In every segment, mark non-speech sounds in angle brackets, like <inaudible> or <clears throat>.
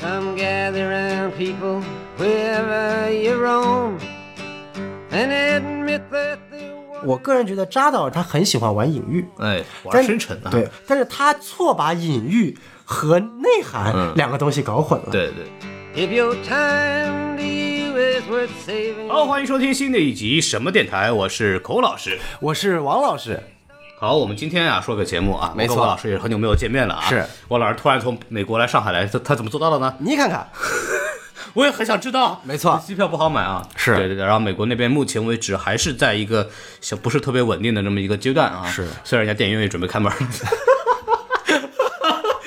Come gather round, people, wherever you roam, and admit that the world. 我个人觉得扎导他很喜欢玩隐喻，哎，玩但深沉啊，对，但是他错把隐喻和内涵嗯两个东西搞混了。对对。 If your time to you is worth saving, 好，欢迎收听新的一集什么电台，我是孔老师。我是王老师，好，我们今天啊说个节目啊，没错我跟王老师也很久没有见面了啊。是，王老师突然从美国来上海来，他他怎么做到的呢？ <laughs> 你看看， <laughs> 我也很想知道。没错机票不好买啊。是对对对。然后美国那边目前为止还是在一个小不是特别稳定的这么一个阶段啊。是，虽然人家电影院也准备开门。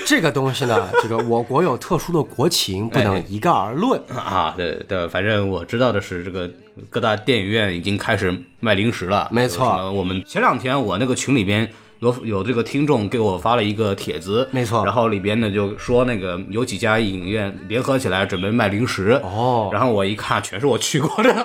这个东西呢，这个我国有特殊的国情，不哎能一概而论。啊，对对，反正我知道的是，这个各大电影院已经开始卖零食了。没错有什么我们前两天我那个群里边有有这个听众给我发了一个帖子，没错然后里边呢就说那个有几家影院联合起来准备卖零食。哦然后我一看，全是我去过的。 <laughs>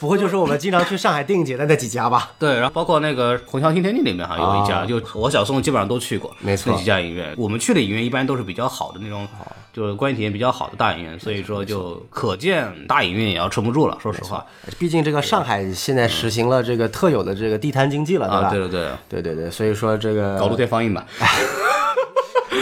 不会就是我们经常去上海电影节的那几家吧？对，然后包括那个《红桥新天地》里面哈有一家，哦就我小宋基本上都去过，没错那几家影院，我们去的影院一般都是比较好的那种，就是观影体验比较好的大影院，所以说就可见大影院也要撑不住了，说实话 <laughs> 毕竟这个上海现在实行了这个特有的这个地摊经济了，啊，对对吧？对对，对对对，所以说这个搞露天放映吧，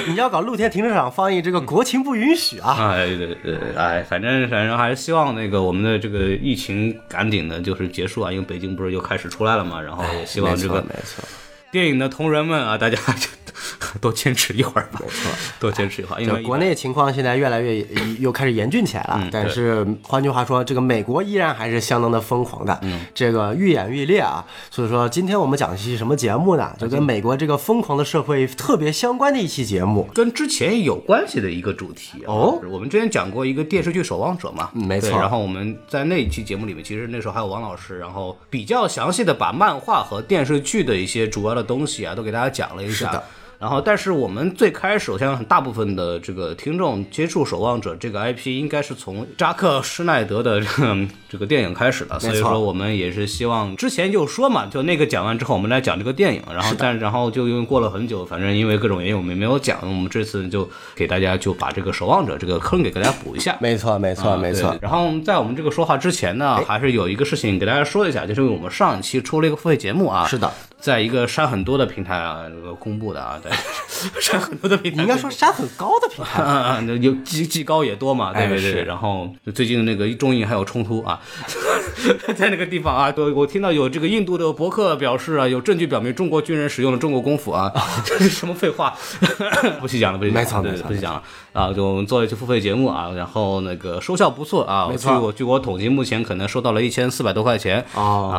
你要搞露天停车场放映，这个国情不允许啊。啊，对对对，对 <laughs> 哎，反正反正还是希望那个我们的这个疫情赶紧的就是结束啊，因为北京不是又开始出来了嘛，然后也希望这个没错，电影的同仁们啊，大家就 <laughs> 多坚持一会儿吧，没错，多坚持一嗯会儿，因没为错。国内情况现在越来越又开始严峻起来了，但是换句话说，这个美国依然还是相当的疯狂的，嗯这个愈演愈烈啊。所以说，今天我们讲的是什么节目呢？嗯就跟美国这个疯狂的社会特别相关的一期节目。跟之前有关系的一个主题啊哦我们之前讲过一个电视剧《守望者》嘛，嗯没错对然后我们在那一期节目里面，其实那时候还有王老师，然后比较详细的把漫画和电视剧的一些主要的东西啊，都给大家讲了一下。是的然后，但是我们最开始，我相信大部分的这个听众接触《守望者》这个 IP，应该是从扎克施耐德的这个嗯这个电影开始的。所以说，我们也是希望之前就说嘛，就那个讲完之后，我们来讲这个电影。然后，但然后就因为过了很久，反正因为各种原因我们没有讲，我们这次就给大家就把这个《守望者》这个坑给大家补一下。没错，没错，啊没对错。哎然后在我们这个说话之前呢，还是有一个事情给大家说一下，就是我们上一期出了一个付费节目啊，是的，在一个删很多的平台啊，这个公布的啊，对， <laughs> 删很多的平台，你应该说山很高的平台。啊，嗯嗯有技技高也多嘛，对哎对对。是然后就最近那个中印还有冲突啊， <laughs> 在那个地方啊，我我听到有这个印度的博客表示啊，有证据表明中国军人使用了中国功夫啊， <laughs> 这是什么废话？ <laughs> 不细讲了，不细讲了，没错对没错不细讲了啊。就我们做了一期付费节目啊，然后那个收效不错啊，没据错我据我统计，目前可能收到了一千四百多块钱哦 <laughs> 啊，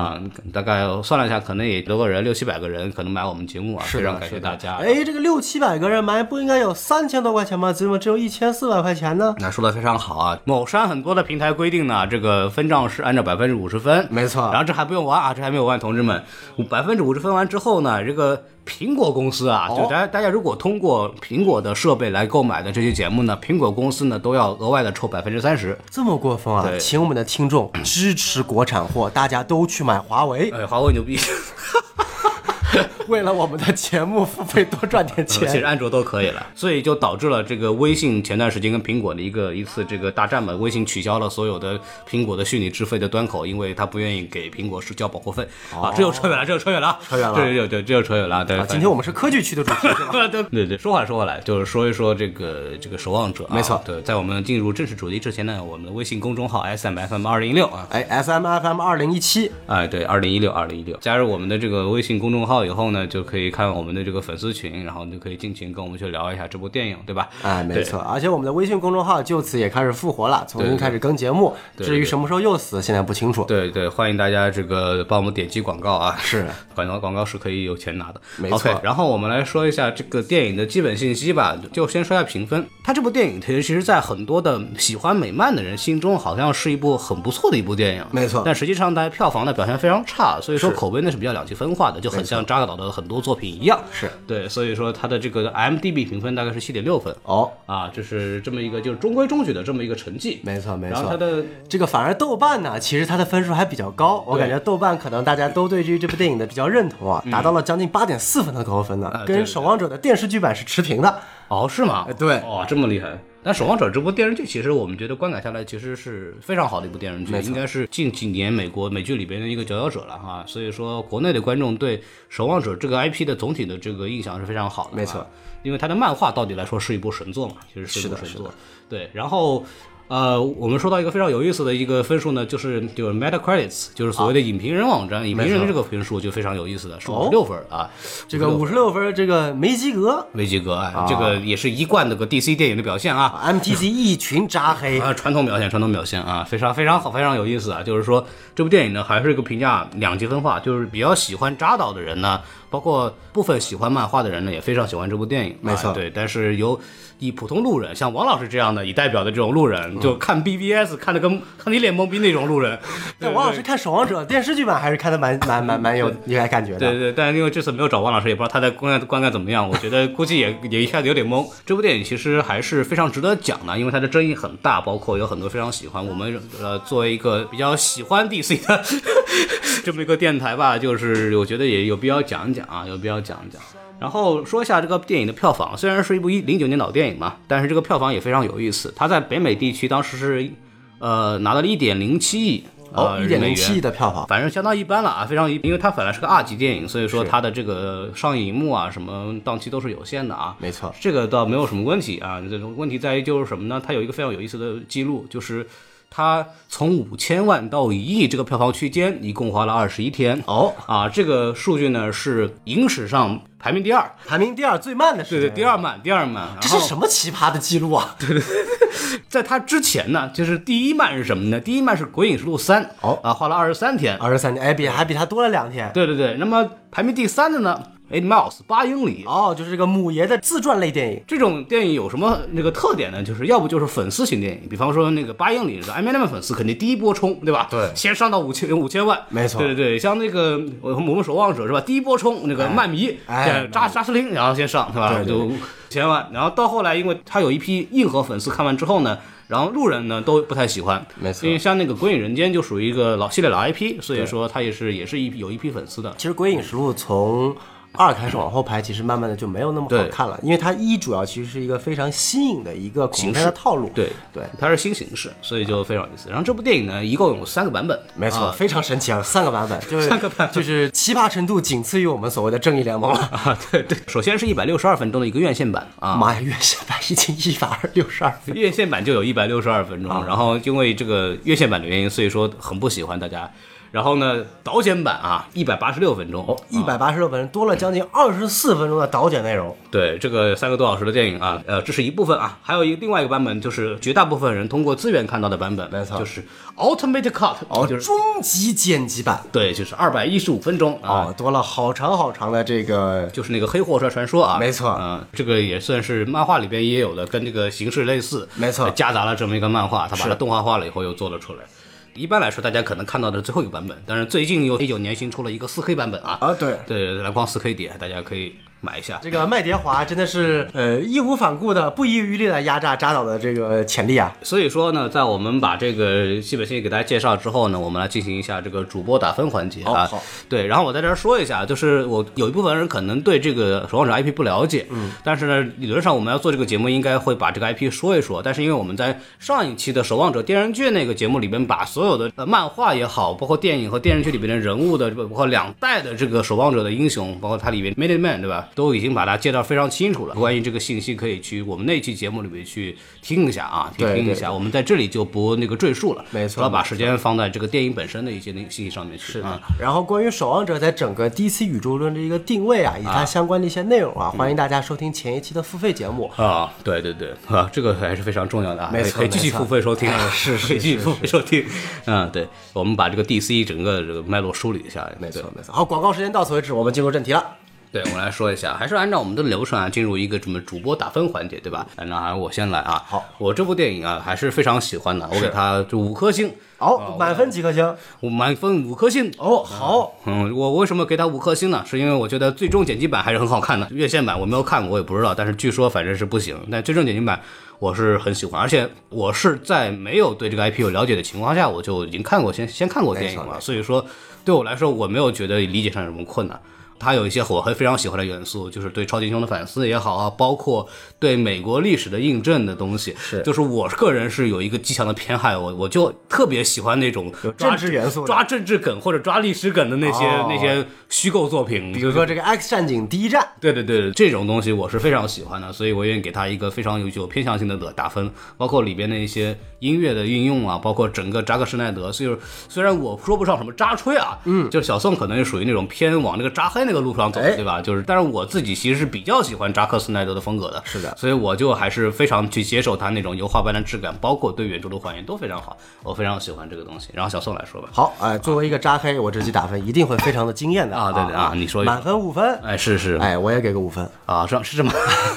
大概算了一下，可能也多个人六七百个人可能买我们节目啊，非常感谢大家。哎，这个六七百个人买，不应该有三千多块钱吗？怎么只有一千四百块钱呢？那说的非常好啊！某山很多的平台规定呢，这个分账是按照百分之五十分，没错然后这还不用完啊，这还没有完，同志们，百分之五十分完之后呢，这个苹果公司啊，就大家大家如果通过苹果的设备来购买的这些节目呢，苹果公司呢都要额外的抽百分之三十。这么过分啊！对请我们的听众支持国产货，大家都去买华为，哎，华为牛逼， <laughs> 为了我们的节目付费多赚点 <laughs> 其实钱。安卓都可以了，所以就导致了这个微信前段时间跟苹果的一个一次这个大战嘛，微信取消了所有的苹果的虚拟智费的端口，因为他不愿意给苹果是交保护费、啊，这又扯远了，这又扯远了啊，哦 <laughs> 扯远了这又这这又扯远了，对，啊，今天我们是科技区的主题，是吧？们 <laughs> 对对对，说话说回来，就是说一说这个这个守望者、啊，没错对，在我们进入正式主题之前呢，我们的微信公众号 S M F M 二零一六啊， <laughs> 哎，S M F M 二零一七，哎，对，二零一六，二零一六，加入我们的这个微信公众号以后呢，就可以看我们的这个粉丝群，然后你就可以尽情跟我们去聊一下这部电影，对吧？哎，没对错，而且我们的微信公众号就此也开始复活了，重新开始更节目。对至于什么时候又死，现在不清楚。对对，欢迎大家这个帮我们点击广告啊，是 <laughs> 广告广告是可以有钱拿的，没错 OK，然后我们来说一下这个电影的基本信息吧，就先说一下评分。它这部电影其实其实在很多的喜欢美漫的人心中，好像是一部很不错的一部电影，没错但实际上它票房的表现非常差，所以说口碑呢是比较两极分化的，就很像扎克岛的很多作品一样。是对，所以说它的这个 m d b 评分大概是七点六分。哦，啊，就是这么一个，就是中规中矩的这么一个成绩，没错没然后错它。的这个反而豆瓣呢，其实它的分数还比较高，我感觉豆瓣可能大家都对于这部嗯电影的比较认同啊，达到了将近八点四分的高分呢，对跟《守望者》的电视剧版是持平的。哦，是吗哎？对哇、这么厉害！但《守望者》这部电视剧，其实我们觉得观感下来，其实是非常好的一部电视剧，应该是近几年美国美剧里边的一个佼佼者了哈。所以说，国内的观众对《守望者》这个 IP 的总体的这个印象是非常好的，啊没错。因为它的漫画到底来说是一部神作嘛，其实是一部是的神是作。对，然后。呃，我们说到一个非常有意思的一个分数呢，就是就是 Metacritic，就是所谓啊的影评人网站，影评人这个分数就非常有意思的，是哦五十六分儿啊，这个五十六分，这个没及格危机哥啊，这个也是一贯的个 DC 电影的表现啊。 ，MTG 一群扎黑，啊，传统表现，传统表现啊，非常非常好，非常有意思啊！就是说，这部电影呢，还是一个评价两极分化，就是比较喜欢扎导的人呢，包括部分喜欢漫画的人呢，也非常喜欢这部电影啊。没错对。但是有以普通路人，像王老师这样的以代表的这种路嗯人，就看 BBS 看的跟看得一脸懵逼那种路 <laughs> 人，但王老师看《守望者》电视剧版还是看的蛮蛮蛮蛮有有点感觉对的。对，但是因为这次没有找王老师，也不知道他在观看观看怎么样。我觉得估计也也一下子有点懵。这部电影其实还是非常值得讲的，因为它的争议很大，包括有很多非常喜欢我们呃作为一个比较喜欢 DC 的 <laughs> 这么一个电台吧，就是我觉得也有必要讲一讲啊，有必要讲一讲。然后说一下这个电影的票房，虽然是一部一零九年老电影嘛，但是这个票房也非常有意思。它在北美地区当时是呃拿到了一点零七亿。哦，呃一点零美元七亿的票房，反正相当一般了啊，非常一，因为它本来是个二级电影，所以说它的这个上映荧幕啊，什么档期都是有限的啊。没错，这个倒没有什么问题啊，这种问题在于就是什么呢？它有一个非常有意思的记录，就是它从五千万到一亿这个票房区间，一共花了二十一天。哦，啊，这个数据呢是影史上排名第二，排名第二最慢的对是对，第二慢，第二慢。这然是后什么奇葩的记录啊？在它之前呢，就是第一慢是什么呢？第一慢是《鬼影实录三》，哦啊，花了二十三天。二十三年，哎，比还比他多了两天。对对对，那么排名第三的呢，Eight Miles 八英里。哦，就是这个母爷的自传类电影，这种电影有什么那个特点呢？就是要不就是粉丝型电影，比方说那个八英里是 M M 粉丝肯定第一波冲，对吧？对先上到五千呃五千万，没错对对对，像那个我我们守望者是吧？第一波冲那个漫迷，哎对扎扎斯林，然后先上对吧？对对就千万，然后到后来，因为他有一批硬核粉丝看完之后呢，然后路人呢都不太喜欢，没错因为像那个《鬼影人间》就属于一个老系列老 I P，所以说他也是也是一有一批粉丝的，其实《鬼影实录》从二开始往后排，其实慢慢的就没有那么好对看了，因为它一主要其实是一个非常新颖的一个恐怖片的套路。对对，它是新形式，所以就非常有意思。然后这部电影呢，一共有三个版本，没错，啊 <laughs> 非常神奇啊，三个版本，就是三个版本就是奇葩程度仅次于我们所谓的正义联盟了。啊，对对，首先是一百六十二分钟的一个院线版啊。妈呀，月下版已经一百二六十二 <laughs> 分，院线版就有一百六十二分啊钟，然后因为这个院线版的原因，所以说很不喜欢大家。然后呢，导剪版啊，一百八十六分钟，哦一百八十六分，多了将近二十四分钟的导剪内容。对，这个三个多小时的电影啊，呃，这是一部分啊，还有一个另外一个版本，就是绝大部分人通过资源看到的版本，没错就是 Ultimate Cut，哦，就是终极剪辑版对，就是二百一十五分钟啊，哦，多了好长好长的这个就是那个黑货帅传说啊，没错嗯、这个也算是漫画里边也有的，跟这个形式类似，没错呃夹杂了这么一个漫画，他把它动画化了以后又做了出来。一般来说，大家可能看到的最后一个版本，但是最近有一九年新出了一个四 K 版本啊，啊，对，对，蓝光四 K 碟，大家可以买一下。这个麦蝶华真的是呃义无反顾的、不遗余力的压榨扎导的这个潜力啊！所以说呢，在我们把这个基本信息给大家介绍之后呢，我们来进行一下这个主播打分环节啊。好好对，然后我在这儿说一下，就是我有一部分人可能对这个《守望者》IP 不了解，嗯，但是呢，理论上我们要做这个节目，应该会把这个 IP 说一说。但是因为我们在上一期的《守望者》电视剧那个节目里边，把所有的呃漫画也好，包括电影和电视剧里边的人物的，包括两代的这个守望者的英雄，包括它里边 Made Man 对吧，都已经把它介绍非常清楚了。关于这个信息，可以去我们那期节目里面去听一下啊，去对听一对下。我们在这里就不那个赘述了，没错主要把时间放在这个电影本身的一些那个信息上面去。是啊，然后关于《守望者》在整个 DC 宇宙论的一个定位啊，以及它相关的一些内容嗯啊，欢迎大家收听前一期的付费节目。啊，对对对，啊，这个还是非常重要的啊，没错可以继续没错哎付费收听啊，是是可以继续是付费收听，嗯，对，我们把这个 DC 整个这个脉络梳理一下，没对错，没错。好，广告时间到此为止，我们进入正题了。对，我们来说一下，还是按照我们的流程啊，进入一个什么主播打分环节，对吧？那我先来啊，好，我这部电影啊还是非常喜欢的，我给它就五颗星，好，满分几颗星？我满分五颗星。哦，好，嗯，我为什么给它五颗星呢？是因为我觉得最终剪辑版还是很好看的，院线版我没有看过，我也不知道，但是据说反正是不行。但最终剪辑版我是很喜欢，而且我是在没有对这个 IP 有了解的情况下，我就已经看过先先看过电没影错没了，所以说对我来说我没有觉得理解上有什么困难。它有一些我还非常喜欢的元素，就是对超级英雄的反思也好啊，包括对美国历史的印证的东西。是就是我个人是有一个极强的偏爱，我我就特别喜欢那种有政治元素的抓政治梗或者抓历史梗的那些、哦那些虚构作品，比如说这个《X 战警：第一战》，对对对，这种东西我是非常喜欢的，所以我愿意给它一个非常有具有偏向性的打分，包括里边的一些音乐的运用啊，包括整个扎克施耐德，所以虽然我说不上什么扎吹啊，嗯，就是小宋可能是属于那种偏往那个扎黑那个路上走的，哎对吧？就是，但是我自己其实是比较喜欢扎克施耐德的风格的，是的所以我就还是非常去接受他那种油画般的质感，包括对原著的还原都非常好，我非常喜欢这个东西。然后小宋来说吧，好，哎，作为一个渣黑，我这期打分一定会非常的惊艳的啊对对啊你说一说满分五分，哎，是是，哎，我也给个五分。啊，是是这么， <laughs>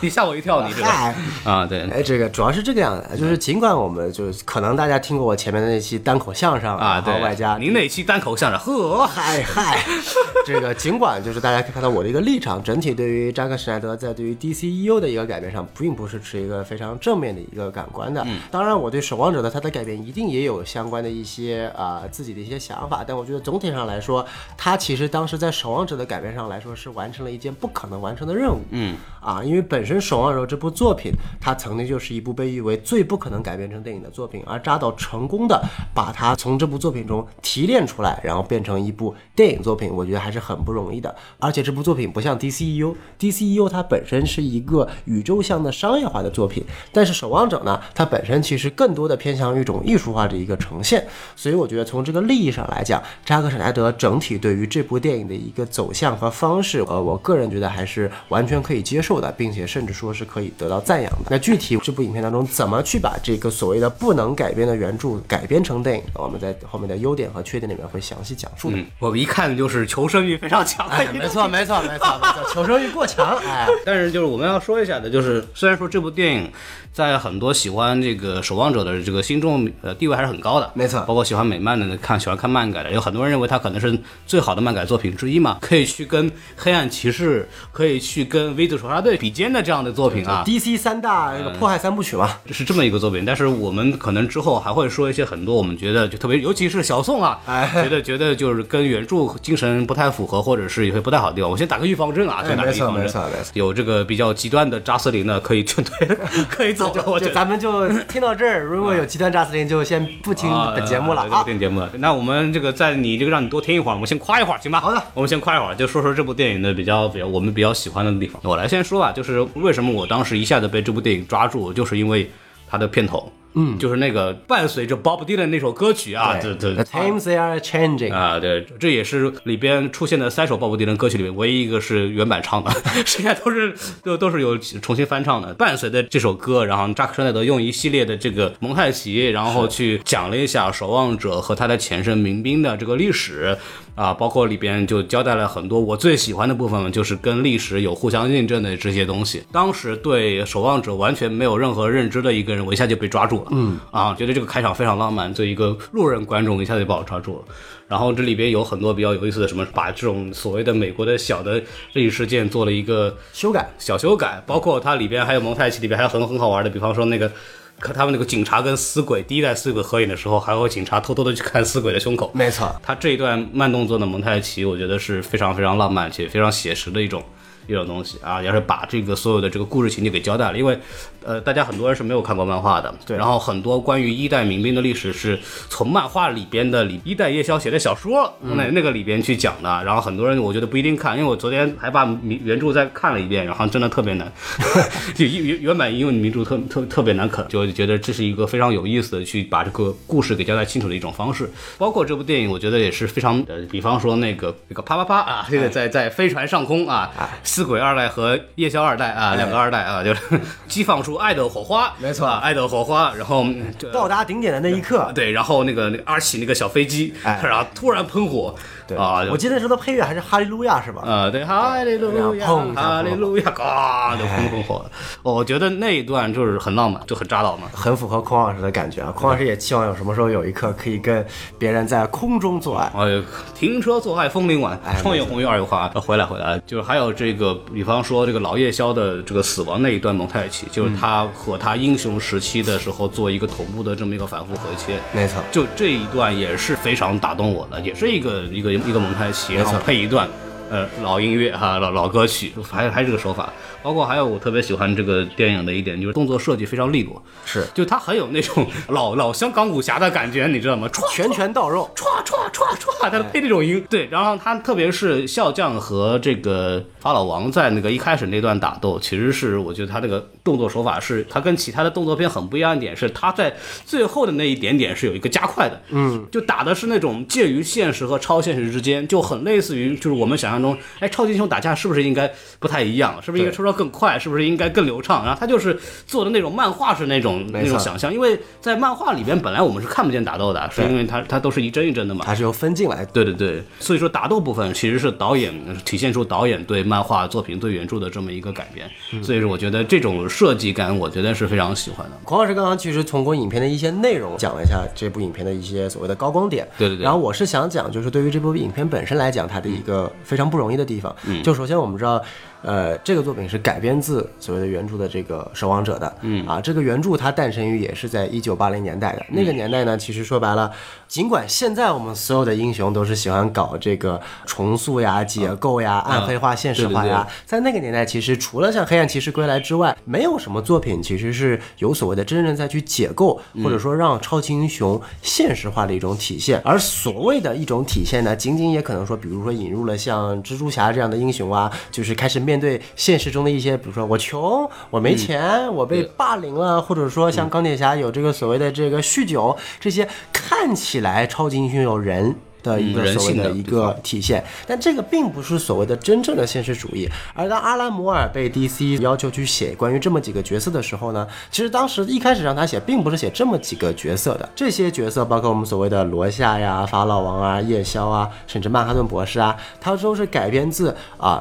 你吓我一跳，你这个嗨 <laughs> 啊，对，哎，这个主要是这个样的，就是尽管我们就是可能大家听过我前面的那期单口相声啊，然对，后外加您那期单口相声，呵，嗨嗨， <laughs> 这个尽管就是大家可以看到我的一个立场，整体对于扎克施耐德在对于 DCEU 的一个改变上，并不是持一个非常正面的一个感官的。当然，我对守望者的它的改变一定也有相关的一些啊、自己的一些想法，但我觉得总体上来说，它其实当时在守望者的改变上来说是完成了一件不可能完成的任务。嗯，啊，因为本身守望者这部作品，它曾经就是一部被誉为最不可能改编成电影的作品，而扎导成功的把它从这部作品中提炼出来，然后变成一部电影作品，我觉得还是很不容易的。而且这部作品不像 E DCEU，DCEU 它本身是一个宇宙向的商业化的作品，但是《守望者》呢，它本身其实更多的偏向于一种艺术化的一个呈现。所以我觉得从这个利益上来讲，扎克施耐德整体对于这部电影的一个走向和方式，呃，我个人觉得还是完全可以接受的，并且甚至说是可以得到赞扬的。那具体这部影片当中怎么去把这个所谓的不能改编的原著改编成电影，我们在后面的优点和缺点里面会详细讲述的。嗯，哎我一看就是求生欲非常强的一哎个没错，没错，没错，没错，求生欲过强，哎， <laughs> 但是就是我们要说一下的，就是虽然说这部电影在很多喜欢这个《守望者》的这个心中呃地位还是很高的，没错包括喜欢美漫的看喜欢看漫改的，有很多人认为它可能是最好的漫改作品之一嘛，可以去跟《黑暗骑士》，可以去跟《V 字仇杀队》比肩的这样的作品啊。 DC 三大那个迫害三部曲嘛，是这么一个作品，但是我们可能之后还会说一些很多我们觉得就特别，尤其是小宋啊，哎觉得觉得就是跟原著精神不太符合，或者是有些不太好的地方。我先打个预防针啊，先打哎个没预错防针，没错没错有这个比较极端的扎斯林呢，可以 <laughs> 劝退，可以走了，我就觉得。咱们就听到这儿，如果有极端扎斯林，就先不听本节目了啊啊对，。听节目了。那我们这个在你这个让你多听一会儿，我们先夸一会儿，行吧？好的，我们先夸一会儿，就说说这部电影的比较比较我们比较喜欢的地方。我来先说吧，就是为什么我当时一下子被这部电影抓住，就是因为它的片头，嗯，就是那个伴随着 Bob Dylan 那首歌曲啊，对对 The。times they are changing，啊，对，这也是里边出现的三首鲍勃迪伦歌曲里面唯一一个是原版唱的， <laughs> 剩下都是都都是有重新翻唱的。伴随着这首歌，然后扎克施耐德用一系列的这个蒙太奇，然后去讲了一下守望者和他的前身民兵的这个历史。啊，包括里边就交代了很多我最喜欢的部分，就是跟历史有互相印证的这些东西。当时对守望者完全没有任何认知的一个人，我一下就被抓住了。嗯，啊，觉得这个开场非常浪漫，作为一个路人观众，一下就把我抓住了。然后这里边有很多比较有意思的，什么把这种所谓的美国的小的历史事件做了一个修改小修改，包括它里边还有蒙太奇，里边还有很很好玩的，比方说那个。可他们那个警察跟死鬼第一代死鬼合影的时候，还有警察偷偷的去看死鬼的胸口，没错，他这一段慢动作的蒙太奇，我觉得是非常非常浪漫且非常写实的一种一种东西啊，也是把这个所有的这个故事情节给交代了。因为，呃，大家很多人是没有看过漫画的，对然后很多关于一代民兵的历史是从漫画里边的里一代夜宵写的小说、那那个里边去讲的。然后很多人我觉得不一定看，因为我昨天还把名原著再看了一遍，然后真的特别难， <laughs> 就原原原版英文名著特特特别难啃，就觉得这是一个非常有意思的去把这个故事给交代清楚的一种方式。包括这部电影，我觉得也是非常呃，比方说那个那个啪啪啪啊，哎这个在在飞船上空啊，四鬼二代和夜宵二代啊，两个二代啊，就是 <laughs> 激放出爱的火花，哎没错啊爱的火花，然后嗯这到达顶点的那一刻，对，然后那个那个阿奇那个小飞机，哎然后突然喷火，对啊，我记得那时候的配乐还是哈利路亚是吧？啊，对，哈利路亚，然后砰一下哎哈利路亚，嘎就轰轰火了。哦我觉得那一段就是很浪漫，就很扎导嘛。很符合孔老师的感觉啊！孔老师也期望有什么时候有一刻可以跟别人在空中做爱。哎呦，停车坐爱枫林晚哎，窗有红于二月花。呃回来回来，就是还有这个，比方说这个老夜宵的这个死亡那一段蒙太奇，就是他嗯和他英雄时期的时候做一个同步的这么一个反复回切。没错，就这一段也是非常打动我的，也是一个一个一个蒙太奇，然后错配一段呃老音乐哈、老老歌曲，还还是这个手法。包括还有我特别喜欢这个电影的一点，就是动作设计非常利落，是就它很有那种老老香港武侠的感觉，你知道吗？歘拳拳到肉，歘歘歘歘，他配这种音，对，然后他特别是笑匠和这个法老王在那个一开始那段打斗，其实是我觉得他这个动作手法是，他跟其他的动作片很不一样一点是，他在最后的那一点点是有一个加快的，嗯，就打的是那种介于现实和超现实之间，就很类似于就是我们想象中，哎，超级英雄打架是不是应该不太一样？是不是应该出招更快？是不是应该更流畅？然后他就是做的那种漫画式那种没那错种想象，因为在漫画里边本来我们是看不见打斗的，是因为它它都是一帧一帧的嘛，它是由分镜来对对对，所以说打斗部分其实是导演体现出导演对漫画作品、对原著的这么一个改编，嗯所以说我觉得这种设计感，我觉得是非常喜欢的。孔老师刚刚其实通过影片的一些内容讲了一下这部影片的一些所谓的高光点，对对对然后我是想讲，就是对于这部影片本身来讲，它的一个非常不容易的地方，嗯，就首先我们知道，呃，这个作品是改编自所谓的原著的这个《守望者》的，嗯啊，这个原著它诞生于也是在一九八零年嗯代的，那个年代呢，其实说白了，尽管现在我们所有的英雄都是喜欢搞这个重塑呀、解构呀、嗯暗黑化、现实化对对呀对，在那个年代，其实除了像《黑暗骑士归来》之外，没有什么作品其实是有所谓的真正在去解构，或者说让超级英雄现实化的一种体现。而所谓的一种体现呢，仅仅也可能说，比如说引入了像蜘蛛侠这样的英雄啊，就是开始面对现实中的一些，比如说我穷，我没钱，我被霸凌了，或者说像钢铁侠有这个所谓的这个酗酒，这些看起来超级英雄有人。的一嗯个人所谓性的的一部个体现，但这个并不是所谓的真正的现实主义。而当阿拉摩尔被 DC 要求去写关于这么几个角色的时候呢，其实当时一开始让他写，并不是写这么几个角色的。这些角色包括我们所谓的罗夏呀、法老王啊、夜宵啊，甚至曼哈顿博士啊，他都是改编自啊。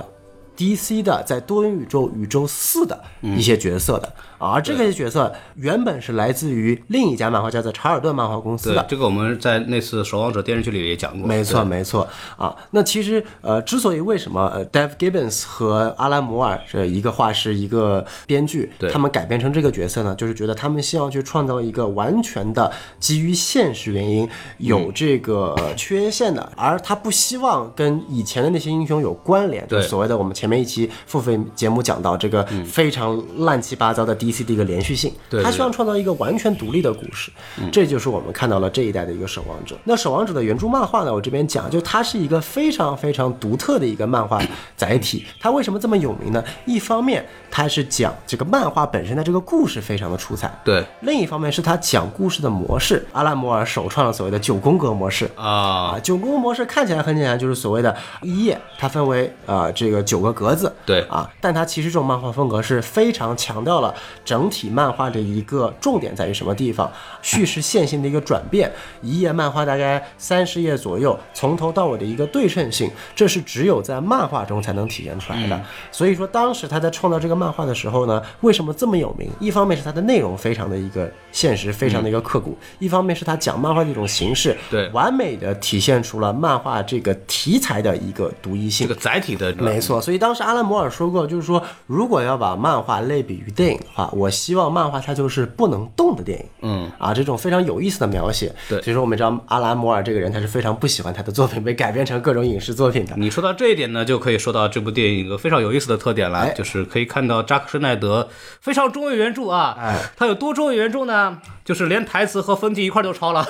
DC 的在多元宇宙宇宙四的一些角色的，啊而这些角色原本是来自于另一家漫画家的查尔顿漫画公司对的，，这个我们在那次《守望者》电视剧里也讲过，没错，对，没错啊。那其实呃，之所以为什么呃，Dave Gibbons 和阿兰摩尔这一个画师一个编剧，对他们改编成这个角色呢，就是觉得他们希望去创造一个完全的基于现实原因嗯有这个呃缺陷的，而他不希望跟以前的那些英雄有关联，就对嗯所谓的我们前面一期付费节目讲到这个非常乱七八糟的 DC 的一个连续性，对对他希望创造一个完全独立的故事，这就是我们看到了这一代的一个守望者。那守望者的原著漫画呢，我这边讲，就它是一个非常非常独特的一个漫画载体。它为什么这么有名呢？一方面，它是讲这个漫画本身的这个故事非常的出彩。对另一方面是他讲故事的模式，阿拉摩尔首创了所谓的九宫格模式啊啊，，九宫格模式看起来很简单，就是所谓的一页，它分为呃这个九个格子，对啊，但它其实这种漫画风格是非常强调了整体漫画的一个重点在于什么地方，叙事线性的一个转变，一页漫画大概三十页左右，从头到尾的一个对称性，这是只有在漫画中才能体现出来的。嗯所以说，当时他在创造这个漫画的时候呢，为什么这么有名？一方面是它的内容非常的一个现实，非常的一个刻苦；一方面是他讲漫画的一种形式，嗯对完美的体现出了漫画这个题材的一个独一性这个。载体的没错，所以当时阿兰摩尔说过，就是说，如果要把漫画类比于电影的话，我希望漫画它就是不能动的电影。嗯，啊，这种非常有意思的描写。对所以说我们知道阿兰摩尔这个人，他是非常不喜欢他的作品被改编成各种影视作品的。你说到这一点呢，就可以说到这部电影一个非常有意思的特点了，哎就是可以看到扎克施耐德非常忠于原著啊。哎他有多忠于原著呢？就是连台词和分题一块儿都 <laughs> 抄了。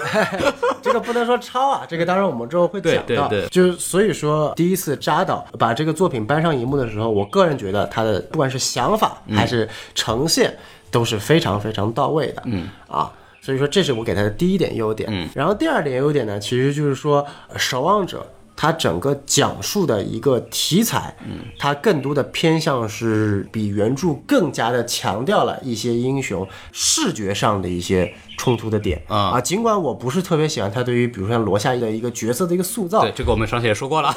这个不能说抄啊，这个当然我们之后会讲到。对对对就是所以说，第一次扎导把这个作品搬上荧幕的时候，我个人觉得他的不管是想法还是呈现，都是非常非常到位的。嗯啊。所以说，这是我给他的第一点优点。嗯，然后第二点优点呢，其实就是说，呃《守望者》它整个讲述的一个题材，嗯，它更多的偏向是比原著更加的强调了一些英雄视觉上的一些冲突的点啊啊。尽管我不是特别喜欢他对于比如说像罗夏的一个角色的一个塑造对，，这个我们上次也 <laughs> 说过了。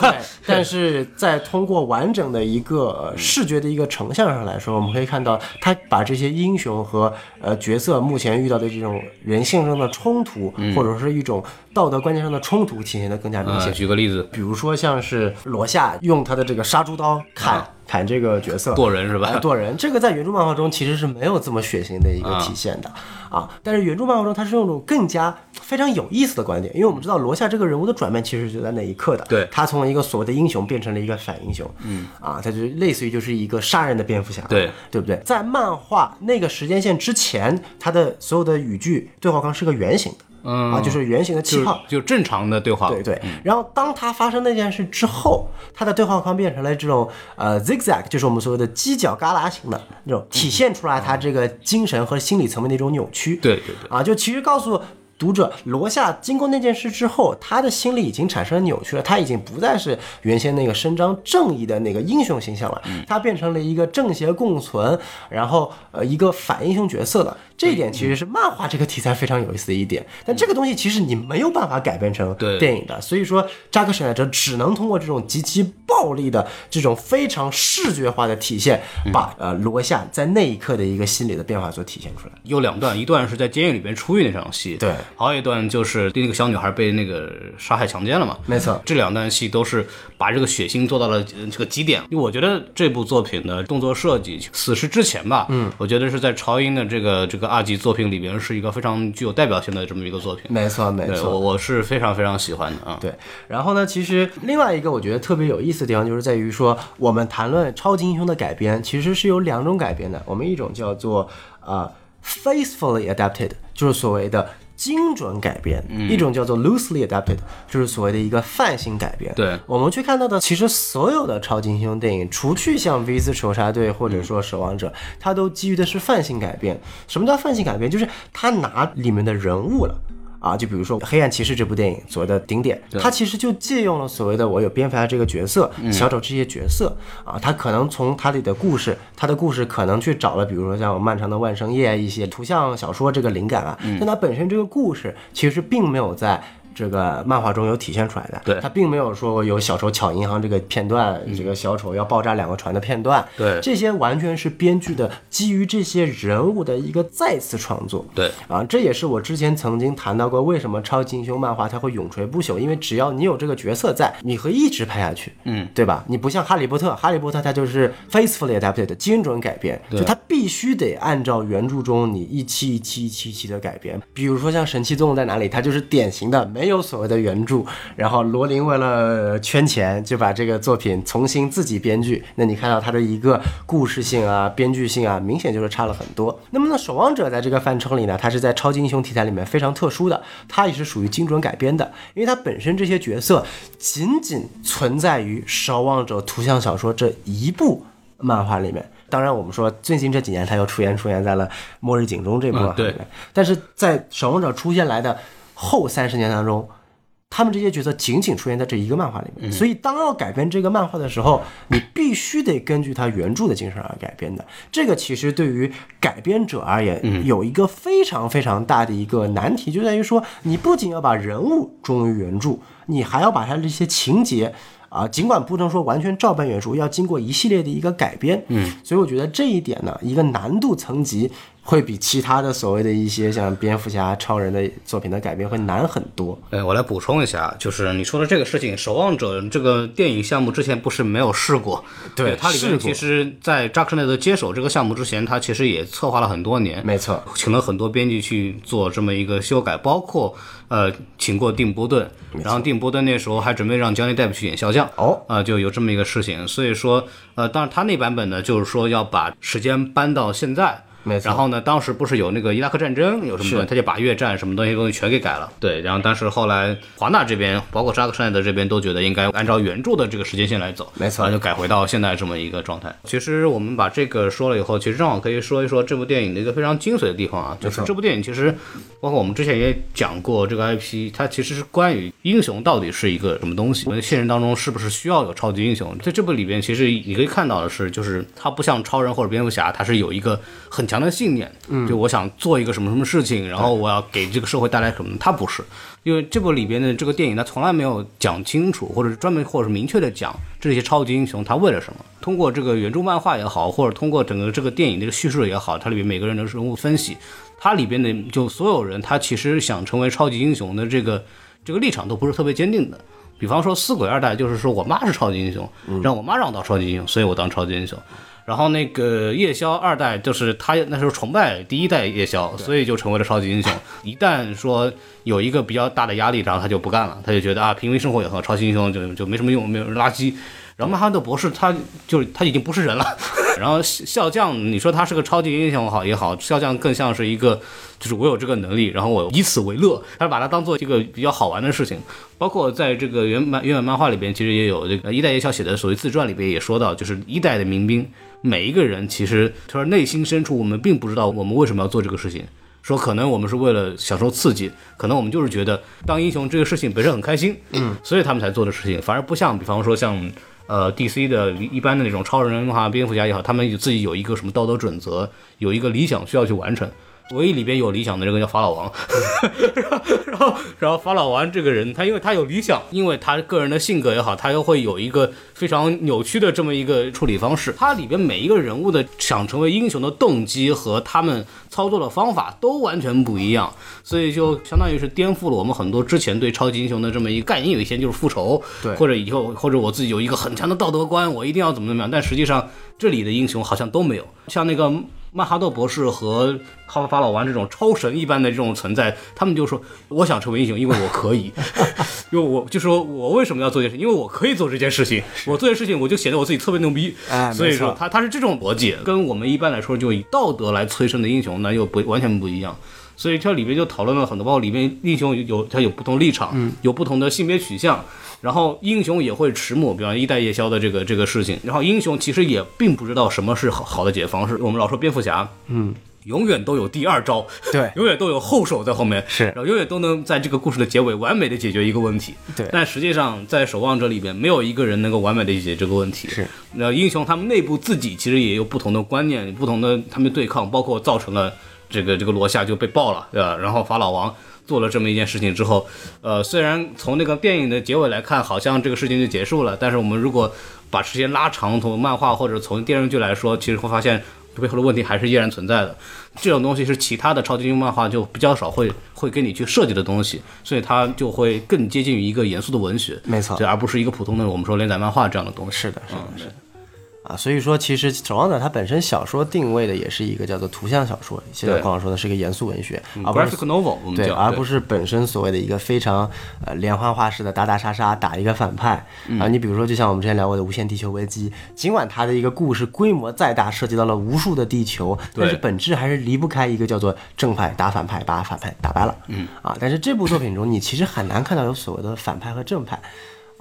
但是在通过完整的一个呃视觉的一个成像上来说，我们可以看到他把这些英雄和呃角色目前遇到的这种人性上的冲突，或者是一种道德观念上的冲突体现得更加明呃，显。举个例子，比如说像是罗夏用他的这个杀猪刀砍砍这个角色，啊哎剁人是吧？剁人，这个在原著漫画中其实是没有这么血腥的一个体现的啊。但是原著漫画中，它是用一种更加非常有意思的观点，因为我们知道罗夏这个人物的转变其实就在那一刻的。对他从一个所谓的英雄变成了一个反英雄，嗯，啊，他就类似于就是一个杀人的蝙蝠侠，对对不对？在漫画那个时间线之前，他的所有的语句对话框是个圆形的。嗯啊，就是圆形的气就泡，就正常的对嗯话，对对。然后当他发生那件事之后，他的对话框变成了这种呃 zigzag，就是我们所谓的犄角旮旯型的那种，体现出来他这个精神和心理层面的一种扭曲。对对对啊，就其实告诉。读者罗夏经过那件事之后，他的心理已经产生了扭曲了，他已经不再是原先那个伸张正义的那个英雄形象了，他变成了一个正邪共存，然后呃一个反英雄角色了。这一点其实是漫画这个题材非常有意思的一点，但这个东西其实你没有办法改变成对电影的，所以说扎克施耐德只能通过这种极其暴力的、这种非常视觉化的体现，把呃罗夏在那一刻的一个心理的变化所体现出来。有两段，一段是在监狱里边出狱那场戏，对还有一段就是那个小女孩被那个杀害强奸了嘛，没错，这两段戏都是把这个血腥做到了呃这个极点。因为我觉得这部作品的动作设计，死侍之前吧，嗯，我觉得是在超英的这个这个二级作品里边是一个非常具有代表性的这么一个作品。没错，没对错我。我是非常非常喜欢的啊。对，然后呢，其实另外一个我觉得特别有意思的地方，就是在于说，我们谈论超级英雄的改编，其实是有两种改编的。我们一种叫做呃 faithfully adapted，就是所谓的精准改编；嗯一种叫做 loosely adapted，就是所谓的一个泛性改编。对我们去看到的，其实所有的超级英雄电影，除去像《V 字仇杀队》或者说《守望者》它都基于的是泛性改编。什么叫泛性改编？就是他拿里面的人物了。啊，就比如说《黑暗骑士》这部电影所谓的顶点，它其实就借用了所谓的我有蝙蝠侠这个角色、小丑这些角色啊，他可能从他里的故事，他的故事可能去找了，比如说像《漫长的万圣夜》一些图像小说这个灵感啊，但它本身这个故事其实并没有在。这个漫画中有体现出来的，对它并没有说有小丑抢银行这个片段，这个小丑要爆炸两个船的片段，对这些完全是编剧的基于这些人物的一个再次创作，对啊，这也是我之前曾经谈到过，为什么超级英雄漫画它会永垂不朽，因为只要你有这个角色在，你会一直拍下去，嗯，对吧？你不像哈利波特，哈利波特它就是 faithfully adapted 精准改编，就它必须得按照原著中你一期一期一期一期的改编。比如说像《神奇动物在哪里》，它就是典型的没有所谓的原著，然后罗琳为了圈钱就把这个作品重新自己编剧，那你看到它的一个故事性啊、编剧性啊，明显就是差了很多。那么呢，《守望者》在这个范畴里呢，它是在超级英雄题材里面非常特殊的，它也是属于精准改编的，因为它本身这些角色仅仅存在于《守望者》图像小说这一部漫画里面。当然，我们说最近这几年它又出现出现在了《末日警钟》这部漫画里面，对但是在《守望者》出现来的后三十年当中。他们这些角色仅仅出现在这一个漫画里面，所以当要改编这个漫画的时候，你必须得根据它原著的精神而改编的。这个其实对于改编者而言，有一个非常非常大的一个难题，就在于说，你不仅要把人物忠于原著，你还要把它的一些情节。啊，尽管不能说完全照搬原著，要经过一系列的一个改编，嗯，所以我觉得这一点呢，一个难度层级会比其他的所谓的一些像蝙蝠侠、超人的作品的改编会难很多。哎，我来补充一下，就是你说的这个事情，《守望者》这个电影项目之前不是没有试过，对它里试面过其实，在扎克施奈德接手这个项目之前，他其实也策划了很多年，没错，呃请了很多编剧去做这么一个修改，包括呃，请过定波顿，然后定波顿那时候还准备让 Johnny Depp 去演笑匠，哦，啊、就有这么一个事情，所以说，呃，当然他那版本呢，就是说要把时间搬到现在。没错然后呢，当时不是有那个伊拉克战争，有什么东西，他就把越战什么东西东西全给改了。对，然后当时后来华纳这边，包括扎克施耐德这边都觉得应该按照原著的这个时间线来走，没错然后就改回到现在这么一个状态。其实我们把这个说了以后，其实正好可以说一说这部电影的一个非常精髓的地方啊，就是这部电影其实包括我们之前也讲过这个 IP，它其实是关于英雄到底是一个什么东西，我们现实当中是不是需要有超级英雄？在这部里边，其实你可以看到的是，就是它不像超人或者蝙蝠侠，它是有一个很强的信念，就我想做一个什么什么事情，然后我要给这个社会带来什么，它不是。因为这部里边的这个电影，它从来没有讲清楚，或者是专门或者是明确的讲这些超级英雄他为了什么。通过这个原著漫画也好，或者通过整个这个电影的这个叙事也好，它里面每个人的人物分析，它里边的就所有人，他其实想成为超级英雄的这个这个立场都不是特别坚定的。比方说四鬼二代，就是说我妈是超级英雄，让我妈让我当超级英雄，所以我当超级英雄。然后那个夜宵二代，就是他那时候崇拜第一代夜宵，所以就成为了超级英雄。一旦说有一个比较大的压力，然后他就不干了，他就觉得啊，平民生活也很好，超级英雄就就没什么用，没有垃圾。然后曼哈顿博士他就是他已经不是人了， <laughs> 然后笑匠，你说他是个超级英雄好也好，笑匠更像是一个就是我有这个能力，然后我以此为乐，他把它当做一个比较好玩的事情。包括在这个原版原版漫画里边，其实也有这个呃一代夜宵写的所谓自传里边也说到，就是一代的民兵每一个人其实他说内心深处我们并不知道我们为什么要做这个事情。说可能我们是为了享受刺激，可能我们就是觉得当英雄这个事情本身很开心，嗯，所以他们才做的事情，反而不像比方说像呃 DC 的一般的那种超人也好，蝙蝠侠也好，他们自己有一个什么道德准则，有一个理想需要去完成。唯一里边有理想的这个叫法老王， <laughs> 然后然后法老王这个人，他因为他有理想，因为他个人的性格也好，他又会有一个非常扭曲的这么一个处理方式。他里边每一个人物的想成为英雄的动机和他们操作的方法都完全不一样，所以就相当于是颠覆了我们很多之前对超级英雄的这么一个概念。有一些就是复仇，对或者以后或者我自己有一个很强的道德观，我一定要怎么怎么样。但实际上这里的英雄好像都没有，像那个曼哈顿博士和哈法老王这种超神一般的这种存在，他们就说我想成为英雄，因为我可 <laughs> 以，因为我就说我为什么要做这件事，因为我可以做这件事情，我做这件事情我就显得我自己特别牛逼，哎所以没说错他他是这种逻辑，跟我们一般来说就以道德来催生的英雄那又不完全不一样。所以这里面就讨论了很多，包括里面英雄有有他有不同立场，有不同的性别取向，然后英雄也会迟暮，比方一代夜宵的这个这个事情，然后英雄其实也并不知道什么是好好的解决方式。我们老说蝙蝠侠，嗯。永远都有第二招，对永远都有后手在后面，是然后永远都能在这个故事的结尾完美的解决一个问题，对但实际上在守望者里边，没有一个人能够完美的解决这个问题，是，那英雄他们内部自己其实也有不同的观念，不同的他们对抗，包括造成了这个这个罗夏就被爆了，对吧？然后法老王做了这么一件事情之后，呃，虽然从那个电影的结尾来看，好像这个事情就结束了，但是我们如果把时间拉长，从漫画或者从电视剧来说，其实会发现背后的问题还是依然存在的。这种东西是其他的超级英雄漫画就比较少会会给你去设计的东西，所以它就会更接近于一个严肃的文学，没错就而不是一啊个普通的我们说连载漫画这样的东西。是的，是的，是的。啊，所以说其实《守望者》它本身小说定位的也是一个叫做图像小说，现在对嗯刚刚说的是一个严肃文学，而不是 graphic novel 我们对，叫，而对不是本身所谓的一个非常呃连环画式的打打杀杀打一个反派、啊。嗯你比如说，就像我们之前聊过的《无限地球危机》，尽管它的一个故事规模再大，涉及到了无数的地球，但是对本质还是离不开一个叫做正派打反派，把反派打败了。嗯啊，但是这部作品中，你其实很难看到有所谓的反派和正派。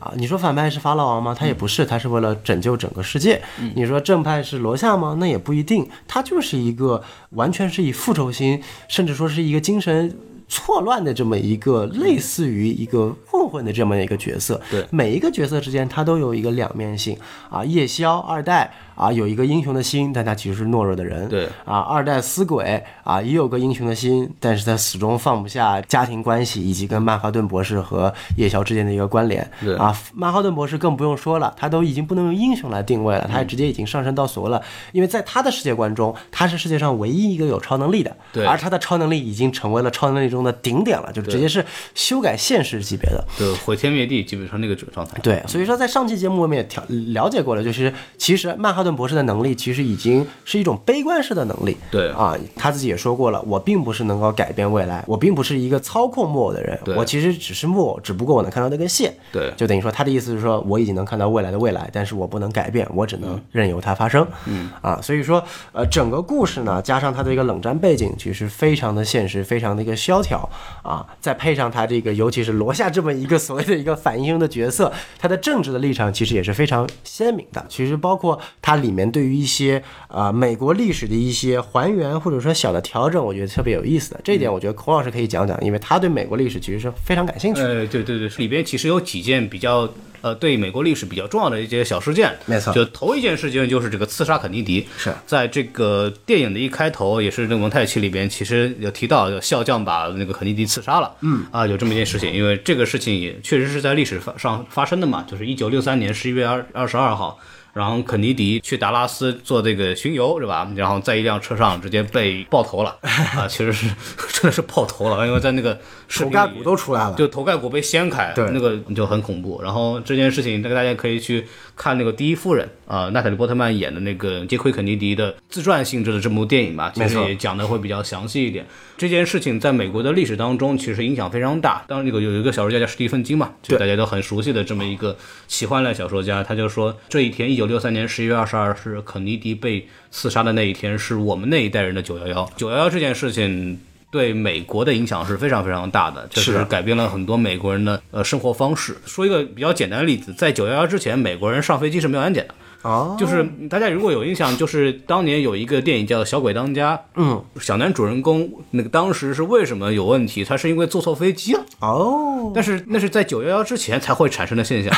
啊，你说反派是法老王吗？他也不是，他是为了拯救整个世界。嗯你说正派是罗夏吗？那也不一定，他就是一个完全是以复仇心，甚至说是一个精神错乱的这么一个类似于一个混混的这么一个角色。嗯对每一个角色之间他都有一个两面性啊。夜宵二代啊，有一个英雄的心，但他其实是懦弱的人。对啊，二代死鬼啊，也有个英雄的心，但是他始终放不下家庭关系以及跟曼哈顿博士和夜宵之间的一个关联。对啊，曼哈顿博士更不用说了，他都已经不能用英雄来定位了，嗯他直接已经上升到所谓了，因为在他的世界观中，他是世界上唯一一个有超能力的，对而他的超能力已经成为了超能力中的顶点了，就直接是修改现实级别的。对呃毁天灭地，基本上那个状态。对，所以说在上期节目我们也调了解过了，就是其实曼哈顿博士的能力其实已经是一种悲观式的能力。对啊，他自己也说过了，我并不是能够改变未来，我并不是一个操控木偶的人，对我其实只是木偶，只不过我能看到那根线。对就等于说他的意思是说，我已经能看到未来的未来，但是我不能改变，我只能任由它发生。嗯啊，所以说呃，整个故事呢，加上它的一个冷战背景，其实非常的现实，非常的一个萧条啊，再配上他这个，尤其是罗夏这么一个所谓的一个反英雄的角色，他的政治的立场其实也是非常鲜明的。其实包括它里面对于一些呃美国历史的一些还原或者说小的调整，我觉得特别有意思的。这一点我觉得孔老师可以讲讲，因为他对美国历史其实是非常感兴趣的。呃，对对对，里边其实有几件比较呃对美国历史比较重要的一些小事件。没错就头一件事情就是这个刺杀肯尼迪，是在这个电影的一开头，也是那个蒙太奇里边，其实有提到有笑匠把那个肯尼迪刺杀了。嗯啊，有这么一件事情，因为这个事情也确实是在历史发上发生的嘛，就是一九六三年十一月二二十二号。然后肯尼迪去达拉斯做这个巡游是吧？然后在一辆车上直接被爆头 <laughs> 了啊，其实是 <laughs> 真的是爆头了，因为在那个视头频盖里骨都出来了。就头盖骨被掀开，对那个就很恐怖。然后这件事情，那个大家可以去看那个《第一夫人》啊、娜塔莉波特曼演的那个杰奎肯尼迪的自传性质的这部电影吧，其没实错也讲的会比较详细一点。这件事情在美国的历史当中其实影响非常大。当然，那个有一个小说家叫史蒂芬金嘛，就对大家都很熟悉的这么一个奇幻类小说家，他就说这一天，一九六三年十一月二十二是肯尼迪被刺杀的那一天，是我们那一代人的九幺幺。九幺幺这件事情。对美国的影响是非常非常大的，确是实的改变了很多美国人的呃生活方式。说一个比较简单的例子，在九幺幺之前，美国人上飞机是没有安检的。哦，就是大家如果有印象，就是当年有一个电影叫《小鬼当家》，嗯，小男主人公那个当时是为什么有问题？他是因为坐错飞机了。哦，但是那是在九幺幺之前才会产生的 <laughs> 现象，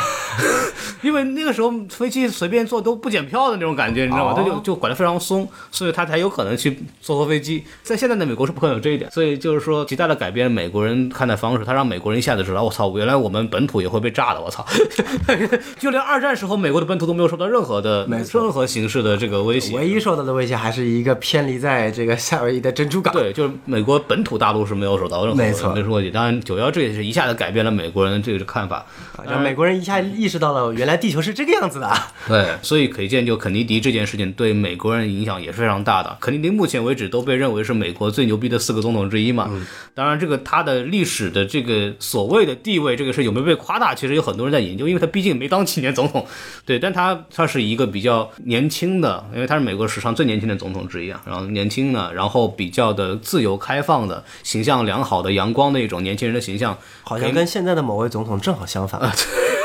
因为那个时候飞机随便坐都不检票的那种感觉，你知道哦吗？他就就管得非常松，所以他才有可能去坐错飞机。在现在的美国是不可能有这一点，所以就是说极大的改变美国人看待方式，他让美国人一下子知道，我操，原来我们本土也会被炸的，我操！ <laughs> 就连二战时候美国的本土都没有受到任何的没错任何形式的这个威胁，唯一受到的威胁还是一个偏离在这个夏威夷的珍珠港。对，就是美国本土大陆是没有受到任何没错的问题。当然，九幺这也是一下子改变了美国人这个看法。啊，让美国人一下意识到了原来地球是这个样子的 <laughs> 啊。对，所以可见，就肯尼迪这件事情对美国人影响也是非常大的。肯尼迪目前为止都被认为是美国最牛逼的四个总统之一嘛。当然，这个他的历史的这个所谓的地位，这个事有没有被夸大，其实有很多人在研究，因为他毕竟没当几年总统。对，但他他是一个比较年轻的，因为他是美国史上最年轻的总统之一啊。然后年轻的，然后比较的自由开放的，形象良好的、阳光的一种年轻人的形象，好像跟现在的某位总统正好相啊反。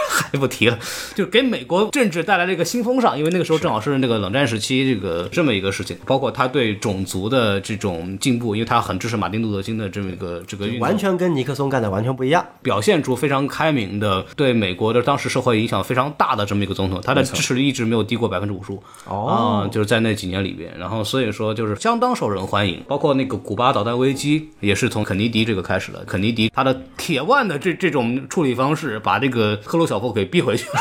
还不提了， <laughs> 就是给美国政治带来了一个新风尚，因为那个时候正好是那个冷战时期这个这么一个事情，包括他对种族的这种进步，因为他很支持马丁路德金的这么一个这个运动完全跟尼克松干的完全不一样，表现出非常开明的对美国的当时社会影响非常大的这么一个总统，他的支持率一直没有低过百分之五十五。哦啊就是在那几年里边，然后所以说就是相当受人欢迎，包括那个古巴导弹危机也是从肯尼迪这个开始的。肯尼迪他的铁腕的这这种处理方式，把这个赫鲁晓夫给逼 <laughs> 回去了，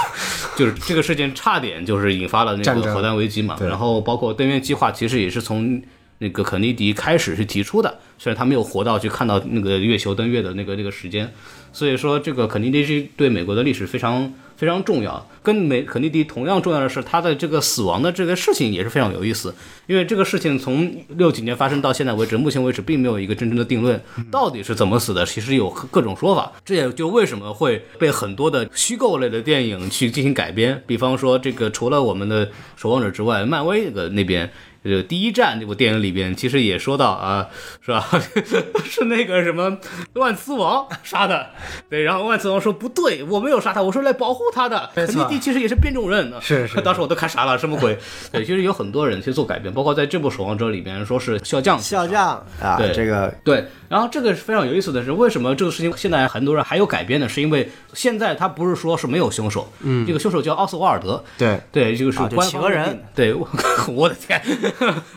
就是这个事件差点就是引发了那战个争核弹危机嘛。然后包括对面计划，其实也是从。那个肯尼迪开始是提出的，虽然他没有活到去看到那个月球登月的那个那个时间，所以说，这个肯尼迪是对美国的历史非常非常重要。跟美肯尼迪同样重要的是，他的这个死亡的这个事情也是非常有意思，因为这个事情从六几年发生到现在为止，目前为止并没有一个真正的定论，到底是怎么死的，其实有各种说法。这也就为什么会被很多的虚构类的电影去进行改编，比方说这个除了我们的《守望者》之外，漫威那个那边。呃，第一站这部电影里边，其实也说到啊，是吧？ <laughs> 是那个什么万磁王杀的，对。然后万磁王说不对，我没有杀他，我是来保护他的。没肯尼错迪其实也是变种人，啊是是 <laughs> 当时我都看傻了，什么鬼？对，其实有很多人去做改变，包括在这部《守望者》里边，说是笑匠笑匠啊对，这个对，然后这个是非常有意思的是，为什么这个事情现在很多人还有改编呢？是因为现在他不是说是没有凶手，嗯，这个凶手叫奥斯瓦尔德，对对，这个是啊就官企方鹅认人定的，对，我 <laughs> 我的天，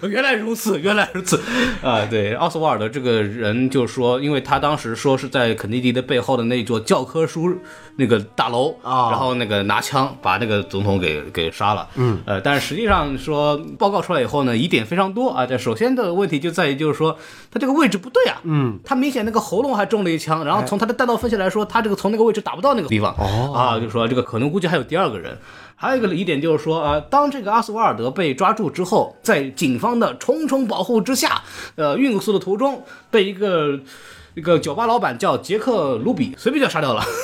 原来如此，原来如此，啊，对，奥斯瓦尔德这个人就说，因为他当时说是在肯尼迪的背后的那座教科书那个大楼啊然后那个拿枪把那个总统给给杀了，嗯，呃，但是实际上说报告出来以后呢，疑点非常多啊，但首先的问题就在于就是说他这个位置不对啊，嗯，他明显那个喉咙还中了一枪，然后从他的弹道分析来说，他这个从那个位置打不到那个地方，哦，啊，就说这个可能估计还有第二个人。还有一个疑点就是说啊，当这个阿斯瓦尔德被抓住之后，在警方的重重保护之下，呃，运输的途中被一个一个酒吧老板叫杰克·卢比随便就杀掉了。 <laughs>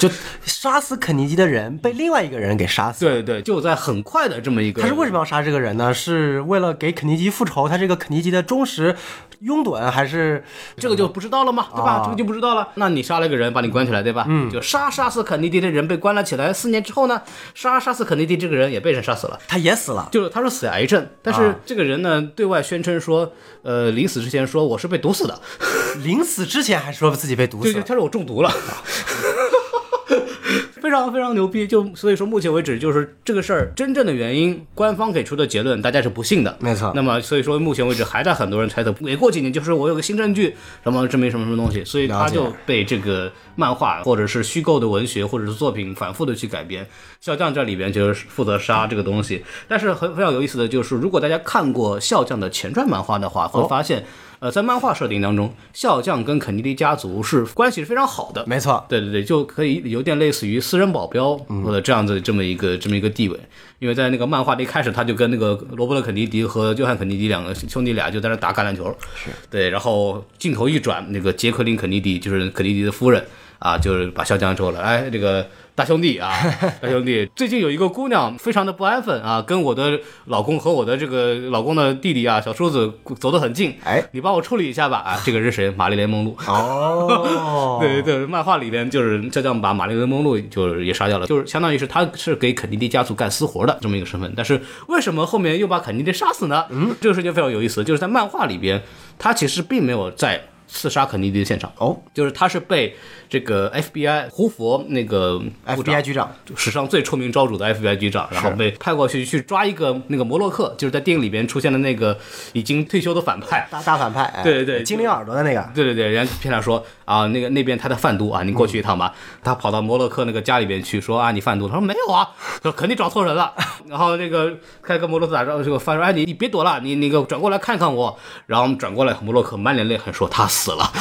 就杀死肯尼基的人被另外一个人给杀死。对对，就在很快的这么一个，他是为什么要杀这个人呢？是为了给肯尼基复仇？他是一个肯尼基的忠实拥趸，还是这个就不知道了嘛，对吧？啊这个就不知道了。那你杀了一个人，把你关起来，对吧？嗯，就杀杀死肯尼迪的人被关了起来。四年之后呢，杀杀死肯尼迪这个人也被人杀死了。他也死了？就是他是死癌症，但啊是这个人呢，对外宣称说，呃，临死之前说我是被毒死的，临死之前还说自己被毒对死对，了？ <laughs> 他说我中毒了，非非常非常牛逼。就所以说，目前为止就是这个事儿真正的原因，官方给出的结论大家是不信的。没错那么所以说，目前为止还在很多人猜测，每过几年就是我有个新证据，什么证明什么什么东西，所以他了解就被这个漫画或者是虚构的文学或者是作品反复的去改编。笑匠这里边就是负责杀这个东西，但是很非常有意思的就是，如果大家看过笑匠的前传漫画的话，会发现，呃，在漫画设定当中，笑匠跟肯尼迪家族是关系是非常好的。没错，对对对，就可以有点类似于私人保镖或者这样子这么一个、这么一个地位，因为在那个漫画的一开始，他就跟那个罗伯特肯尼迪和约翰肯尼迪两个兄弟俩就在那打橄榄球，是对，然后镜头一转，那个杰克琳肯尼迪就是肯尼迪的夫人啊，就是把肖江抽了，哎，这个大兄弟啊，大兄弟，最近有一个姑娘非常的不安分啊，跟我的老公和我的这个老公的弟弟啊小叔子走得很近，哎，你帮我处理一下吧啊，这个是谁？玛丽莲梦露。，哦 <laughs> 对对对，漫画里边就是教将把玛丽莲梦露就是也杀掉了，就是相当于是他是给肯尼迪家族干私活的这么一个身份。但是为什么后面又把肯尼迪杀死呢？嗯，这个事情非常有意思，就是在漫画里边，他其实并没有在刺杀肯尼迪的现场，哦就是他是被这个 FBI 胡佛那个部长，FBI 局长，史上最臭名昭著的 FBI 局长，然后被派过去去抓一个那个摩洛克，就是在电影里边出现的那个已经退休的反派。大大反派，哎对对对精灵耳朵的那个，对对对，人家骗他说啊，那个那边他的贩毒啊，你过嗯去一趟吧。他跑到摩洛克那个家里边去说啊，你贩毒。他说没有啊，说肯定找错人了。 <laughs> 然后那个开跟摩洛克打招呼，这个贩说哎你你别躲了，你那个转过来看看我。然后我们转过来，摩洛克满脸泪痕说他死了。 <laughs>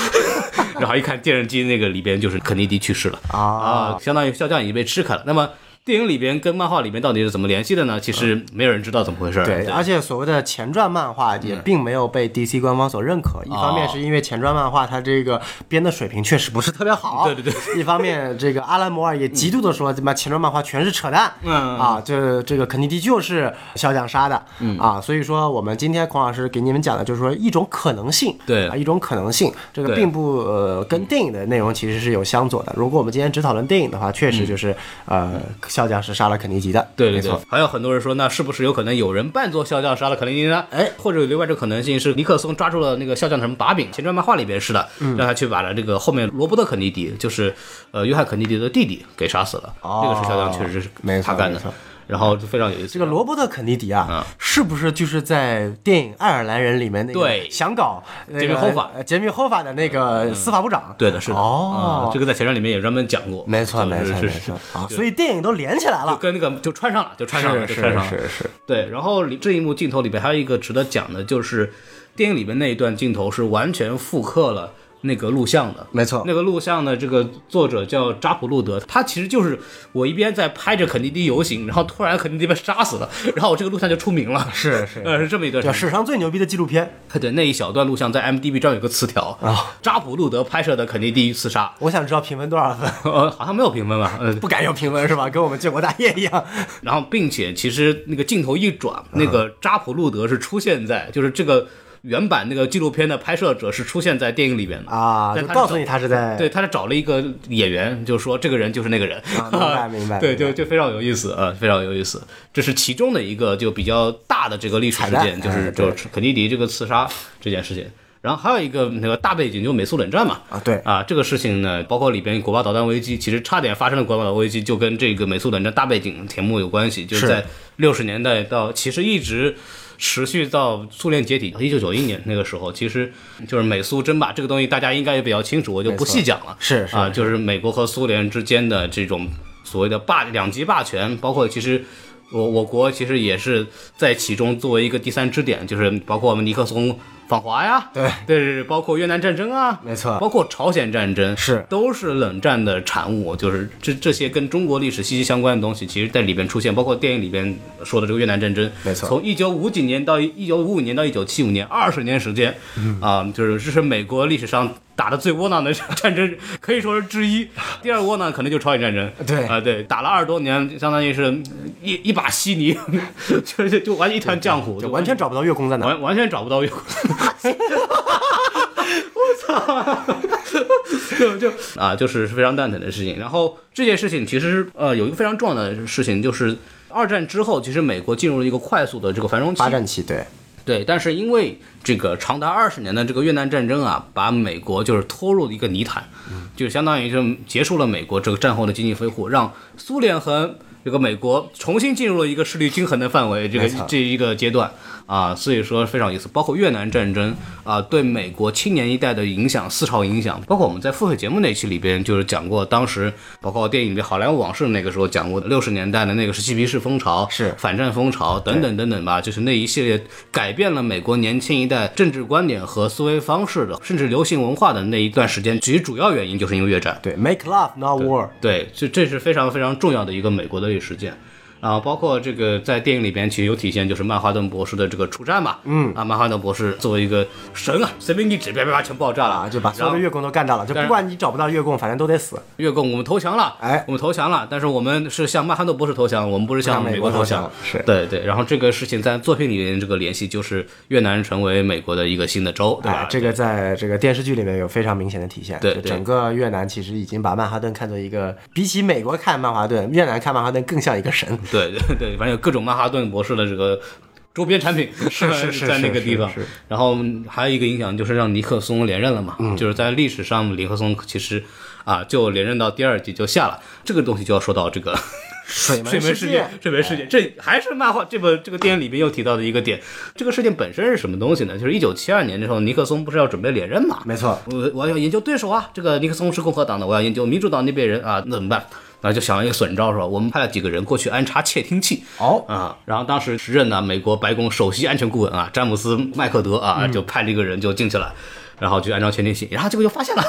然后一看电视机那个里边就是肯尼迪去世了啊相当于肖像已经被吃开了。那么电影里边跟漫画里边到底是怎么联系的呢？其实没有人知道怎么回事儿。对，而且所谓的前传漫画也嗯并没有被 DC 官方所认哦可，一方面是因为前传漫画它这个编的水平确实不是特别好，对对对， <laughs> 一方面这个阿兰摩尔也极度的说他妈前传漫画全是扯淡， <laughs> 嗯啊，这这个肯尼迪就是肖像杀的，啊，所以说我们今天孔老师给你们讲的就是说一种可能性，对啊，一种可能性，这个对嗯并不呃跟电影的内容其实是有相左的。如果我们今天只讨论电影的话，确实就是呃肖像是杀了肯尼迪的，嗯对对没对错，，还有很多人说，那是不是有可能有人扮作笑匠杀了肯尼迪呢？哎，或者有另外一种可能性是尼克松抓住了那个笑匠的什么把柄，前传漫画里边是的，嗯让他去把了这个后面罗伯特肯尼迪，就是呃约翰肯尼迪的弟弟给杀死了，哦这个是笑匠确实没是错他干的没错，然后就非常有意思。这个罗伯特·肯尼迪啊，嗯是不是就是在电影《爱尔兰人》里面那个对想搞那个杰米霍法嗯呃杰米·霍法的那个司法部长？对的，是的，哦啊这个在前传里面也专门讲过，没错，就是没错，是没是错啊！所以电影都连起来就了，跟那个就穿上了，就穿上了，是就穿上了，是是，对，然后里这一幕镜头里边还有一个值得讲的，就是电影里边那一段镜头是完全复刻了那个录像的。没错那个录像的这个作者叫扎普路德，他其实就是我一边在拍着肯尼迪游行，然后突然肯尼迪被杀死了，然后我这个录像就出名了。是是呃，是这么一段叫事史上最牛逼的纪录片。情。对，那一小段录像在 M D B 上有个词条啊，扎普路德拍摄的肯尼迪刺杀，我想知道评分多 <laughs> 少分，呃，好像没有评分吧？呃，不敢有评分是吧？跟我们建国大业一 <laughs> 样。然后，并且其实那个镜头一转，那啊个扎普路德是出现在，就是这个原版那个纪录片的拍摄者是出现在电影里面的啊，但就他告诉你他是在对，他是找了一个演员，就说这个人就是那个人，啊 <laughs> 明白明白对，明就白就非常有意思啊，非常有意思。这是其中的一个就比较大的这个历史事彩件，蛋就是哎对就是肯尼迪这个刺杀这件事情。然后还有一个那个大背景，就美苏冷战嘛，啊，对，啊，这个事情呢，包括里边古巴导弹危机，其实差点发生了古巴导弹危机，就跟这个美苏冷战大背景铁幕有关系，就是是在六十年代到其实一直。持续到苏联解体，一九九一年那个时候，其实就是美苏争霸这个东西，大家应该也比较清楚，我就不细讲了。是是啊，就是美国和苏联之间的这种所谓的霸两极霸权，包括其实我我国其实也是在其中作为一个第三支点，就是包括我们尼克松访华呀，对对，包括越南战争啊，没错包括朝鲜战争是都是冷战的产物，就是这这些跟中国历史息息相关的东西，其实在里边出现，包括电影里边说的这个越南战争，没错从一九五几年到一九五五年到一九七五年，二十年时间，嗯啊、就是这是美国历史上打的最窝囊的 <laughs> 战争，可以说是之一。第二窝囊可能就是朝鲜战争， <laughs> 对啊、对，打了二十多年，相当于是一一把稀泥， <laughs> 就就就完一团浆糊，就完全找不到月宫在哪。完完全找不到月 <laughs> 光。我操！ <laughs> 就就啊，就是非常蛋疼的事情。然后这件事情其实呃有一个非常重要的事情，就是二战之后，其实美国进入了一个快速的这个繁荣期。发展期对，对，但是因为这个长达二十年的这个越南战争啊，把美国就是拖入了一个泥潭，就相当于就结束了美国这个战后的经济恢复，让苏联和这个美国重新进入了一个势力均衡的范围，这个没错这一个阶段啊，所以说非常有意思。包括越南战争啊，对美国青年一代的影响、思潮影响，包括我们在付费节目那期里边就是讲过，当时包括电影里《好莱坞往事》那个时候讲过的，六十年代的那个是嬉皮士风潮、是反战风潮等等等等吧，就是那一系列改变了美国年轻一代政治观点和思维方式的，甚至流行文化的那一段时间，其实主要原因就是因为越战。对，Make love not war，对，这这是非常非常重要的一个美国的历史事件。啊，包括这个在电影里边其实有体现，就是曼哈顿博士的这个出战嘛，嗯，啊，曼哈顿博士作为一个神啊，随便一指，啪啪啪全爆炸了啊，就把所有然后的越共都干掉了，就然不管你找不到越共，反正都得死。越共我们投降了，哎我们投降了，但是我们是向曼哈顿博士投降，我们不是向向美国国投投降是对对。然后这个事情在作品里面这个联系就是越南成为美国的一个新的州，对吧？哎，这个在这个电视剧里面有非常明显的体现。对就对整个越南其实已经把曼哈顿看作一个，比起美国看曼哈顿，越南看曼哈顿更像一个神。 <laughs> 对对对，反正有各种曼哈顿博士的这个周边产品是是是 <laughs> 在那个是地方是是。然后还有一个影响就是让尼克松连任了嘛，嗯就是在历史上尼克松其实啊就连任到第二季就下了，这个东西就要说到这个水门水门事事件哎件，水门事件，这还是漫画这本这个电影里面又提到的一个点。这个事件本身是什么东西呢？就是一九七二年的时候，尼克松不是要准备连任嘛？没错，我我要研究对手啊，这个尼克松是共和党的，我要研究民主党那边人啊，那怎么办？然后就想了一个损招是吧？我们派了几个人过去安插窃听器，哦，啊，然后当时时任呢美国白宫首席安全顾问啊詹姆斯麦克德啊，就派了一个人就进去了，然后就安装窃听器，然后结果就发现了，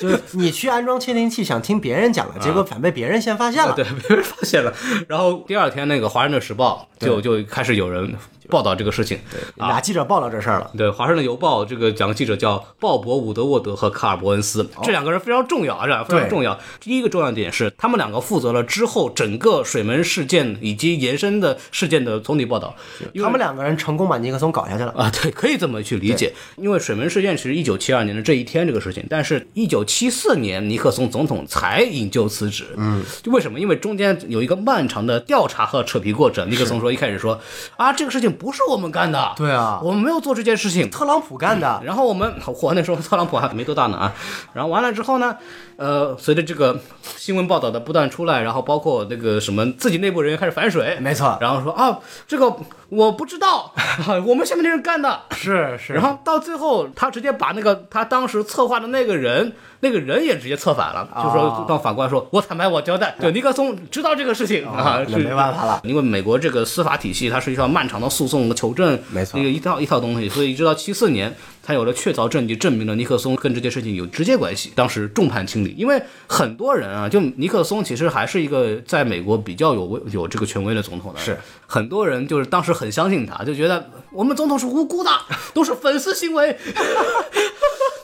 就是你去安装窃听器，想听别人讲的，结果反被别人先发现了。嗯对，被人发现了。然后第二天那个《华盛顿时报就》就开始有人报道这个事情，俩记者报道这事儿了。对，《华盛顿邮报》这个讲的记者叫鲍勃·伍德沃德和卡尔·伯恩斯，这两个人非常重要啊，这两个非常哦对重要。第一个重要点是，他们两个负责了之后整个水门事件以及延伸的事件的总体报道。因为他们两个人成功把尼克松搞下去了。啊，对，可以这么去理解，因为水门事件是一九七二年的这一天这个事情，但是，一九七四年尼克松总统才引咎辞职。嗯，就为什么？因为中间有一个漫长的调查和扯皮过程。尼克松说，一开始说啊，这个事情不是我们干的，对啊我们没有做这件事情，特朗普干 <laughs> 的，啊然后我们我那时候特朗普还没多大呢啊，然后完了之后呢，呃，随着这个新闻报道的不断出来，然后包括那个什么自己内部人员开始反水，没错然后说啊，这个我不知道， <laughs> 啊我们下面的人干的。是是然然后后到最后，他直接把那个他当时策划的那个人，那个人也直接策反了，啊就说让法官说：“我坦白，我交代。”对，尼克松知道这个事情啊，那啊哦没办法了。因为美国这个司法体系，它是一套漫长的诉讼和求证，没错那个一套一套东西，所以一直到七四年才有了确凿证据，证明了尼克松跟这件事情有直接关系。当时重判清理，因为很多人啊，就尼克松其实还是一个在美国比较有威有这个权威的总统的，是很多人就是当时很相信他，就觉得我们总统是无辜的，都是粉丝行为，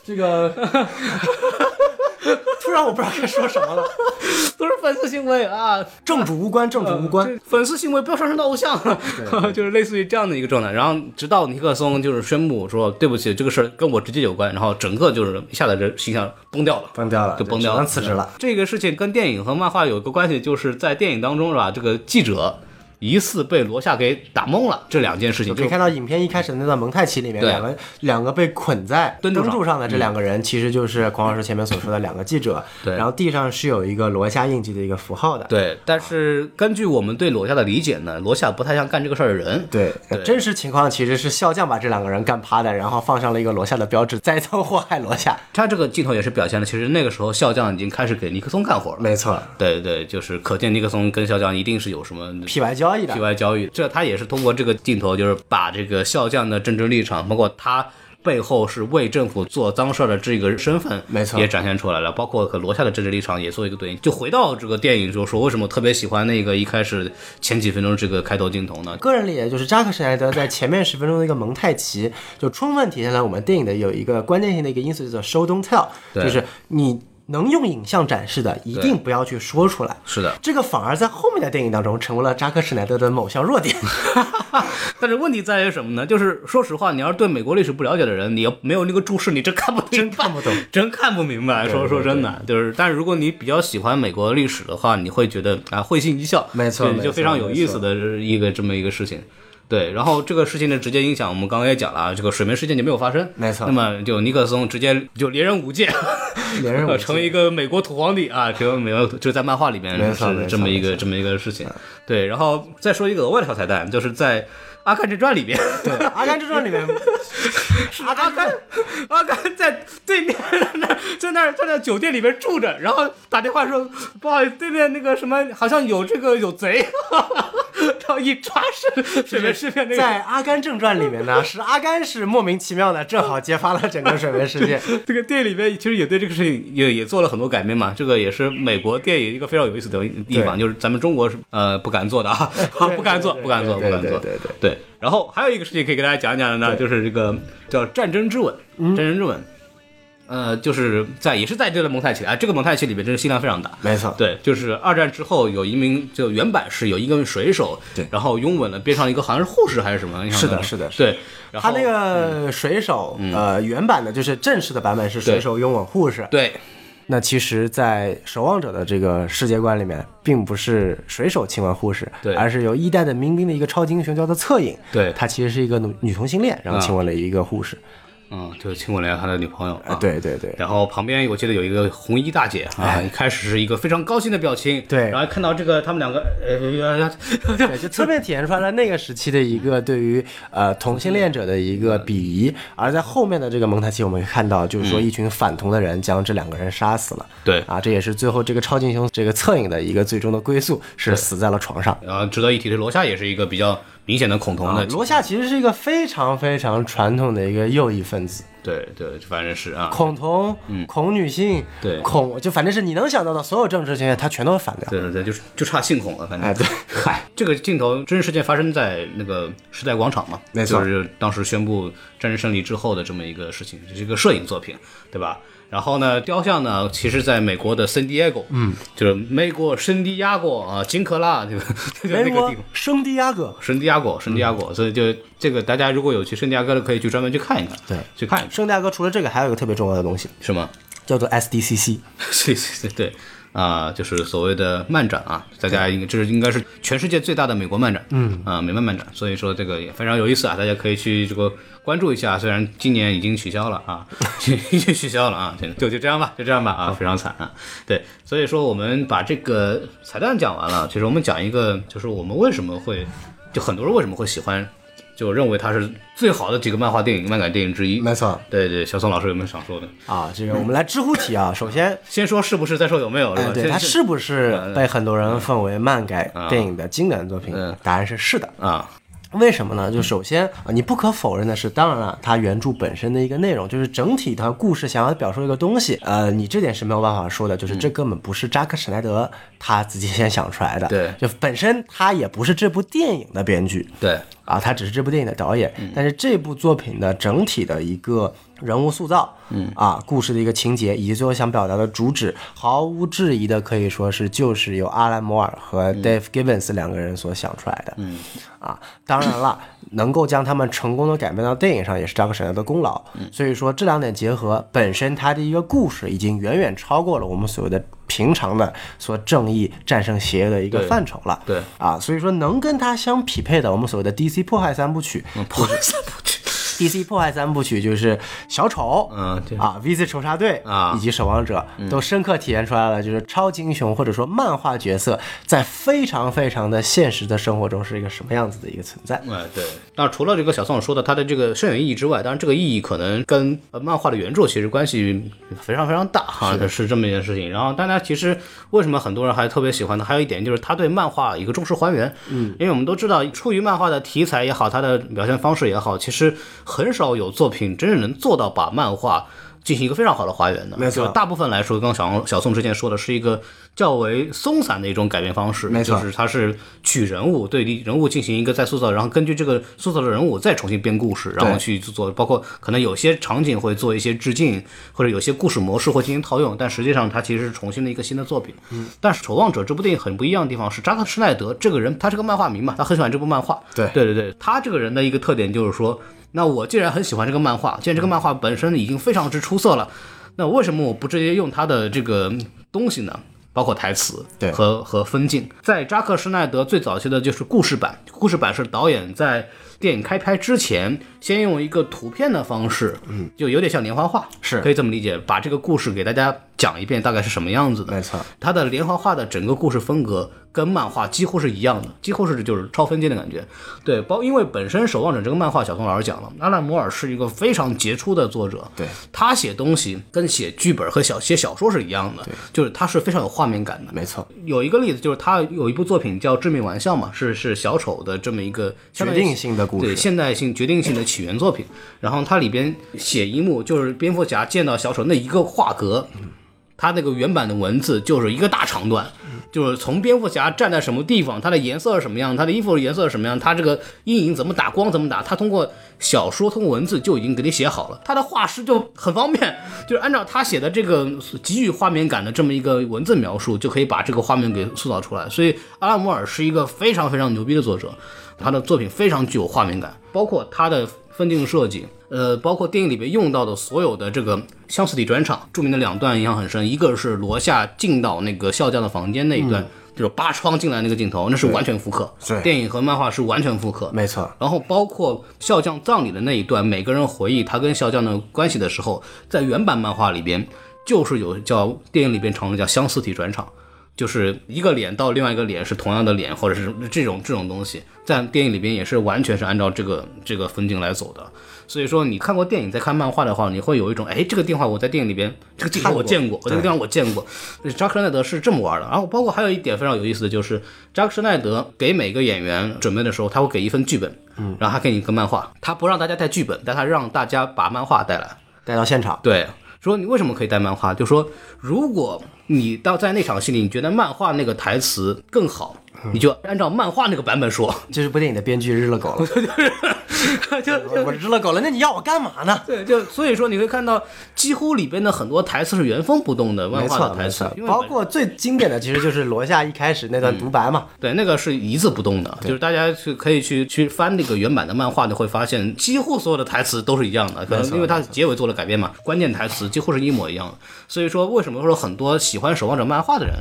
这个， <laughs> <laughs> 突然我不知道该说什么了。都是粉丝行为啊，政主无关，政主无关。粉丝行为不要上升到偶像， <laughs> 就是类似于这样的一个状态。然后直到尼克松就是宣布说对不起，这个事儿跟我直接有关，然后整个就是一下子这形象崩掉了。崩掉了，就崩只掉了，嗯能辞职了。。这个事情跟电影和漫画有一个关系，就是在电影当中是吧？这个记者疑似被罗夏给打懵了，这两件事情可就以看到影片一开始的那段蒙太奇里面，对两个两个被捆在墩柱上嗯上的这两个人，其实就是孔老师前面所说的两个记者。对然后地上是有一个罗夏印记的一个符号的。对。但是根据我们对罗夏的理解呢，罗夏不太像干这个事儿的人。对，对真实情况其实是笑匠把这两个人干趴的，然后放上了一个罗夏的标志，栽赃祸害罗夏。他这个镜头也是表现了，其实那个时候笑匠已经开始给尼克松干活了。没错对对，就是可见尼克松跟笑匠一定是有什么，P Y 交易的 P。Y 教育，这他也是通过这个镜头，就是把这个笑匠的政治立场，包括他背后是为政府做脏事儿的这个身份，没错也展现出来了。包括和罗夏的政治立场也做一个对应。就回到这个电影中说，为什么我特别喜欢那个一开始前几分钟这个开头镜头呢？个人理解就是扎克施耐德在前面十分钟的一个蒙太奇，就充分体现了我们电影的有一个关键性的一个因素，叫做 show don't tell，对就是你能用影像展示的，一定不要去说出来。是的，这个反而在后面的电影当中成为了扎克施耐德的某项弱点。 <laughs> 但是问题在于什么呢？就是说实话，你要是对美国历史不了解的人，你要没有那个注释，你真看不明白，真看不懂， <laughs> 真看不明白。说说真的，就是，但是如果你比较喜欢美国历史的话，你会觉得啊，会心一笑，没错对没错就非常有意思的一个这么一个事情。对，然后这个事情的直接影响，我们刚刚也讲了啊，这个水门事件就没有发生，没错那么就尼克松直接就连任五届，连 <laughs> 任五届成为一个美国土皇帝啊，成为美国就在漫画里面没错没是错这么一没个错这么一个事情。对，然后再说一个额外的小彩蛋，就是在《阿甘正传》里面， <laughs> 对，《 <laughs> 阿甘正传》里面阿甘，阿甘在对面那儿在那儿在那酒店里面住着，然后打电话说不好意思，对面那个什么好像有这个有贼， <laughs> 然后一抓是水门事变那个。在《阿甘正传》里面呢，是阿甘是莫名其妙的，正好揭发了整个水门事 <laughs> 件。这个电影里面其实也对这个事情也也做了很多改编嘛，这个也是美国电影一个非常有意思的地方，就是咱们中国是呃不敢做的啊， <laughs> 不敢做，不敢做，不敢做，对对。对，然后还有一个事情可以给大家讲讲的呢，就是这个叫《战争之吻》，嗯战争之吻》，呃，就是在也是在这个蒙太奇啊，这个蒙太奇里面真是信量非常大。没错，对，就是二战之后有一名就原版是有一个水手，对然后拥吻了边上一个好像是护士还是什么，是的是的是对，然他后嗯那个水手，呃，原版的就是正式的版本是水手拥吻护士。对那其实，在《守望者》的这个世界观里面，并不是水手亲吻护士，对而是由一代的民兵的一个超级英雄叫做侧影，对他其实是一个女女同性恋，然后啊亲吻了一个护士。嗯，就亲吻了他的女朋友啊啊，，对对对，然后旁边我记得有一个红衣大姐啊，一开始是一个非常高兴的表情，对然后看到这个他们两个，呃， <laughs> <laughs> 对，就侧面体现出来了那个时期的一个对于呃同性恋者的一个鄙夷，而在后面的这个蒙太奇，我们看到就是说嗯一群反同的人将这两个人杀死了。对啊，这也是最后这个超级英雄这个侧影的一个最终的归宿，是死在了床上。啊然后啊值得一提的是，罗夏也是一个比较明显的恐同的，罗夏其实是一个非常非常传统的一个右翼分子，对对，反正是啊，恐同、恐女性、对恐就反正是你能想到的所有政治倾向，他全都反对。对对对，就是就差性恐了，反正。哎，对，嗨， <laughs> 这个镜头真实事件发生在那个时代广场嘛，没错就是当时宣布战争胜利之后的这么一个事情，这是一个摄影作品，对吧？然后呢，雕像呢，其实在美国的 San Diego，嗯，就是美国圣地亚哥啊，金克拉这个 <laughs> 就那个美地国方。圣地亚哥，圣地亚哥，圣地亚哥，所以就这个，大家如果有去圣地亚哥的，可以去专门去看一看，对去看一看，圣地亚哥除了这个还有一个特别重要的东西，是吗？叫做 SDCC。 <laughs> 对对对对，啊、就是所谓的漫展啊，大家应该这是应该是全世界最大的美国漫展，嗯啊、美漫漫展，所以说这个也非常有意思啊，大家可以去这个关注一下，虽然今年已经取消了啊， <laughs> 已经取消了啊，真的就就这样吧，就这样吧啊，非常惨啊，对，所以说我们把这个彩蛋讲完了，其实我们讲一个就是我们为什么会，就很多人为什么会喜欢。就认为它是最好的几个漫画电影、漫改电影之一。没错对对，小宋老师有没有想说的？啊，这个我们来知乎题啊。首 <laughs> 先，先说是不是，再说有没有，是哎吧？，对，先它先是呃啊不是被很多人奉为漫改电影的经典作品嗯？答案是是的。啊，为什么呢？就首先啊，你不可否认的是，当然了，它原著本身的一个内容，就是整体它故事想要表述一个东西，呃，你这点是没有办法说的，就是这根本不是扎克施奈德他自己先想出来的，对就本身他也不是这部电影的编剧，对，啊，他只是这部电影的导演，但是这部作品的整体的一个人物塑造，嗯啊，故事的一个情节以及最后想表达的主旨，毫无质疑的可以说是就是由阿兰·摩尔和 Dave Gibbons 两个人所想出来的，嗯啊，当然了，能够将他们成功的改编到电影上，也是扎克施奈德的功劳，所以说这两点结合，本身它的一个故事已经远远超过了我们所谓的。平常的所正义战胜邪恶的一个对范畴了，对啊，所以说能跟它相匹配的，我们所谓的 DC 破坏三部曲、破三部曲 d c 破坏三部曲就是小丑，嗯对啊，VC 仇杀队啊以及守望者、都深刻体现出来了，就是超级英雄或者说漫画角色在非常非常的现实的生活中是一个什么样子的一个存在。哎，对。那除了这个小宋说的它的这个摄影意义之外，当然这个意义可能跟呃漫画的原著其实关系非常非常大哈，是这么一件事情。然后，大家其实为什么很多人还特别喜欢它，还有一点就是它对漫画一个忠实还原。嗯，因为我们都知道，出于漫画的题材也好，它的表现方式也好，其实很少有作品真正能做到把漫画。进行一个非常好的还原的，没错就大部分来说，刚刚小小宋之前说的是一个较为松散的一种改编方式，没错就是它是取人物对立人物进行一个再塑造，然后根据这个塑造的人物再重新编故事，然后去做，包括可能有些场景会做一些致敬，或者有些故事模式会进行套用，但实际上它其实是重新的一个新的作品。嗯，但是《守望者》这部电影很不一样的地方是扎克施奈德这个人，他是个漫画迷嘛，他很喜欢这部漫画。对对对对，他这个人的一个特点就是说，那我既然很喜欢这个漫画，既然这个漫嗯画本身已经非常之出色了，那为什么我不直接用它的这个东西呢？包括台词对和和分镜。在扎克施耐德最早期的就是故事版，故事版是导演在电影开拍之前，先用一个图片的方式，嗯，就有点像连环画，是可以这么理解，把这个故事给大家讲一遍，大概是什么样子的。没错，它的连环画的整个故事风格跟漫画几乎是一样的，几乎是就是超分界的感觉。对，包因为本身《守望者》这个漫画，小宋老师讲了，阿兰·摩尔是一个非常杰出的作者，对，他写东西跟写剧本和小写小说是一样的，就是他是非常有画面感的。没错，有一个例子就是他有一部作品叫《致命玩笑》嘛，是是小丑的这么一个相决当于定性的故事，对现代性决定性的起源作品。然后它里边写一幕，就是蝙蝠侠见到小丑那一个画格，它那个原版的文字就是一个大长段，就是从蝙蝠侠站在什么地方，它的颜色是什么样，它的衣服的颜色是什么样，它这个阴影怎么打，光怎么打，它通过小说通过文字就已经给你写好了。他的画师就很方便，就是按照他写的这个给予画面感的这么一个文字描述，就可以把这个画面给塑造出来。所以阿拉摩尔是一个非常非常牛逼的作者。他的作品非常具有画面感，包括他的分镜设计，呃，包括电影里面用到的所有的这个相似体转场，著名的两段印象很深，一个是罗夏进到那个笑匠的房间那一段，就是扒窗进来那个镜头，那是完全复刻，嗯对电影和漫画是完全复刻，没错，然后包括笑匠葬礼的那一段，每个人回忆他跟笑匠的关系的时候，在原版漫画里边就是有叫电影里边常用的叫相似体转场，就是一个脸到另外一个脸是同样的脸，或者是这种这种东西，在电影里边也是完全是按照这个这个分镜来走的。所以说，你看过电影再看漫画的话，你会有一种，哎，这个电话我在电影里边，这个镜头我见过，我这个地方我见过。扎克施耐德是这么玩的。然后包括还有一点非常有意思的就是，扎克施耐德给每个演员准备的时候，他会给一份剧本，嗯，然后还给你一个漫画，他不让大家带剧本，但他让大家把漫画带来。带到现场，对，说你为什么可以带漫画？就说如果你到在那场戏里，你觉得漫画那个台词更好，嗯你就按照漫画那个版本说。这是部电影的编剧日了 <laughs> 狗了， <laughs> 就我我日了狗了，那你要我干嘛呢？对，就所以说你会看到，几乎里边的很多台词是原封不动的漫没画错的，台没词错，，因为包本括最经典的其实就是罗夏一开始那段独白嘛，对那个是一字不动的，就是大家去可以去去翻那个原版的漫画，你会发现几乎所有的台词都是一样的，可能因为它结尾做了改变嘛，关键台词几乎是一模一样的。所以说，为什么说很多喜欢《守望者》漫画的人？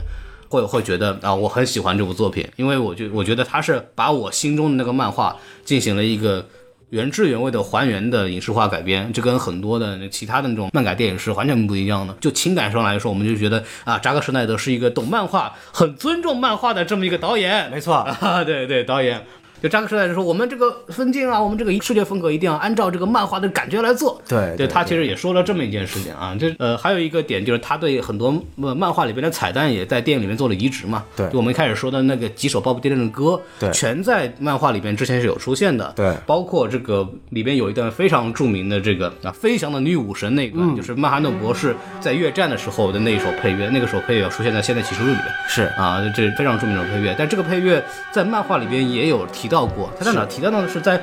会会觉得啊，我很喜欢这部作品，因为我觉我觉得它是把我心中的那个漫画进行了一个原汁原味的还原的影视化改编，这跟很多的其他的那种漫改电影是完全不一样的。就情感上来说，我们就觉得啊，扎克施耐德是一个懂漫画、很尊重漫画的这么一个导演。没错，啊， <laughs> 对对，导演。就扎克施耐德说，我们这个分镜啊，我们这个视觉风格一定要按照这个漫画的感觉来做。对对对他其实也说了这么一件事情啊，就呃还有一个点就是他对很多呃漫画里边的彩蛋也在电影里面做了移植嘛。对就我们一开始说的那个几首鲍勃迪伦的歌，对全在漫画里边之前是有出现的。对包括这个里边有一段非常著名的这个啊飞翔的女武神那一嗯段，就是曼哈顿博士在越战的时候的那一首配乐，那个首配乐出现在《现代启示录》里面。是啊，这非常著名的配乐。但这个配乐在漫画里边也有提到过，他在哪儿提到呢？是在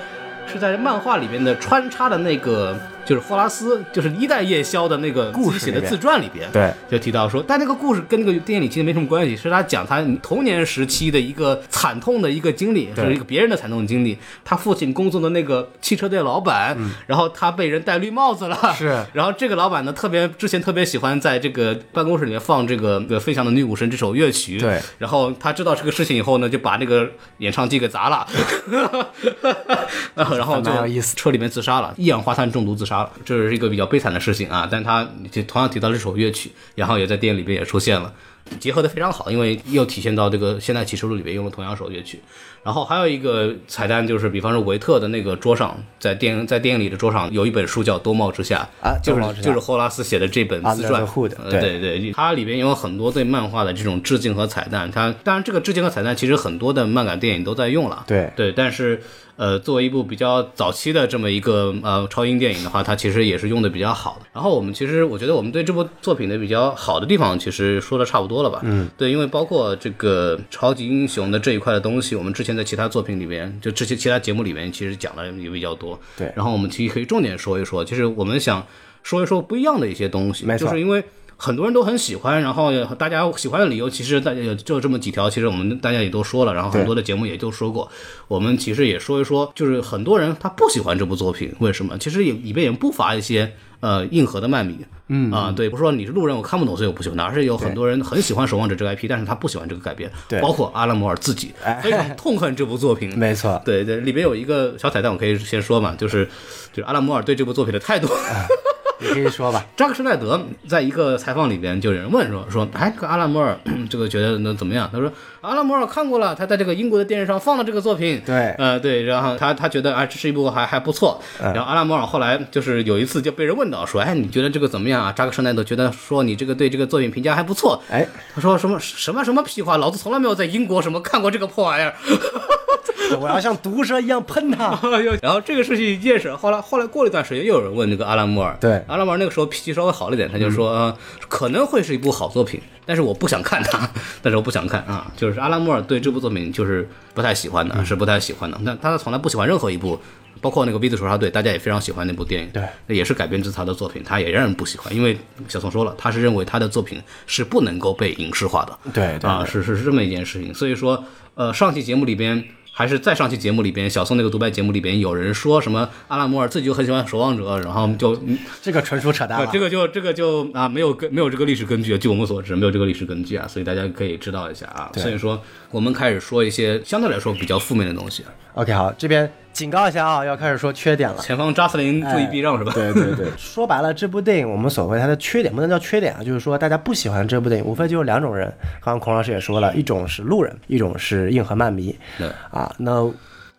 是在漫画里边的穿插的那个，就是霍拉斯，就是一代夜宵的那个故事自己写里的面自传里边，对，就提到说，但那个故事跟那个电影里其实没什么关系，是他讲他童年时期的一个惨痛的一个经历，是一个别人的惨痛经历。他父亲工作的那个汽车店老板，然后他被人戴绿帽子了，是 <laughs> 然后这个老板呢，特别之前特别喜欢在这个办公室里面放这个《呃飞翔的女武神》这首乐曲。对。然后他知道这个事情以后呢，就把那个演唱机给砸了， <laughs> 啊然后就还蛮有意思车里面自杀了，一氧化碳中毒自杀了，这是一个比较悲惨的事情啊。但他就同样提到这首乐曲，然后也在电影里边也出现了。结合的非常好，因为又体现到这个《现代启示录》里边用了同样首乐曲，然后还有一个彩蛋就是，比方说维特的那个桌上，在电在电影里的桌上有一本书叫《多帽之夏》，啊就多帽之是就夏是霍拉斯写的这本自 Under 传 the Hood，呃对对对，它里边有很多对漫画的这种致敬和彩蛋。它当然这个致敬和彩蛋其实很多的漫改电影都在用了，对对，但是。呃，作为一部比较早期的这么一个呃超英电影的话，它其实也是用的比较好的。然后我们其实我觉得我们对这部作品的比较好的地方，其实说的差不多了吧？嗯，对，因为包括这个超级英雄的这一块的东西，我们之前在其他作品里边，就这些其他节目里面，其实讲的也比较多。对然后我们其实可以重点说一说，就是我们想说一说不一样的一些东西，没错就是因为很多人都很喜欢，然后大家喜欢的理由其实大家也就这么几条，其实我们大家也都说了，然后很多的节目也就说过，我们其实也说一说，就是很多人他不喜欢这部作品，为什么？其实也里边也不乏一些呃硬核的漫迷，嗯啊，对，不是说你是路人我看不懂，所以我不喜欢，而是有很多人很喜欢《守望者》这个 IP，但是他不喜欢这个改编，对哎包括阿拉摩尔自己非常痛恨这部作品，没错对对，里边有一个小彩蛋，我可以先说嘛，就是就是阿拉摩尔对这部作品的态度。啊你可以说吧。扎克施耐德在一个采访里边，就有人问说说，哎，这个阿拉莫尔这个觉得能怎么样？他说阿拉莫尔看过了，他在这个英国的电视上放了这个作品，对嗯呃对，然后他他觉得啊、这是一部还还不错。然后阿拉莫尔后来就是有一次就被人问到说，哎，你觉得这个怎么样啊？扎克施耐德觉得说你这个对这个作品评价还不错， <laughs> 哎，他说什么什么什么屁话，老子从来没有在英国什么看过这个破玩意儿。我要像毒蛇一样喷他。 <laughs> 然后这个事情一件事，后来后来过了一段时间，又有人问这个阿拉莫尔，对嗯阿拉莫尔那个时候脾气稍微好了一点，他就说、呃可能会是一部好作品，但是我不想看它， <laughs> 但是我不想看啊，就是阿拉莫尔对这部作品就是不太喜嗯欢的，是不太喜欢的，但他从来不喜欢任何一部。包括那个《V 字仇杀队》，大家也非常喜欢那部电影，对，也是改编自他的作品，他也让人不喜欢，因为小宋说了，他是认为他的作品是不能够被影视化的，对对啊，是是是这么一件事情。所以说，呃，上期节目里边。还是在上期节目里边，小宋那个独白节目里边，有人说什么阿拉莫尔自己就很喜欢《守望者》，然后就、嗯 <laughs> 这个纯属扯淡呃了。这个就这个就啊没有根没有这个历史根据，据我们所知没有这个历史根据啊，所以大家可以知道一下啊。所以说，我们开始说一些相对来说比较负面的东西。啊 OK，好，这边警告一下啊，要开始说缺点了。前方扎斯林注意避让是吧？ <laughs> 哎对对对，说白了，这部电影我们所谓它的缺点，不能叫缺点啊，就是说大家不喜欢这部电影，无非就是两种人。刚刚孔老师也说了，一种是路人，一种是硬核漫迷。 <laughs> 对啊，那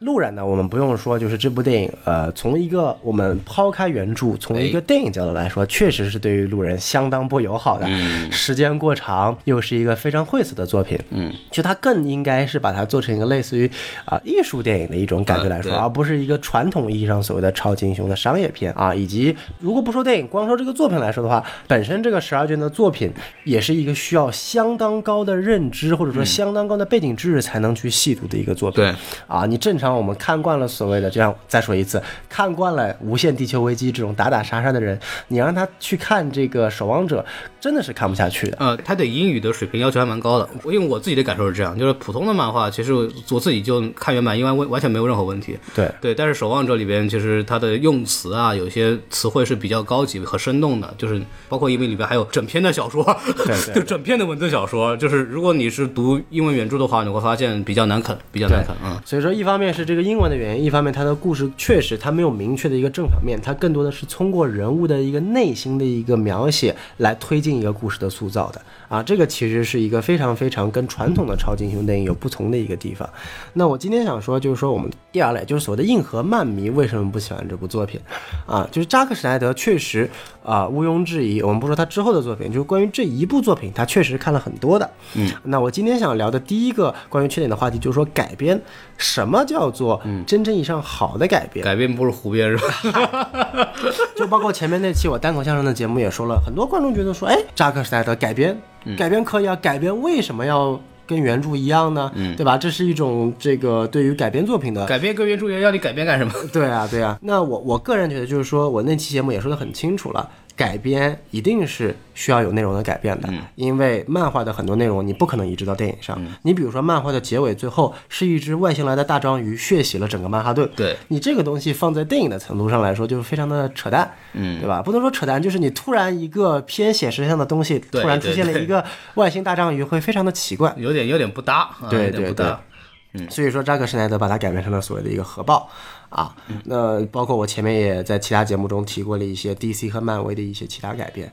路人呢，我们不用说，就是这部电影，呃，从一个我们抛开原著，从哎一个电影角度来说，确实是对于路人相当不友好的。嗯时间过长，又是一个非常晦涩的作品。嗯，就它更应该是把它做成一个类似于啊、艺术电影的一种感觉来说，啊对而不是一个传统意义上所谓的超级英雄的商业片啊。以及如果不说电影，光说这个作品来说的话，本身这个十二卷的作品也是一个需要相当高的认知或者嗯说相当高的背景知识才能去细读的一个作品。对啊，你正常我们看惯了所谓的，这样再说一次，看惯了《无限地球危机》这种打打杀杀的人，你让他去看这个《守望者》，真的是看不下去的。呃，他对英语的水平要求还蛮高的。我因为我自己的感受是这样，就是普通的漫画，其实我我自己就看原版，因为完完全没有任何问题。对对，但是《守望者》里边，其实它的用词啊，有些词汇是比较高级和生动的，就是包括因为里边还有整篇的小说，对 <laughs> 就整篇的文字小说，就是如果你是读英文原著的话，你会发现比较难啃，比较难啃，嗯。所以说，一方面是这个英文的原因，一方面它的故事确实它没有明确的一个正反面，它更多的是通过人物的一个内心的一个描写来推进一个故事的塑造的啊，这个其实是一个非常非常跟传统的超级英雄电影有不同的一个地方。那我今天想说，就是说我们第二类，就是所谓的硬核漫迷为什么不喜欢这部作品啊？就是扎克施奈德确实啊、毋庸置疑，我们不说他之后的作品，就是关于这一部作品，他确实看了很多的。嗯，那我今天想聊的第一个关于缺点的话题，就是说改编，什么叫做真正意义上好的改编？改编不是胡编是吧？ <laughs> 就包括前面那期我单口相声的节目也说了，很多观众觉得说，哎，扎克施耐德改编，改编可以啊，改编为什么要跟原著一样呢？对吧？这是一种这个对于改编作品的改编跟原著一样，要你改编干什么？ <laughs> 对啊，对啊。那我我个人觉得，就是说我那期节目也说的很清楚了，改编一定是需要有内容的改变的，嗯因为漫画的很多内容你不可能移植到电影上。你比如说，漫画的结尾最后是一只外星来的大章鱼血洗了整个曼哈顿，对你这个东西放在电影的程度上来说，就是非常的扯淡，嗯，对吧？不能说扯淡，就是你突然一个偏写实向的东西，对突然出对现了对一个外星大章鱼，会非常的奇怪。有点有点不搭，啊、对有点对不搭。嗯所以说扎克施耐德把它改编成了所谓的一个核爆啊。嗯那包括我前面也在其他节目中提过了一些 DC 和漫威的一些其他改编。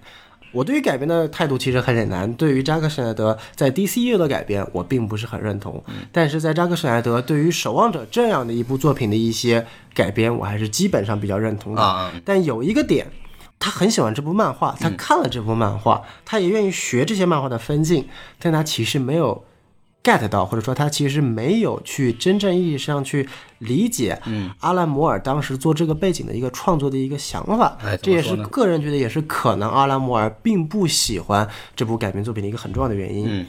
我对于改编的态度其实很简单，对于扎克施耐德在 DCU 的改编，我并不是很认同。嗯但是在扎克施耐德对于《守望者》这样的一部作品的一些改编，我还是基本上比较认同的。啊但有一个点，他很喜欢这部漫嗯画，他看了这部漫画，他也愿意学这些漫画的分镜，但他其实没有 get 到，或者说他其实没有去真正意义上去理解，嗯阿兰摩尔当时做这个背景的一个创作的一个想法，哎这怎也么是说呢个人觉得也是可能阿兰摩尔并不喜欢这部改编作品的一个很重要的原因。嗯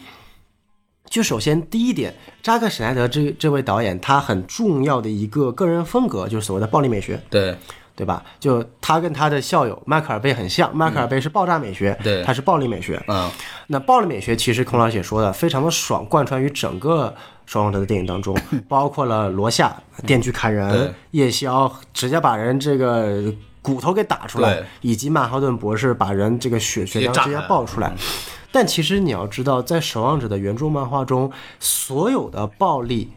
就首先第一点，扎克·史奈德这这位导演，他很重要的一个个人风格就是所谓的暴力美学。对，对吧？就他跟他的校友迈克尔贝很像，迈克尔贝是爆炸美学，嗯对他是暴力美学。嗯，那暴力美学其实孔老师也说的非常的爽，贯穿于整个《守望者》的电影当 <laughs> 中，包括了罗夏电锯砍人嗯对、夜宵直接把人这个骨头给打出来对，以及曼哈顿博士把人这个血血接浆炸嗯直接开爆出来。 <laughs> 但其实你要知道，在《守望者》的原著漫画中，所有的暴力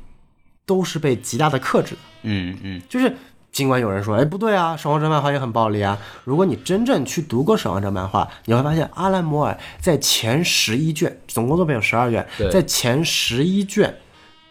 都是被极大的克制的。嗯嗯，就是尽管有人说，哎，不对啊，《守望者》漫画也很暴力啊。如果你真正去读过《守望者》漫画，你会发现阿兰摩尔在前十一卷，总共作品有十二卷对，在前十一卷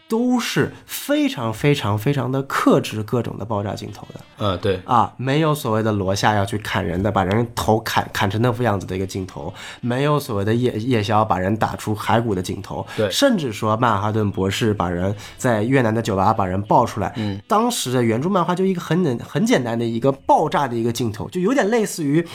都是非常非常非常的克制各种的爆炸镜头的。呃，对，啊，没有所谓的罗夏要去砍人的，把人头砍砍成那副样子的一个镜头，没有所谓的夜夜宵把人打出骸骨的镜头，对甚至说曼哈顿博士把人在越南的酒吧把人爆出来，嗯，当时的原著漫画就一个很简很简单的一个爆炸的一个镜头，就有点类似于。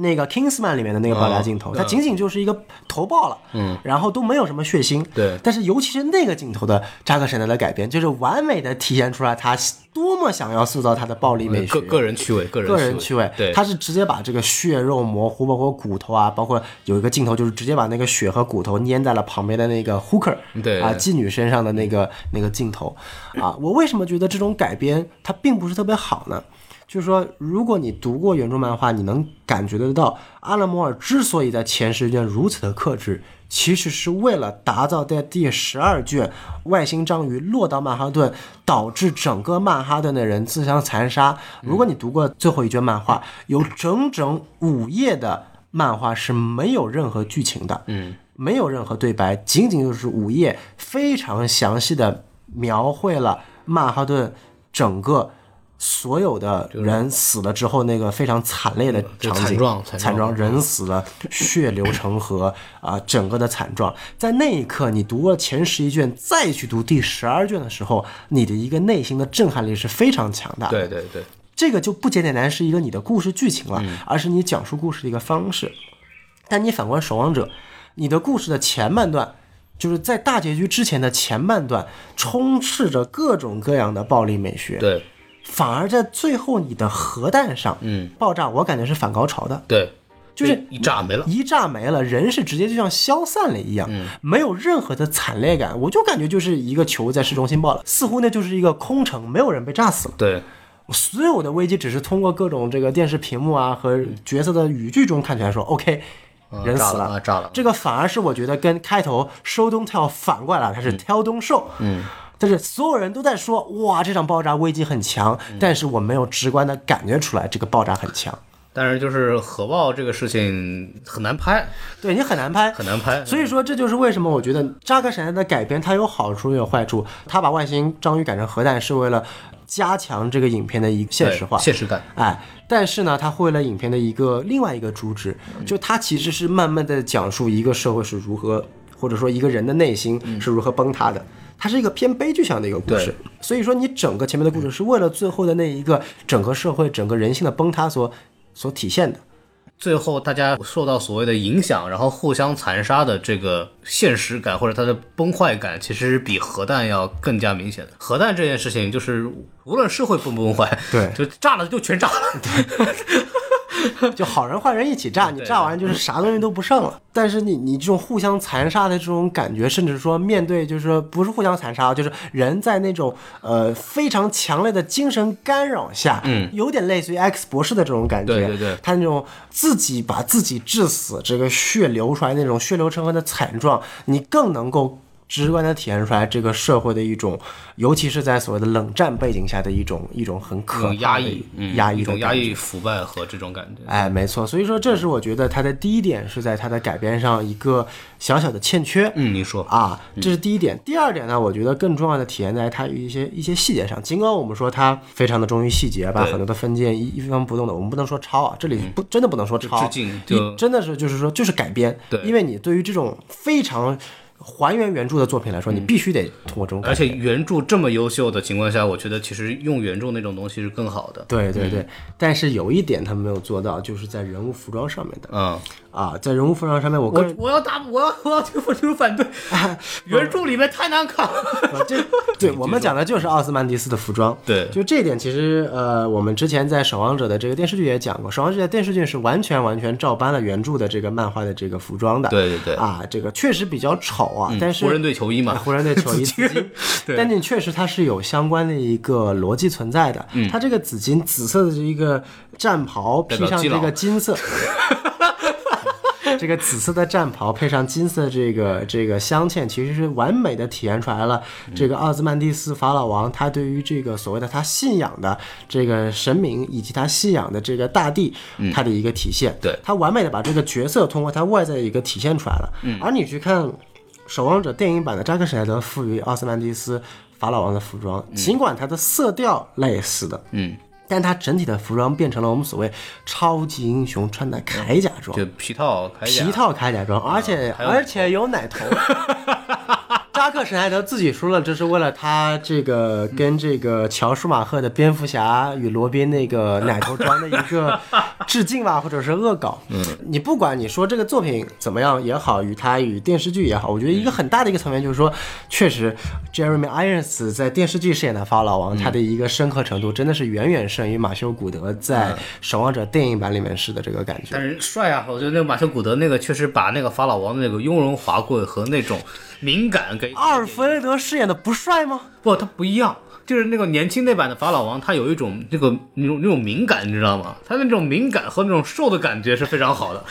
那个 Kingsman 里面的那个爆炸哦镜头，嗯它仅仅就是一个头爆了，嗯，然后都没有什么血腥，对但是尤其是那个镜头的扎克神德的改编，就是完美的体现出来他多么想要塑造他的暴力美学。个个人趣味，个人个人趣味，对，他是直接把这个血肉模糊，包括骨头啊，包括有一个镜头就是直接把那个血和骨头粘在了旁边的那个 hooker，对啊，妓女身上的那个那个镜头，啊，我为什么觉得这种改编它并不是特别好呢？就是说，如果你读过原著漫画，你能感觉得到，阿拉摩尔之所以在前十卷如此的克制，其实是为了打造在第十二卷外星章鱼落到曼哈顿，导致整个曼哈顿的人自相残杀。如果你读过最后一卷漫画，有整整五页的漫画是没有任何剧情的，嗯，没有任何对白，仅仅就是五页，非常详细的描绘了曼哈顿整个。所有的人死了之后，那个非常惨烈的场景，嗯惨状惨惨状，人死了，血流成河啊、整个的惨状。在那一刻，你读了前十一卷，再去读第十二卷的时候，你的一个内心的震撼力是非常强大的。对对对，这个就不简简单单是一个你的故事剧情了，嗯而是你讲述故事的一个方式。但你反观《守望者》，你的故事的前半段，就是在大结局之前的前半段，充斥着各种各样的暴力美学，对反而在最后你的核弹上，嗯，爆炸，我感觉是反高潮的，对，就是一炸没了，一炸没了，人是直接就像消散了一样，嗯没有任何的惨烈感，我就感觉就是一个球在市中心爆了，似乎那就是一个空城，没有人被炸死了。对所有的危机只是通过各种这个电视屏幕啊和角色的语句中看起来说，OK，人死炸了啊炸了这个反而是我觉得跟开头 show don't tell 反过来了，它是 tell don't show。嗯。但是所有人都在说，哇，这场爆炸危机很强，嗯但是我没有直观的感觉出来这个爆炸很强，但是就是核爆这个事情很难拍，对你很难拍，很难拍，所以以说，这就是为什么我觉得扎克神的改编它有好处也有坏处。他把外星章鱼改成核弹是为了加强这个影片的一个现实化，现实感，哎，但是呢，它为了影片的一个另外一个主旨，就它其实是慢慢的讲述一个社会是如何，或者说一个人的内心是如何崩塌的。它是一个偏悲剧向的一个故事对，所以说你整个前面的故事是为了最后的那一个整个社会、整个人性的崩塌所所体现的。最后大家受到所谓的影响，然后互相残杀的这个现实感或者它的崩坏感，其实比核弹要更加明显的。核弹这件事情，就是无论社会崩不崩坏，对就炸了就全炸了。 <laughs> 就好人坏人一起炸，你对炸完就是啥东西都不剩 <laughs> 了。但是你你这种互相残杀的这种感觉，甚至说面对就是说不是互相残杀，啊就是人在那种呃非常强烈的精神干扰下，嗯，有点类似于 X 博士的这种感觉，对对对他那种自己把自己致死，这个血流出来那种血流成河的惨状，你更能够。直观的体现出来这个社会的一种，尤其是在所谓的冷战背景下的一种一种很这可怕的种压抑，嗯，压抑一一种种压感觉抑、腐败和这种感觉。哎，没错，所以说这是我觉得它的第一点是在它的改编上一个小小的欠缺。嗯，你说，啊，这是第一点。第二点呢，我觉得更重要的体现在它一些一些细节上。尽管我们说它非常的忠于细节，把对嗯很多的分件一一分不动的，我们不能说抄啊，这里不真的不能说抄，致敬你就真的是就是说就是改编，对因为你对于这种非常还原原著的作品来说，你必须得通过这种改嗯而且编。原著这么优秀的情况下，我觉得其实用原著那种东西是更好的。对对对，但是有一点他们没有做到，就是在人物服装上面的嗯，啊，在人物服装上面，我个我人我要打，我要我要提出反对， <laughs> 原著里面太难看了。啊这对我们讲的就是奥斯曼迪斯的服装。嗯对就这一点，其实呃，我们之前在《守望者》的这个电视剧也讲过，《守望者》的电视剧是完全完全照搬了原著的这个漫画的这个服装的。对对对啊，这个确实比较丑啊，但是湖人队球衣嘛哎湖人队球 <laughs> 衣紫金，但你确实它是有相关的一个逻辑存在的。它这个紫金紫色的这一个战袍嗯代披表上基这佬个金 <laughs> 色。 <laughs> 这个紫色的战袍配上金色这个这个镶嵌，其实是完美的体现出来了这个奥斯曼蒂斯法老王他对于这个所谓的他信仰的这个神明以及他信仰的这个大地，他的一个体现。对他完美的把这个角色通过他外在的一个体现出来了。而你去看《守望者》电影版的扎克施奈德赋予奥斯曼蒂斯法老王的服装，尽管它的色调类似的，嗯。但它整体的服装变成了我们所谓超级英雄穿的铠甲装， <laughs> 就皮套、铠甲皮套铠甲装，而且、而且啊有奶 <laughs> 头。扎克施耐德自己说了，这是为了他这个跟这个乔舒马赫的蝙蝠侠与罗宾那个奶头装的一个致敬吧，或者是恶搞。 <laughs> 嗯，你不管你说这个作品怎么样也好，与他与电视剧也好，我觉得一个很大的一个层面就是说，确实 Jeremy Irons 在电视剧饰演的法老王，他的一个深刻程度真的是远远胜于马修古德在《守望者》电影版里面是的这个感觉。但是帅啊！我觉得那个马修古德那个确实把那个法老王的那个雍容华贵和那种敏感给阿尔弗雷德饰演的不帅吗？不，他不一样，就是那个年轻那版的法老王，他有一种那个那种那种敏感，你知道吗？他那种敏感和那种瘦的感觉是非常好的。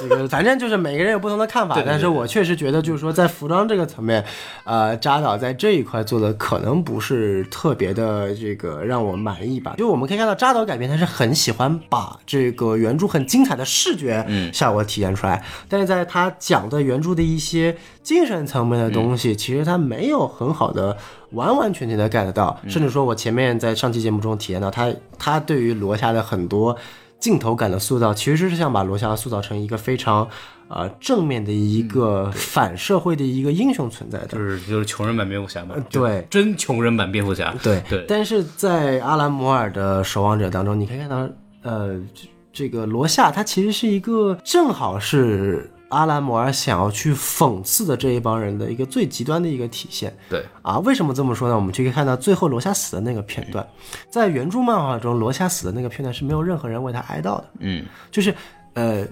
这个反正就是每个人有不同的看法，但是我确实觉得就是说在服装这个层面，呃，扎导在这一块做的可能不是特别的这个让我满意吧。就我们可以看到扎导改编，他是很喜欢把这个原著很精彩的视觉效果体现出来，但是在他讲的原著的一些精神层面的东西，其实他没有很好的。完完全全的 get 到，甚至说我前面在上期节目中体验到他，他对于罗夏的很多镜头感的塑造，其实是想把罗夏塑造成一个非常呃正面的一个反社会的一个英雄存在的。嗯就是就是穷人版蝙蝠侠嘛，就对真穷人版蝙蝠侠。对对，但是在阿兰摩尔的《守望者》当中，你可以看到，呃，这这个罗夏他其实是一个正好是阿兰摩尔想要去讽刺的这一帮人的一个最极端的一个体现。对啊，为什么这么说呢？我们就可以看到最后罗夏死的那个片段，在原著漫画中，罗夏死的那个片段是没有任何人为他哀悼的。嗯，就是呃，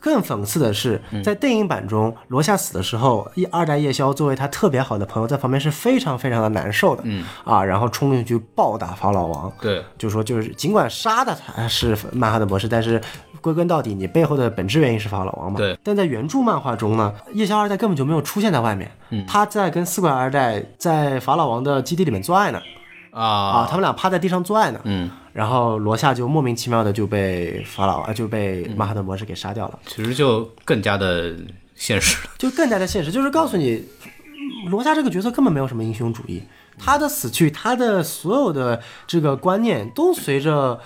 更讽刺的是，嗯在电影版中，罗夏死的时候，一二代夜宵作为他特别好的朋友，在旁边是非常非常的难受的，嗯啊，然后冲进去暴打法老王，对，就说就是尽管杀的他是曼哈顿博士，但是归根到底，你背后的本质原因是法老王嘛，对。但在原著漫画中呢，夜宵二代根本就没有出现在外面，嗯他在跟四怪二代在法老王的基地里面做爱呢，啊，啊，他们俩趴在地上做爱呢。嗯，然后罗夏就莫名其妙的就被法老啊就被曼哈顿博士给杀掉了，其实就更加的现实了。就更加的现实，就是告诉你，罗夏这个角色根本没有什么英雄主义，他的死去，他的所有的这个观念都随着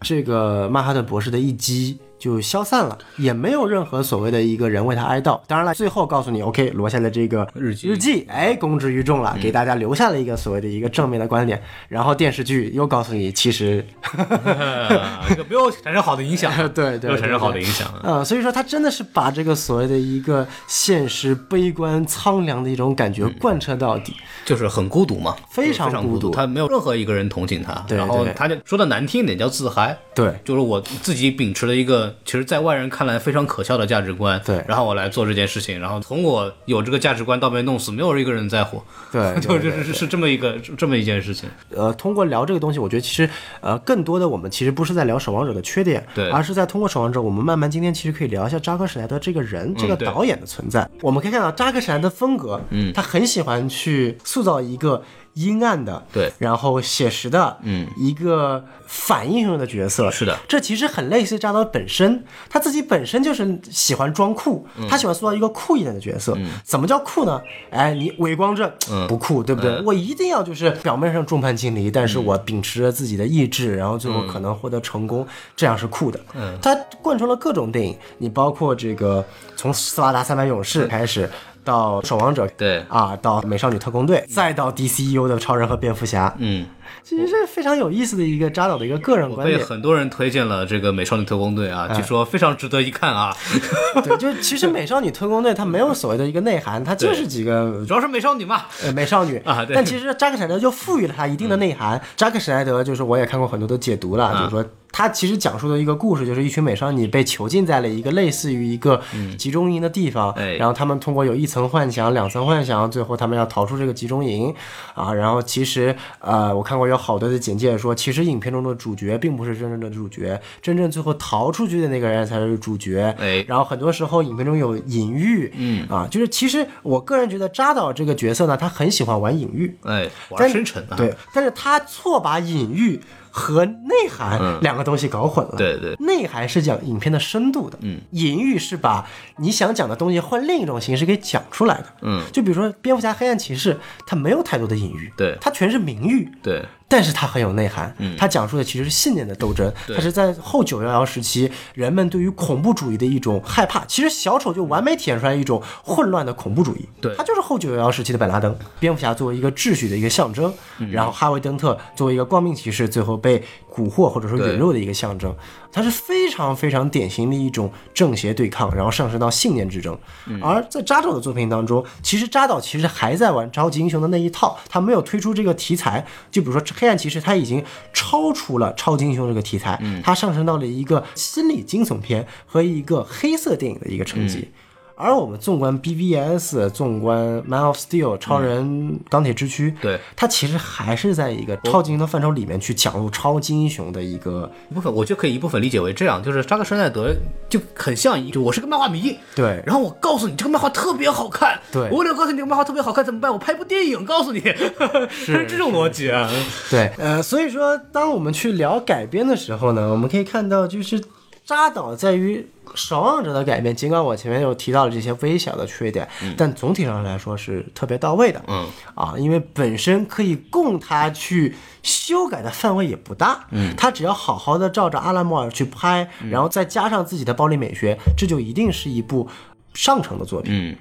这个曼哈顿博士的一击。就消散了，也没有任何所谓的一个人为他哀悼。当然了，最后告诉你，OK，罗夏的这个日记日记，哎，公之于众了，给大家留下了一个所谓的一个正面的观点。然后电视剧又告诉你，其实 <laughs> <laughs> 呃没有产生好的影响，对没对，有产生好的对。影响。呃，所以说他真的是把这个所谓的一个现实、悲观、苍凉的一种感觉贯彻到底，就是很孤独嘛，非常非常孤孤独他没有任何一个人同情他，对然后对他就说的难听一点叫自嗨，对就是我自己秉持了一个其实，在外人看来非常可笑的价值观，对然后我来做这件事情，然后从我有这个价值观到被弄死，没有一个人在乎， <laughs> <laughs> 对，就对是是是这么一个是这么一件事情，呃，通过聊这个东西，我觉得其实呃，更多的我们其实不是在聊《守望者》的缺点，对而是在通过《守望者》，我们慢慢今天其实可以聊一下扎克施奈德这个人、这个对导演的存在。我们可以看到扎克施奈德风格，嗯，他很喜欢去塑造一个阴暗的，对然后写实的，嗯，一个反英雄的角色，是的这其实很类似于扎导本身，他自己本身就是喜欢装酷，嗯他喜欢塑造一个酷一点的角色。怎么叫酷呢？哎，你伪光正嗯不酷，对不对？我一定要就是表面上众叛亲离，但是嗯我秉持着自己的意志，然后最后可能获得成功，这样是酷的。嗯他贯穿了各种电影，你包括这个从《斯巴达三百勇士》开始。到守望者，对啊，到美少女特工队，再到 DCU 的超人和蝙蝠侠，嗯，其实是非常有意思的一个扎导的一个个人观被点。很多人推荐了这个《美少女特工队》哎啊，据说非常值得一看啊。 <laughs> <laughs> 对，就是其实美少女特工队它没有所谓的一个内涵，它就是几个主要是美少女嘛，呃，美少女啊对嗯但其实扎克施耐德就赋予了它一定的内涵。扎克施耐德就是我也看过很多的解读了，啊就是说他其实讲述的一个故事，就是一群美少女被囚禁在了一个类似于一个集中营的地方，嗯哎然后他们通过有一层幻想、两层幻想，最后他们要逃出这个集中营啊。然后其实呃，我看过有好多的简介说，其实影片中的主角并不是真正的主角，真正最后逃出去的那个人才是主角。哎然后很多时候影片中有隐喻，嗯啊，就是其实我个人觉得扎导这个角色呢，他很喜欢玩隐喻，哎，玩但深沉啊，对，但是他错把隐喻和内涵两个东西搞混了。嗯对对，内涵是讲影片的深度的，嗯，隐喻是把你想讲的东西换另一种形式给讲出来的，嗯，就比如说蝙蝠侠、黑暗骑士，它没有太多的隐喻，对它全是明喻，对，但是它很有内涵，嗯它讲述的其实是信念的斗争，它是在后九幺幺时期人们对于恐怖主义的一种害怕。其实小丑就完美体现出来一种混乱的恐怖主义，对它就是后九幺幺时期的本拉登，蝙蝠侠作为一个秩序的一个象征，嗯然后哈维登特作为一个光明骑士，最后被蛊惑或者说对陨落的一个象征，它是非常非常典型的一种正邪对抗，然后上升到信念之争。而在扎导的作品当中，其实扎导其实还在玩超级英雄的那一套，他没有推出这个题材。就比如说黑暗骑士，他已经超出了超级英雄这个题材，它上升到了一个心理惊悚片和一个黑色电影的一个层级。而我们纵观 BVS，纵观 Man of Steel、超人、钢铁之躯，对它其实还是在一个超级英雄的范畴里面去讲入超级英雄的一个一部分我就可以一部分理解为这样，就是扎克施耐德就很像一，就我是个漫画迷，对然后我告诉你这个漫画特别好看，对我为了告诉你这个漫画特别好看怎么办？我拍部电影告诉你， <laughs> 是这种逻辑啊，对，呃，所以说，当我们去聊改编的时候呢，我们可以看到，就是扎导在于《守望者》的改编，尽管我前面有提到了这些微小的缺点，但总体上来说是特别到位的。嗯，啊，因为本身可以供他去修改的范围也不大。嗯，他只要好好的照着阿拉莫尔去拍，然后再加上自己的暴力美学，这就一定是一部上乘的作品。嗯，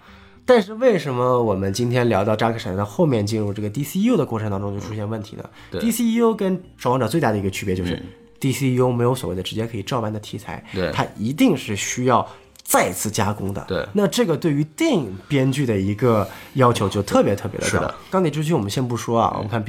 但是为什么我们今天聊到扎克闪的后面进入这个 DCU 的过程当中就出现问题呢？DCU 跟守望者最大的一个区别就是、DCU 没有所谓的直接可以照搬的题材嗯对，它一定是需要。再次加工的，对那这个对于电影编剧的一个要求就特别特别的高。是的嗯钢铁之躯我们先不说啊，我们看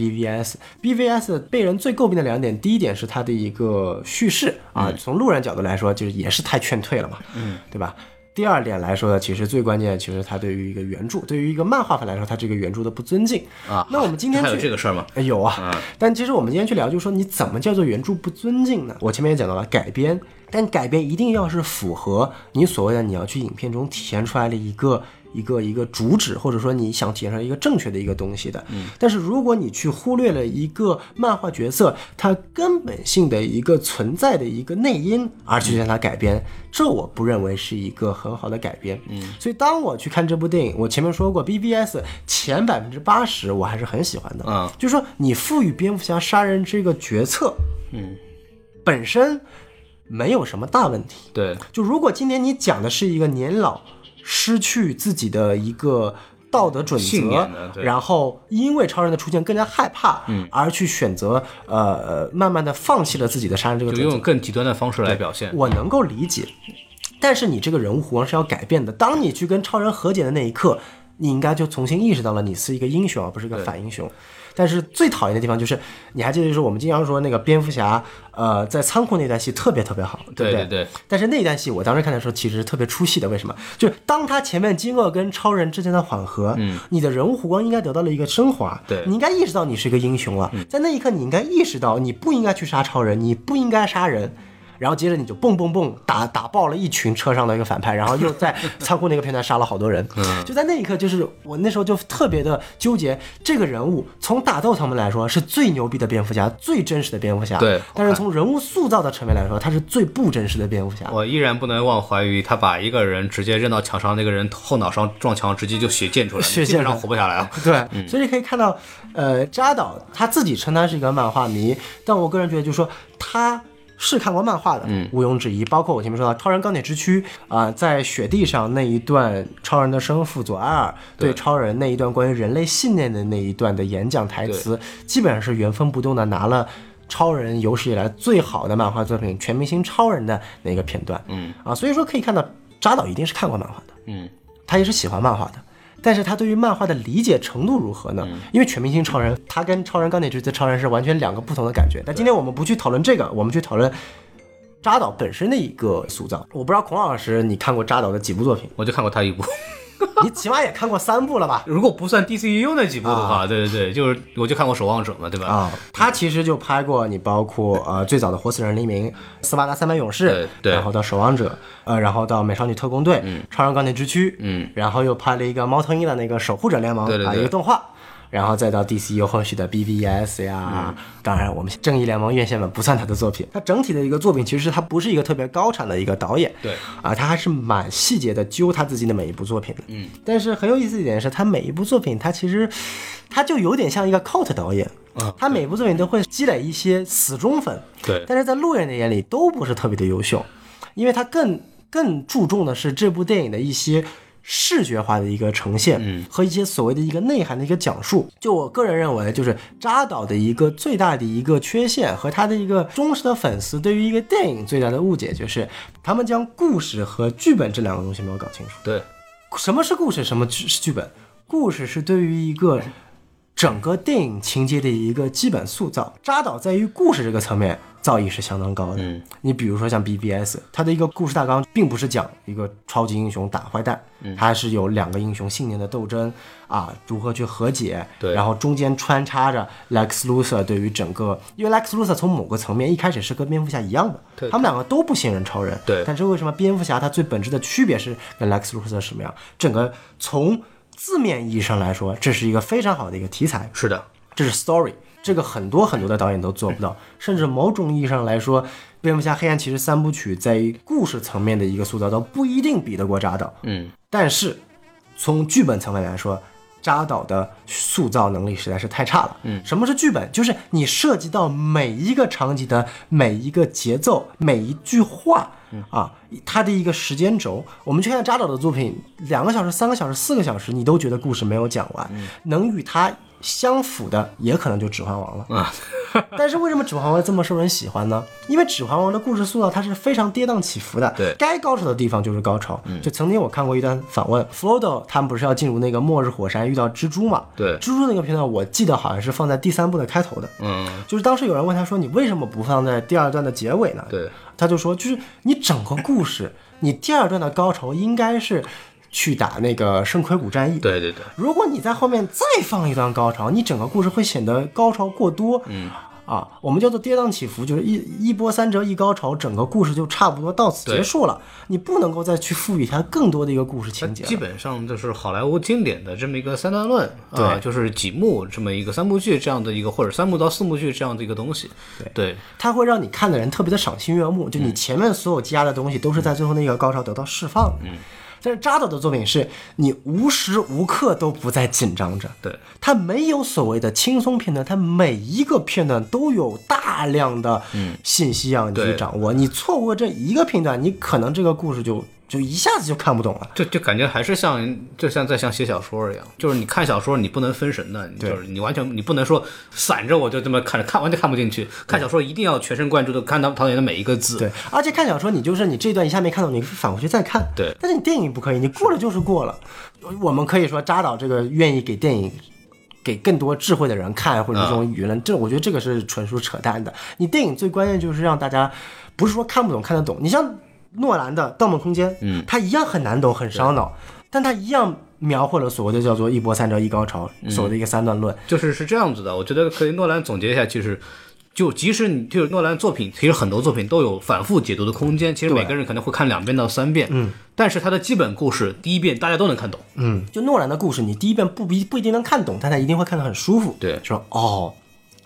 BVS，BVS 被人最诟病的两点，第一点是它的一个叙事啊，嗯从路人角度来说，就是也是太劝退了嘛，嗯，对吧？第二点来说呢，其实最关键的，其实它对于一个原著，对于一个漫画粉来说，它这个原著的不尊敬啊那我们今天还有去这个事儿吗？哎有啊，但其实我们今天去聊，就是说你怎么叫做原著不尊敬呢？我前面也讲到了改编，但改编一定要是符合你所谓的你要去影片中体现出来的一个一个一个主旨，或者说你想体现出来一个正确的一个东西的。嗯，但是如果你去忽略了一个漫画角色它根本性的一个存在的一个内因，而去让它改编，这我不认为是一个很好的改编。嗯，所以当我去看这部电影，我前面说过，BBS 前百分之八十我还是很喜欢的。嗯就是说你赋予蝙蝠侠杀人这个决策，嗯，本身没有什么大问题。对，就如果今天你讲的是一个年老失去自己的一个道德准信念则的，对然后因为超人的出现更加害怕，嗯，而去选择呃呃慢慢的放弃了自己的杀人这个就准用则，更极端的方式来表现，我能够理解。但是你这个人物弧光是要改变的。当你去跟超人和解的那一刻，你应该就重新意识到了你是一个英雄而不是一个反英雄。但是最讨厌的地方就是，你还记得就是我们经常说那个蝙蝠侠，呃，在仓库那段戏特别特别好，对不对对但是那一段戏，我当时看的时候其实特别出戏的。为什么？就是当他前面经过跟超人之间的缓和，嗯，你的人物弧光应该得到了一个升华，对嗯你应该意识到你是一个英雄了。在那一刻，你应该意识到你不应该去杀超人，你不应该杀人。然后接着你就蹦蹦蹦打打爆了一群车上的一个反派，然后又在仓库那个片段杀了好多人。 <laughs> 嗯就在那一刻，就是我那时候就特别的纠结，这个人物从打斗层面来说是最牛逼的蝙蝠侠，最真实的蝙蝠侠。对但是从人物塑造的层面来说，他是最不真实的蝙蝠侠。我依然不能忘怀于他把一个人直接扔到墙上，那个人后脑勺撞墙，直接就血溅出来，血溅基本出来上活不下来了。对，所以你可以看到，呃，扎导他自己称他是一个漫画迷，但我个人觉得，就是说他是看过漫画的，嗯毋庸置疑。包括我前面说到《超人钢铁之躯》啊、在雪地上那一段超人的生父佐爱尔对超人那一段关于人类信念的那一段的演讲台词，基本上是原封不动的拿了。超人有史以来最好的漫画作品《全明星超人》的那个片段，嗯啊，所以说可以看到扎导一定是看过漫画的，嗯，，他也是喜欢漫画的，但是他对于漫画的理解程度如何呢？因为全明星超人，他跟超人钢铁之子超人是完全两个不同的感觉。但今天我们不去讨论这个，我们去讨论扎导本身的一个塑造。我不知道孔老师你看过扎导的几部作品我就看过他一部，你起码也看过三部了吧？ <laughs> 如果不算 DCU 那几部的话，啊对对对，就是我就看过《守望者》嘛，对吧？啊，他其实就拍过你包括呃最早的《活死人黎明》《斯巴达三百勇士》对对然后到《守望者》，呃，然后到《美少女特工队》超人钢铁之躯》，嗯，然后又拍了一个猫头鹰的那个《守护者联盟》对对啊，对一个动画。然后再到 DCU 后续的 BVS 嗯呀，当然我们正义联盟院线版不算他的作品。他整体的一个作品，其实他不是一个特别高产的一个导演，对啊，他还是蛮细节的揪他自己的每一部作品的。嗯，但是很有意思一点是，他每一部作品，他其实他就有点像一个 cult 导演。啊他每部作品都会积累一些死忠粉，对但是在路人的眼里都不是特别的优秀，因为他更更注重的是这部电影的一些视觉化的一个呈现，嗯，和一些所谓的一个内涵的一个讲述。就我个人认为，就是扎导的一个最大的一个缺陷和他的一个忠实的粉丝对于一个电影最大的误解，就是他们将故事和剧本这两个东西没有搞清楚。对，什么是故事，什么剧是剧本？故事是对于一个整个电影情节的一个基本塑造。扎导在于故事这个层面造诣是相当高的。嗯，你比如说像 BBS，它的一个故事大纲并不是讲一个超级英雄打坏蛋，嗯它是有两个英雄信念的斗争啊，如何去和解，对然后中间穿插着 Lex Luthor 对于整个，因为 Lex Luthor 从某个层面一开始是跟蝙蝠侠一样的，对他们两个都不信任超人，对但是为什么蝙蝠侠它最本质的区别是跟 Lex Luthor 什么样？整个从字面意义上来说，这是一个非常好的一个题材，是的，这是 story，这个很多很多的导演都做不到，甚至某种意义上来说，蝙蝠侠、黑暗骑士三部曲在于故事层面的一个塑造都不一定比得过扎导，嗯，但是从剧本层面来说。扎导的塑造能力实在是太差了。嗯，什么是剧本？就是你涉及到每一个场景的每一个节奏、每一句话、啊，它的一个时间轴。我们去看扎导的作品，两个小时、三个小时、四个小时，你都觉得故事没有讲完。能与它相符的，也可能就《指环王》了。 <laughs> 但是为什么《指环王》这么受人喜欢呢？因为《指环王》的故事塑造它是非常跌宕起伏的，对嗯该高潮的地方就是高潮。就曾经我看过一段访问，Frodo 他们不是要进入那个末日火山遇到蜘蛛嘛？对蜘蛛那个片段我记得好像是放在第三部的开头的，嗯，就是当时有人问他说：“你为什么不放在第二段的结尾呢？”对，他就说：“就是你整个故事，你第二段的高潮应该是去打那个圣盔谷战役，对对对，如果你在后面再放一段高潮，你整个故事会显得高潮过多。嗯，啊，我们叫做跌宕起伏，就是一一波三折一高潮，整个故事就差不多到此结束了。你不能够再去赋予它更多的一个故事情节了。基本上就是好莱坞经典的这么一个三段论啊、对就是几幕这么一个三部剧这样的一个，或者三幕到四幕剧这样的一个东西。对它会让你看的人特别的赏心悦目，就你前面所有积压的东西都是在最后那个高潮得到释放的。嗯，但是扎导的作品是你无时无刻都不在紧张着。对它没有所谓的轻松片段，它每一个片段都有大量的信息让你去对掌握。你错过这一个片段，你可能这个故事就就一下子就看不懂了。就就感觉还是像，就像在像写小说一样，就是你看小说你不能分神的，你就是你完全你不能说散着我就这么看着，看完就看不进去。看小说一定要全神贯注的看到导演的每一个字。对，而且看小说，你就是你这段一下没看懂，你反回去再看。对但是你电影不可以，你过了就是过了。我们可以说扎导这个愿意给电影。给更多智慧的人看，或者这种舆论，这我觉得这个是纯属扯淡的。你电影最关键就是让大家，不是说看不懂看得懂。你像诺兰的《盗梦空间》，嗯，它一样很难懂，很伤脑，但它一样描绘了所谓的叫做一波三折一高潮，所谓的一个三段论。就是是这样子的。我觉得可以，诺兰总结一下，其实就即使你就是诺兰作品，其实很多作品都有反复解读的空间。其实每个人可能会看两遍到三遍，嗯，但是它的基本故事第一遍大家都能看懂，嗯，就诺兰的故事，你第一遍不不不一定能看懂，但他一定会看得很舒服。对说哦，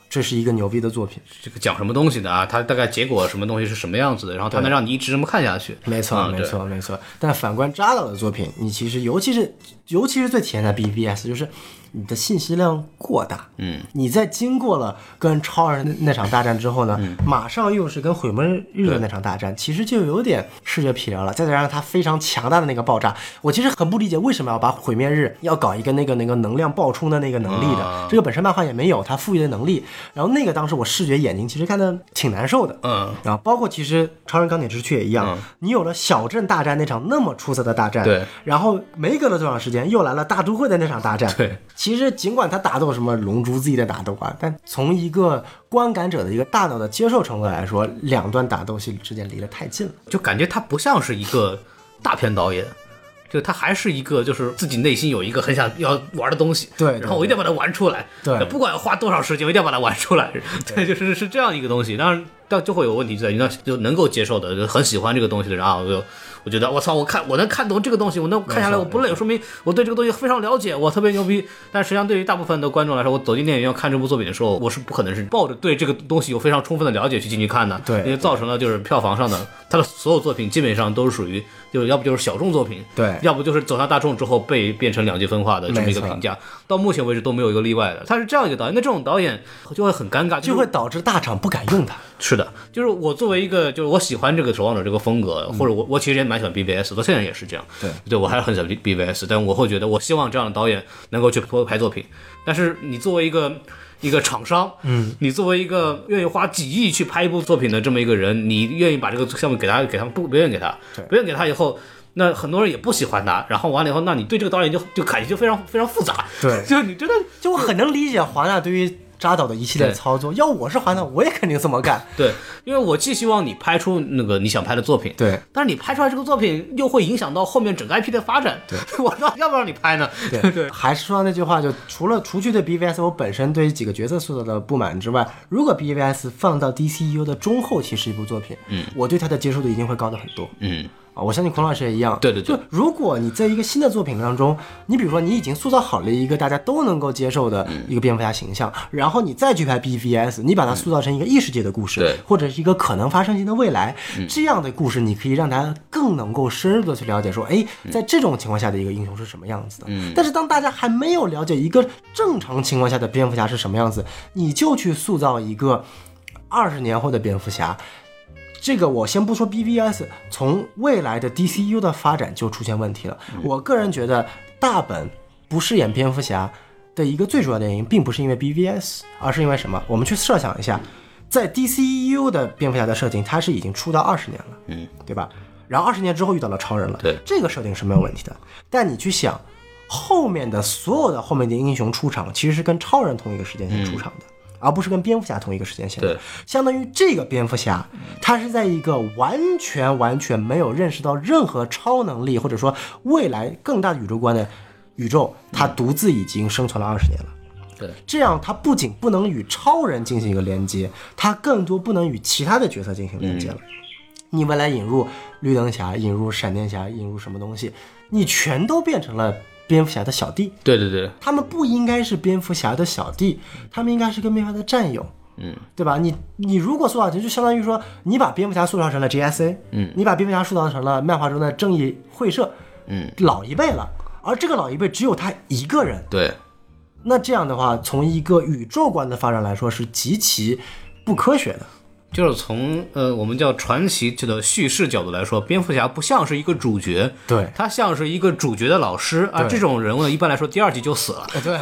这是一个牛逼的作品。这个讲什么东西的啊？它大概结果什么东西是什么样子的，然后它能让你一直这么看下去。没错，嗯没对错，没错。但反观扎导的作品，你其实尤其是尤其是最体现在 BBS，就是你的信息量过大。嗯，你在经过了跟超人那场大战之后呢，嗯马上又是跟毁灭日的那场大战，其实就有点视觉疲劳了。再加上他非常强大的那个爆炸，我其实很不理解为什么要把毁灭日要搞一个那个那个能量爆冲的那个能力的，啊这个本身漫画也没有，它赋予的能力。然后那个当时我视觉眼睛其实看的挺难受的。嗯，然后包括其实《超人钢铁之躯》也一样，你有了小镇大战那场那么出色的大战，对，然后没隔了多长时间又来了大都会的那场大战，对。其实尽管他打斗什么龙珠 Z 的打斗啊，但从一个观感者的一个大脑的接受程度来说，两段打斗戏之间离得太近了。就感觉他不像是一个大片导演，就他还是一个就是自己内心有一个很想要玩的东西，对对然后我一定要把它玩出来，对不管花多少时间，我一定要把它玩出来，对，就是是这样一个东西，当然。但就会有问题就在于，那就能够接受的，就很喜欢这个东西的人啊，我就我觉得我操，我看我能看懂这个东西，我能看下来，我不累，说明我对这个东西非常了解，我特别牛逼。但实际上，对于大部分的观众来说，我走进电影院看这部作品的时候，我是不可能是抱着对这个东西有非常充分的了解去进去看的，对因为造成了就是票房上的，他的所有作品基本上都是属于就是要不就是小众作品，对要不就是走向大众之后被变成两极分化的这么一个没错评价，到目前为止都没有一个例外的。他是这样一个导演，那这种导演就会很尴尬，就会导致大厂不敢用它。是的，就是我作为一个，就是我喜欢这个《守望者》这个风格，或者我我其实也蛮喜欢 BVS，到现在也是这样。对，嗯对我还是很喜欢 BVS，但我会觉得我希望这样的导演能够去多拍作品。但是你作为一个一个厂商，嗯，你作为一个愿意花几亿去拍一部作品的这么一个人，你愿意把这个项目给他，给他不不愿意给他，不愿意给他以后。那很多人也不喜欢他，然后完了以后，那你对这个导演就就感觉就非常非常复杂，对 <laughs> 就是你真的就我很能理解华纳对于扎导的一系列对操作，要我是华纳，我也肯定这么干。对，因为我既希望你拍出那个你想拍的作品，对但是你拍出来这个作品又会影响到后面整个 IP 的发展，对， <laughs> 我到底要不要让你拍呢？ <laughs> 对，还是说那句话，就除了除去对 BVS 我本身对几个角色塑造的不满之外，如果 BVS 放到 DCU 的中后期是一部作品，嗯，我对它的接受度一定会高的很多。嗯，啊，我相信孔老师也一样。对对对就如果你在一个新的作品当中，你比如说你已经塑造好了一个大家都能够接受的嗯一个蝙蝠侠形象，然后你再去拍 BVS，你把它塑造成一个异世界的故事，对嗯或者是一个可能发生性的未来，这样的故事，你可以让大家更能够深入的去了解说，哎，嗯在这种情况下的一个英雄是什么样子的。但是当大家还没有了解一个正常情况下的蝙蝠侠是什么样子，你就去塑造一个二十年后的蝙蝠侠，这个我先不说 BVS，从未来的 DCU 的发展就出现问题了。我个人觉得，大本不饰演蝙蝠侠的一个最主要的原因，并不是因为 BVS，而是因为什么？我们去设想一下，在 DCU 的蝙蝠侠的设定，他是已经出道二十年了，嗯，对吧？然后二十年之后遇到了超人了，对这个设定是没有问题的。但你去想，后面的所有的后面的英雄出场，其实是跟超人同一个时间线出场的。而不是跟蝙蝠侠同一个时间线的嗯对，相当于这个蝙蝠侠，他是在一个完全完全没有认识到任何超能力或者说未来更大的宇宙观的宇宙，他独自已经生存了二十年了。对，这样他不仅不能与超人进行一个连接，他更多不能与其他的角色进行连接了。你未来引入绿灯侠、引入闪电侠、引入什么东西，你全都变成了蝙蝠侠的小弟。对对对，他们不应该是蝙蝠侠的小弟，他们应该是跟蝙蝠侠的战友。嗯，对吧？你你如果塑造成，就相当于说你把蝙蝠侠塑造成了 GSA，嗯，你把蝙蝠侠塑造成了漫画中的正义会社，嗯，老一辈了，而这个老一辈只有他一个人，对，那这样的话，从一个宇宙观的发展来说是极其不科学的。就是从呃我们叫传奇这个叙事角度来说，蝙蝠侠不像是一个主角，对，他像是一个主角的老师啊，这种人物呢，一般来说第二集 <laughs> 就死了，对，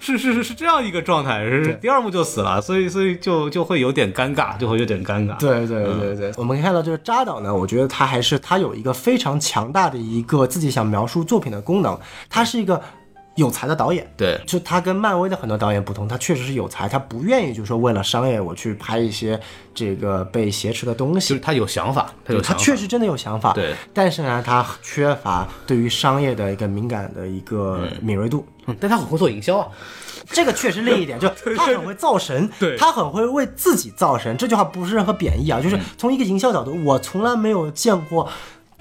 是是是是这样一个状态，是第二幕就死了，所以所以就就会有点尴尬，就会有点尴尬，对对对对，我们可以看到，就是扎导呢，我觉得他还是他有一个非常强大的一个自己想描述作品的功能，他是一个有才的导演。对就他跟漫威的很多导演不同，他确实是有才，他不愿意就是说为了商业我去拍一些这个被挟持的东就西是。他有想法，他有他想法，确实真的有想法，对，但是呢，他缺乏对于商业的一个敏感的一个敏锐度，嗯但他很会做营销啊，这个确实另一点，就他很会造神，对他很会为嗯自己造神。这句话不是任何贬义啊，就是从一个营销角度，我从来没有见过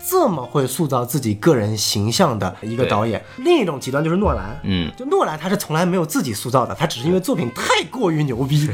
这么会塑造自己个人形象的一个导演。另一种极端就是诺兰，嗯，就诺兰他是从来没有自己塑造的，他只是因为作品太过于牛 <laughs> 逼，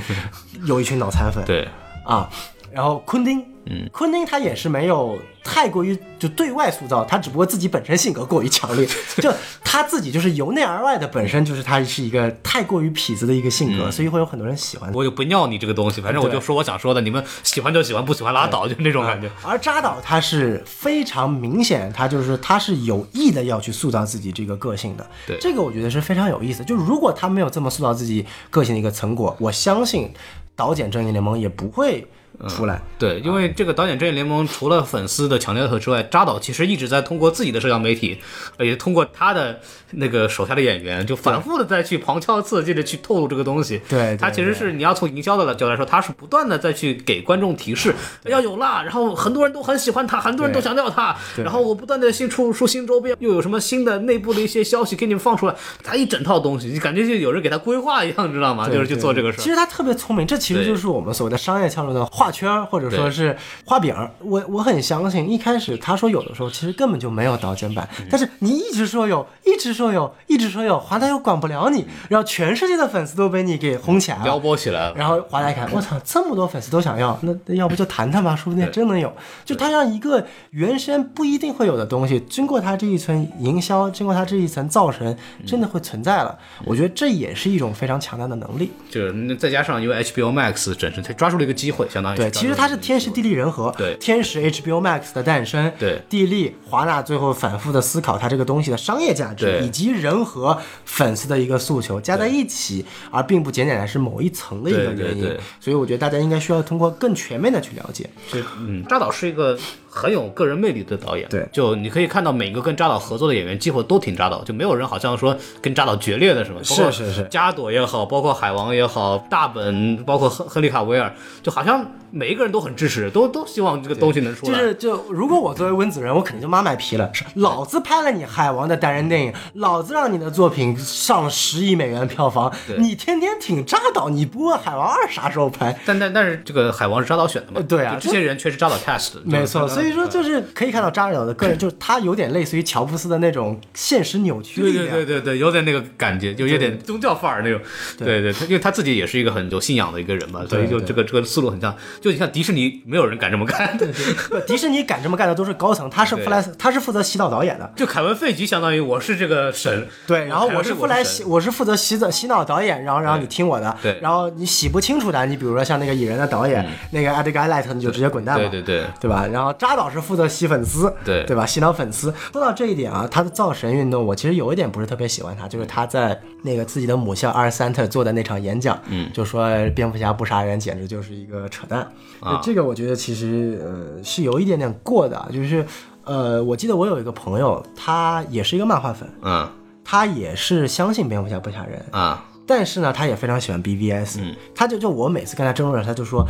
有一群脑残粉。对，啊，然后昆汀，嗯，昆汀他也是没有太过于就对外塑造，他只不过自己本身性格过于强烈，就他自己就是由内而外的本身就是他是一个太过于痞子的一个性格，所以会有很多人喜欢。我就不尿你这个东西，反正我就说我想说的，你们喜欢就喜欢，不喜欢拉倒，就那种感觉。而扎导他是非常明显，他就是他是有意的要去塑造自己这个个性的，对这个我觉得是非常有意思。就如果他没有这么塑造自己个性的一个成果，我相信导剪《正义联盟》也不会出来。对，因啊为这个导演正义联盟除了粉丝的强烈和之外，扎导其实一直在通过自己的社交媒体，呃也通过他的那个手下的演员，就反复的再去旁敲侧击的去透露这个东西。对对他其实是你要从营销的角度来说，他是不断的再去给观众提示要有啦，然后很多人都很喜欢他，很多人都想要他，然后我不断的新出出新周边，又有什么新的内部的一些消息给你们放出来，他一整套东西，你感觉就有人给他规划一样，你知道吗？就是去做这个事儿。其实他特别聪明，这其实对就是我们所谓的商业窍路的画圈儿，或者说是画饼儿。我我很相信，一开始他说有的时候其实根本就没有导剪版，嗯但是你一直说有，一直说有，一直说有，华纳又管不了你，然后全世界的粉丝都被你给轰起来嗯撩了。拨起来了，然后华纳一看，我操，这么多粉丝都想要，那那要不就谈谈吧，说不定还真能有。就他让一个原先不一定会有的东西，经过他这一层营销，经过他这一层造神，嗯真的会存在了。我觉得这也是一种非常强大的能力。就是那再加上因为 HBO Max 整是，他抓住了一个机会，相当于对，是抓其住实它了是一个天时地利人和。对天时 HBO Max 的诞生，对地利华纳最后反复的思考它这个东西的商业价值，对以及人和粉丝的一个诉求加在一起，而并不简简单是某一层的一个对对原因。对所以我觉得大家应该需要通过更全面的去了解。机会嗯，扎导是一个很有个人魅力的导演，对就你可以看到每个跟扎导合作的演员几乎都挺扎导，就没有人好像说跟扎导决裂的什么，包括是是是加朵也好，包括海王也好，大本，包括亨亨利卡维尔，就好像每一个人都很支持，都都希望这个东西能出就来，是就，如果我作为温子仁，我肯定就妈卖批了。是老子拍了你海王的单人电影，老子让你的作品上十亿美元票房，你天天挺扎导，你不问海王二啥时候拍？但但但是这个海王是扎导选的嘛呃，对啊就这些人确实扎导 cast，的没错，就是所以说就是可以看到扎导的个人，就是他有点类似于乔布斯的那种现实扭曲力对量。对对对对，有点那个感觉，就有点宗教范儿那种。对对，他因为他自己也是一个很有信仰的一个人嘛，所以就这个这个思路很像。就你看迪士尼，没有人敢这 <laughs> 么干。不迪士尼敢这么干的都是高层，他是弗莱斯，他是负责洗脑导演的。就凯文·费吉相当于我是这个神，对，然后凯文我是费吉负来神洗，我是负责洗澡洗脑导演，然后然后你听我的，对嗯然后你洗不清楚的，你比如说像那个蚁人的导演，那个 Edgar Light，你就直接滚蛋吧，对对对对吧？然后扎导是负责洗粉丝，对对吧？洗脑粉丝。说到这一点啊，他的造神运动，我其实有一点不是特别喜欢他，就是他在那个自己的母校阿尔三特做的那场演讲，嗯，就说蝙蝠侠不杀人，简直就是一个扯淡。呃啊这个我觉得其实呃是有一点点过的，啊就是。呃，我记得我有一个朋友，他也是一个漫画粉，嗯他也是相信蝙蝠侠不吓人，啊，但是呢，他也非常喜欢 BVS。他就就我每次跟他争论，他就说。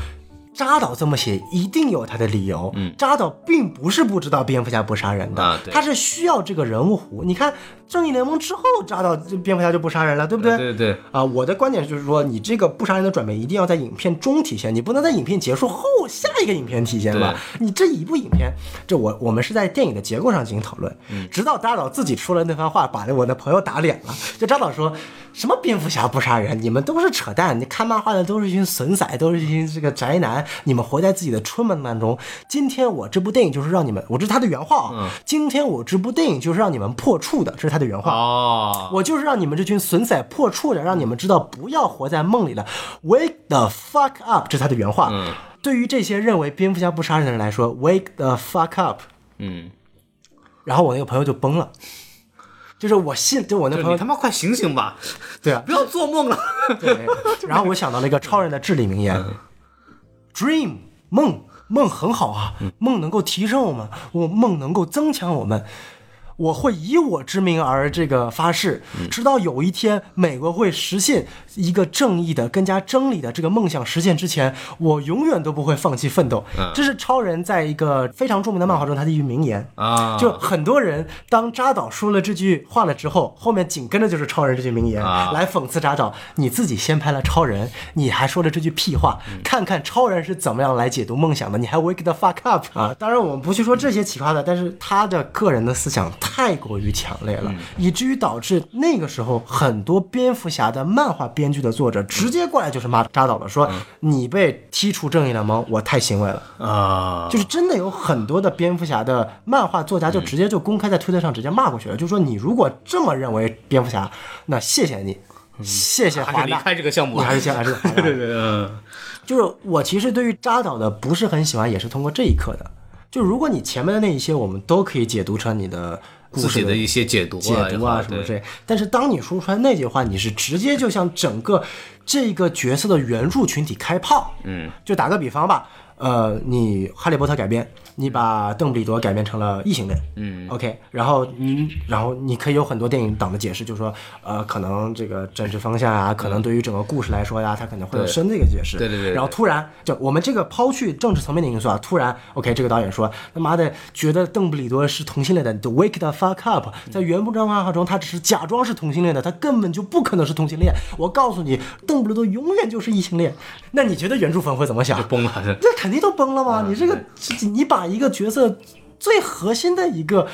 扎导这么写一定有他的理由。嗯，扎导并不是不知道蝙蝠侠不杀人的，啊对他是需要这个人物弧。你看《正义联盟》之后，扎导就蝙蝠侠就不杀人了，对不对？对对啊，我的观点就是说，你这个不杀人的转变一定要在影片中体现，你不能在影片结束后下一个影片体现吧？你这一部影片，这我我们是在电影的结构上进行讨论。直到扎导自己说了那番话，把我的朋友打脸了。就扎导说什么蝙蝠侠不杀人，你们都是扯淡，你看漫画的都是一群损仔，都是一群这个宅男，你们活在自己的春梦当中。今天我这部电影就是让你们，我这是他的原话啊，今天我这部电影就是让你们破处的，这是他的原话。哦，我就是让你们这群损仔破处的，让你们知道不要活在梦里了。Wake the fuck up，这是他的原话。嗯对于这些认为蝙蝠侠不杀人的人来说，Wake the fuck up。嗯，然后我那个朋友就崩了，就是我信，就我那就朋你友他，妈快醒醒吧，对啊不，要做 <laughs> 梦了。对。 <laughs> 然后我想到了一个超人的至理名言：Dream，梦，梦很好啊，梦能够提升我们，我梦能够增强我们。我会以我之名而这个发誓，直到有一天美国会实现一个正义的、更加真理的这个梦想实现之前，我永远都不会放弃奋斗。这是超人在一个非常著名的漫画中他的一句名言啊就很多人当扎导说了这句话了之后，后面紧跟着就是超人这句名言啊来讽刺扎导，你自己先拍了超人，你还说了这句屁话，嗯看看超人是怎么样来解读梦想的，你还 wake the fuck up 啊！当然我们不去说这些奇葩的，但是他的个人的思想太过于强烈嗯了，以至于导致那个时候很多蝙蝠侠的漫画编剧的作者直接过来就是骂扎导的，说嗯你被踢出正义联盟，我太欣慰了。啊，嗯就是真的有很多的蝙蝠侠的漫画作家就直接就公开在推特上直接骂过去了，就说你如果这么认为蝙蝠侠，那谢谢你，谢谢嗯还华是离纳。开这个项目你吧，啊还是先还是华纳 <laughs> 对对，嗯 <laughs> 就是我其实对于扎导的不是很喜欢，也是通过这一刻的。就如果你前面的那一些，我们都可以解读成你的故自事己的一些解读解啊，读啊什么之类。但是当你说出来那句话，你是直接就向整个这个角色的原著群体开炮。嗯，就打个比方吧，呃，你《哈利波特》改编，你把邓布利多改编成了异性恋。嗯，OK，然后你，然后你可以有很多电影党的解释，就是说，呃，可能这个政治方向啊，可能对于整个故事来说呀、它可能会有嗯对深的一个解释。对对对对然后突然，就我们这个抛去政治层面的因素啊，突然，OK，这个导演说，他妈的，觉得邓布利多是同性恋的，你就 wake the fuck up。在原部漫画中，他只是假装是同性恋的，他根本就不可能是同性恋。我告诉你，邓布利多永远就是异性恋。那你觉得原著粉会怎么想？崩了， <laughs> 对这肯定都崩了嘛！你这个，这你把一个角色最核心的一个，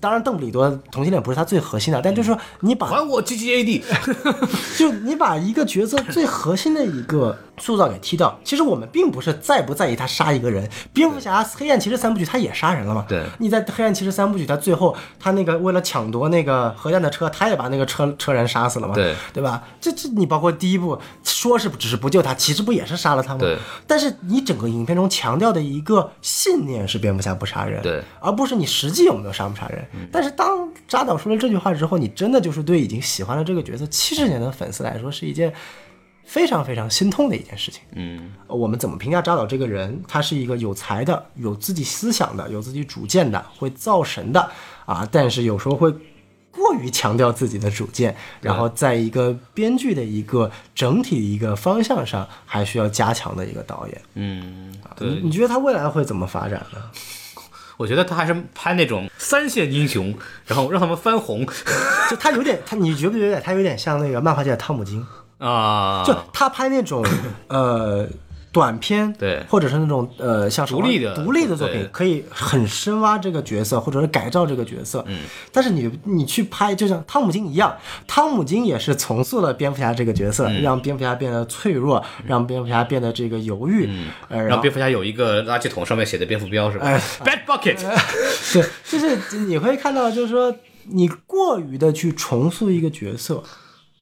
当然邓布利多同性恋不是他最核心的，但就是说你把还我 G G A D， <laughs> 就你把一个角色最核心的一个塑造给踢掉，其实我们并不是在不在意他杀一个人。蝙蝠侠、黑暗骑士三部曲他也杀人了嘛？对你在黑暗骑士三部曲，他最后他那个为了抢夺那个核弹的车，他也把那个车车人杀死了嘛？对，对吧？这这你包括第一部说是只是不救他，其实不也是杀了他吗？对。但是你整个影片中强调的一个信念是蝙蝠侠不杀人，对而不是你实际有没有杀不杀人。但是当扎导说了这句话之后，你真的就是对已经喜欢了这个角色七十年的粉丝来说，是一件非常非常心痛的一件事情。嗯，呃我们怎么评价扎导这个人？他是一个有才的、有自己思想的、有自己主见的、会造神的啊，但是有时候会过于强调自己的主见，然后在一个编剧的一个整体一个方向上还需要加强的一个导演。对，你觉得他未来会怎么发展呢？ <laughs> 我觉得他还是拍那种三线英雄，然后让他们翻红 <laughs> 就他有点，他你觉不觉得他有点像那个漫画界的汤姆金？啊，就他拍那 <laughs> 种呃短片，对或者是那种呃像什么独立的独立的作品对，可以很深挖这个角色，或者是改造这个角色。嗯，但是你你去拍，就像汤姆金一样，汤姆金也是重塑了蝙蝠侠这个角色，嗯让蝙蝠侠变得脆弱，让蝙蝠侠变得这个犹豫，呃，然后嗯让蝙蝠侠有一个垃圾桶上面写的蝙蝠标是吧、b 哎 a d <laughs> bucket，对， <laughs> 就是你会看到，就是说你过于的去重塑一个角色，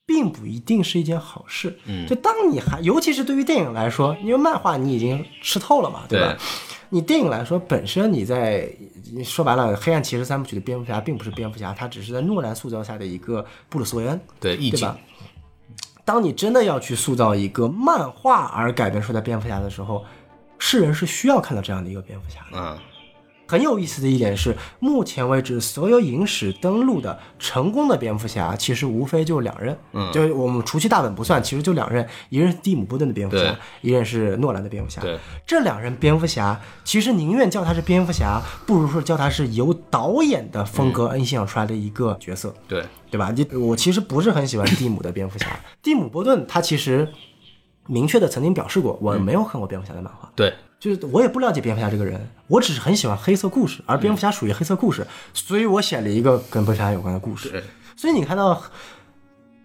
并不一定是一件好事。嗯，就当你还，尤其是对于电影来说，因为漫画你已经吃透了嘛，吧？对你电影来说，本身你在你说白了，《黑暗骑士》三部曲的蝙蝠侠并不是蝙蝠侠，他只是在诺兰塑造下的一个布鲁斯·韦恩。对，意对境吧，？当你真的要去塑造一个漫画而改编出来的蝙蝠侠的时候，世人是需要看到这样的一个蝙蝠侠的。嗯，很有意思的一点是，目前为止所有影史登陆的成功的蝙蝠侠，其实无非就两任，嗯，就是我们除去大本不算，其实就两任，一任是蒂姆·波顿的蝙蝠对侠，一任是诺兰的蝙蝠侠。对，这两任蝙蝠侠，其实宁愿叫他是蝙蝠侠，不如说叫他是由导演的风嗯格影响出来的一个角色。对，对吧？你我其实不是很喜欢蒂姆的蝙蝠侠，蒂姆·波顿他其实明确的曾经表示过，嗯我没有看过蝙蝠侠的漫画，对，就是我也不了解蝙蝠侠这个人，我只是很喜欢黑色故事，而蝙蝠侠属于黑色故事，所以我写了一个跟蝙蝠侠有关的故事对。所以你看到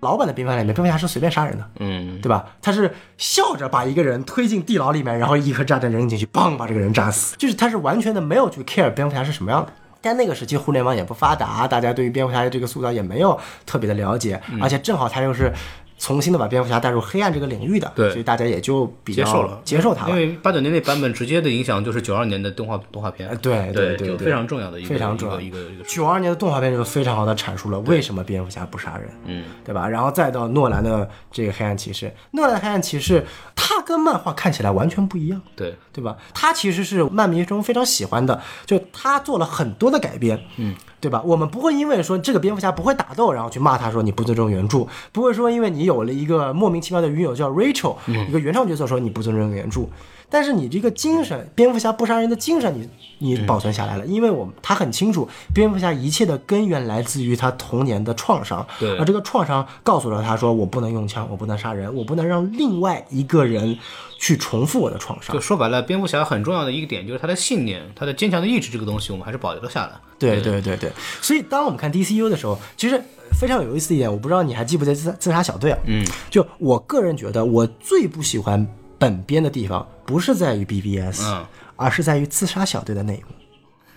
老版的蝙蝠侠里面，蝙蝠侠是随便杀人的，嗯，对吧？他是笑着把一个人推进地牢里面，然后一颗炸弹扔进去，砰，把这个人炸死。就是他是完全的没有去 care 蝙蝠侠是什么样的。但那个时期互联网也不发达，大家对于蝙蝠侠的这个塑造也没有特别的了解，嗯而且正好他又是重新的把蝙蝠侠带入黑暗这个领域的，对所以大家也就比较接受了接受他因了。为八九年那版本直接的影响就是九二年的动画动画片，哎对对对就对非常重要的一个非常重要一个一个一个九二年的动画片就非常好的阐述了为什么蝙蝠侠不杀人，嗯，对吧？然后再到诺兰的这个黑暗骑士，诺兰的黑暗骑士，他跟漫画看起来完全不一样，对对吧？他其实是漫迷中非常喜欢的，就他做了很多的改编，嗯，对吧？我们不会因为说这个蝙蝠侠不会打斗，然后去骂他说你不尊重原著，不会说因为你有了一个莫名其妙的女友叫 Rachel，、一个原创角色说你不尊重原著，但是你这个精神，蝙蝠侠不杀人的精神你，你保存下来了，因为我们他很清楚，蝙蝠侠一切的根源来自于他童年的创伤，对而这个创伤告诉了他说我不能用枪，我不能杀人，我不能让另外一个人去重复我的创伤就，说白了，蝙蝠侠很重要的一个点就是他的信念，他的坚强的意志这个东西，我们还是保留了下来。对对对对，所以当我们看 DCU 的时候，其实呃非常有意思的一点，我不知道你还记不记得自自杀小队啊？嗯，就我个人觉得，我最不喜欢本编的地方，不是在于 BBS，、嗯而是在于自杀小队的那一幕。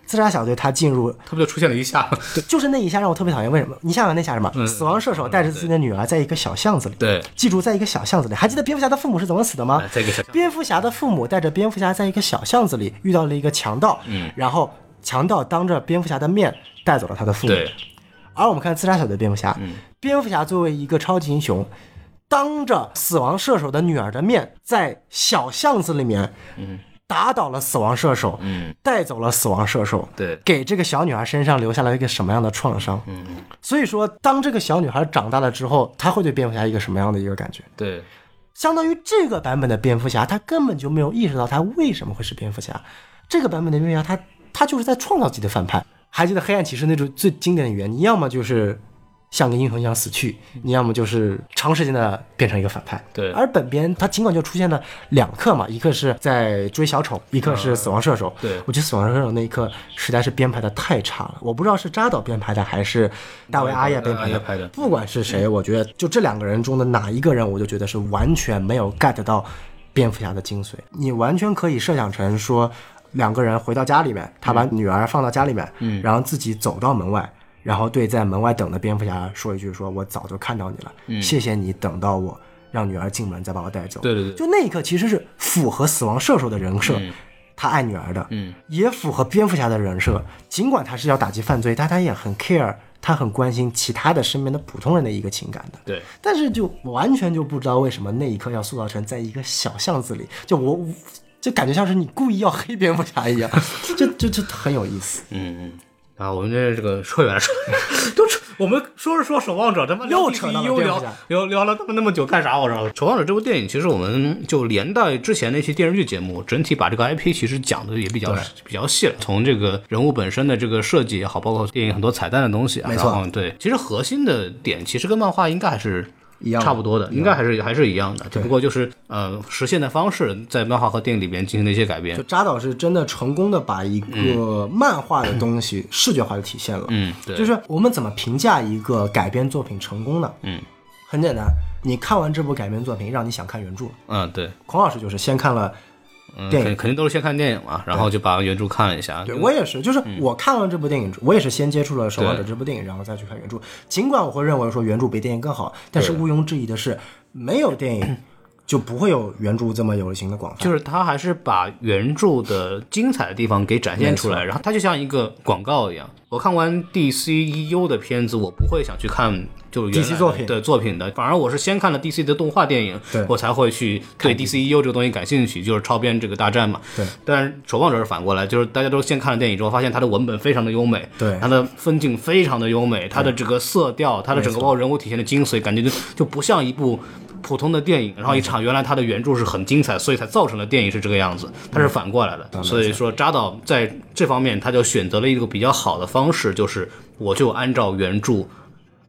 自杀小队他进入，他不就出现了一下？对嗯就是那一下让我特别讨厌。为什么？你想想那下什么？死亡射手带着自己的女儿在一个小巷子里， <laughs> 对记住在一个小巷子里。还记得蝙蝠侠的父母是怎么死的吗？哎在一个小巷蝙蝠侠的父母带着蝙蝠侠在一个小巷子里遇到了一个强盗，嗯，然后强盗当着蝙蝠侠的面带走了他的父母。对，而我们看自杀小队的蝙蝠侠，蝙蝠侠作为一个超级英雄，当着死亡射手的女儿的面，在小巷子里面，打倒了死亡射手，嗯带走了死亡射手，对给这个小女孩身上留下了一个什么样的创伤？所以说，当这个小女孩长大了之后，她会对蝙蝠侠一个什么样的一个感觉？对，相当于这个版本的蝙蝠侠，他根本就没有意识到他为什么会是蝙蝠侠。这个版本的蝙蝠侠，他他就是在创造自己的反派。还记得黑暗骑士那种最经典的语言，你要么就是像个英雄一样死去，你要么就是长时间的变成一个反派。对而本编他尽管就出现了两刻嘛，一个是在追小丑，一个是死亡射手。啊对我觉得死亡射手那一刻实在是编排的太差了，我不知道是扎导编排的还是大卫阿耶编呃阿排耶的。拍的不管是谁，我觉得就这两个人中的哪一个人，我就觉得是完全没有 get 到蝙蝠侠的精髓。你完全可以设想成说，两个人回到家里面，他把女儿放到家里面，嗯，然后自己走到门外，然后对在门外等的蝙蝠侠说一句说：“我早就看到你了，谢谢你等到我，让女儿进门再把我带走。”对对对就那一刻其实是符合死亡射手的人设。他爱女儿的，嗯，也符合蝙蝠侠的人设。尽管他是要打击犯罪，但他也很 care，他很关心其他的身边的普通人的一个情感的。对，但是就完全就不知道为什么那一刻要塑造成在一个小巷子里，就我就感觉像是你故意要黑蝙蝠侠一样， <laughs> 就就就很有意思。嗯嗯。啊，我们这这个扯远了，扯 <laughs> 都扯。我们说着说守望者，他妈又扯到了又蝙聊蝠侠聊聊了他妈那么久干啥？我操！守望者这部电影，其实我们就连带之前那期电视剧节目，整体把这个 IP 其实讲的也比较比较细了。从这个人物本身的这个设计也好，包括电影很多彩蛋的东西啊，没错然后对，其实核心的点其实跟漫画应该还是一样的差不多的，应该还是还是一样的，只不过就是呃实现的方式在漫画和电影里边进行了一些改变就。扎导是真的成功的把一个漫画的东西视觉化的体现了。嗯，对，就是我们怎么评价一个改编作品成功呢？嗯，很简单，你看完这部改编作品，让你想看原著。嗯对。孔老师就是先看了嗯，电肯影肯定都是先看电影嘛，然后就把原著看了一下。对我也是，就是嗯我看完这部电影，我也是先接触了《守望者》这部电影，然后再去看原著。尽管我会认为说原著比电影更好，但是毋庸置疑的是，没有电 <clears throat> 影就不会有原著这么有型的广泛。就是他还是把原著的精彩的地方给展现出来，然后它就像一个广告一样。我看完 DCEU 的片子，我不会想去看就是原来 DC 作品的作品的，反而我是先看了 DC 的动画电影对，我才会去对 DCEU 这个东西感兴趣，就是超编这个大战嘛。对，但是《守望者》是反过来，就是大家都先看了电影之后，发现它的文本非常的优美，对它的分镜非常的优美，它的整个色调，它的整个包括人物体现的精髓，感觉就就不像一部普通的电影。然后一场原来它的原著是很精彩，所以才造成了电影是这个样子，它是反过来的。所以说扎导在这方面他就选择了一个比较好的方式，就是我就按照原著。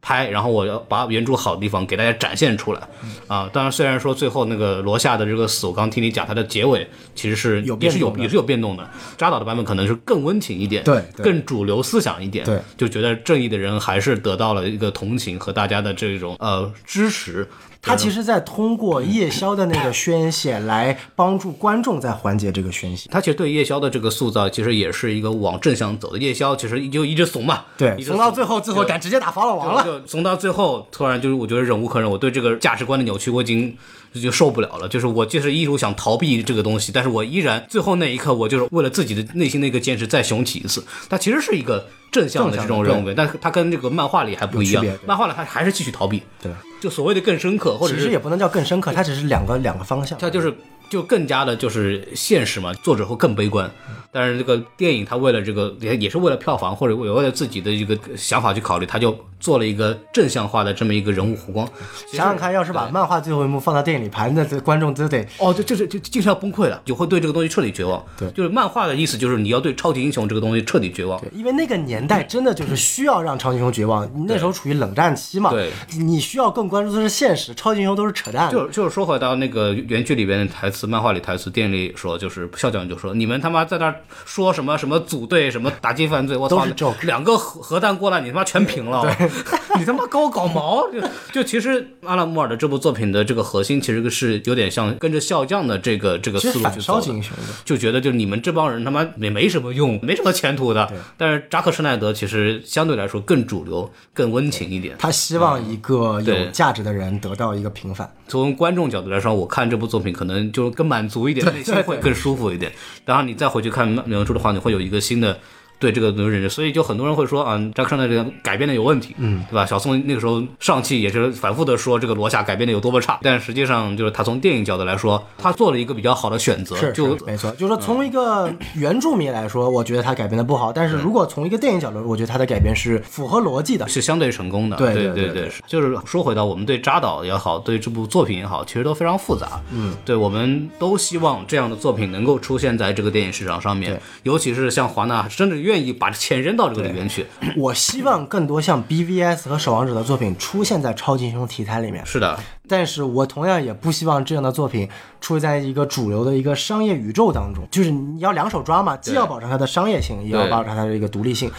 拍，然后我要把原著好的地方给大家展现出来，嗯啊，当然虽然说最后那个罗夏的这个死，我刚听你讲它的结尾其实是有也是有变动的也是有变动的，扎导的版本可能是更温情一点，对对更主流思想一点，对，就觉得正义的人还是得到了一个同情和大家的这种呃支持，他其实在通过夜宵的 <laughs> 那个宣泄来帮助观众在缓解这个宣泄。他其实对夜宵的这个塑造，其实也是一个往正向走的。夜宵其实就一直怂嘛，对，一直怂到最后，最后就敢直接打法老王了。就怂到最后，突然就是我觉得忍无可忍，我对这个价值观的扭曲，我已经就受不了了。就是我就是一路想逃避这个东西，但是我依然最后那一刻，我就是为了自己的内心那个坚持再雄起一次。它其实是一个正向的这种人文，但是它跟这个漫画里还不一样有区别。对漫画里它还是继续逃避，对，就所谓的更深刻，或者其实是也不能叫更深刻，它只是两个两个方向。它就是就更加的就是现实嘛，作者会更悲观。但是这个电影，他为了这个也也是为了票房或者为了自己的一个想法去考虑，他就做了一个正向化的这么一个人物弧光。想想看，要是把漫画最后一幕放到电影里盘，那这观众都得哦，就就是就精神要崩溃了，就会对这个东西彻底绝望。对就是漫画的意思就是你要对超级英雄这个东西彻底绝望。因为那个年代真的就是需要让超级英雄绝 <clears throat> 望，你那时候处于冷战期嘛，对，你需要更关注的是现实，超级英雄都是扯淡。就就是说回到那个原剧里边的台词，漫画里台词，店里说就是校长就说你们他妈在那儿说什么什么组队什么打击犯罪，我操都是 joke，两个核核弹过来你他妈全平了， <laughs> 你他妈搞我搞毛！就就其实阿拉莫尔的这部作品的这个核心其实是有点像跟着笑匠的这个这个其思实路反去超走级的英。雄的，就觉得就你们这帮人他妈也没什么用，没什么前途的。但是扎克施耐德其实相对来说更主流、更温情一点。他希望一个有嗯对价值的人得到一个平反。从观众角度来说，我看这部作品可能就更满足一点，内心会更舒服一点。然后你再回去看原著的话，你会有一个新的对这个东西认知。所以就很多人会说啊，扎克施耐德改编的有问题，嗯，对吧？小宋那个时候上汽也是反复的说这个罗夏改编的有多么差，但实际上就是他从电影角度来说，他做了一个比较好的选择，是，就是嗯没错，就是说从一个原著迷来说，我觉得他改编的不好，但是如果从一个电影角度，我觉得他的改编是符合逻辑的。是相对成功的。对对对对对，就是说回到我们对扎导也好，对这部作品也好，其实都非常复杂。嗯，对，我们都希望这样的作品能够出现在这个电影市场上面，尤其是像华纳，真的愿意把钱扔到这个里面去。我希望更多像 BVS 和守望者的作品出现在超级英雄题材里面，是的，但是我同样也不希望这样的作品出现在一个主流的一个商业宇宙当中。就是你要两手抓嘛，既要保证它的商业性，也要对保证它的这个独立性。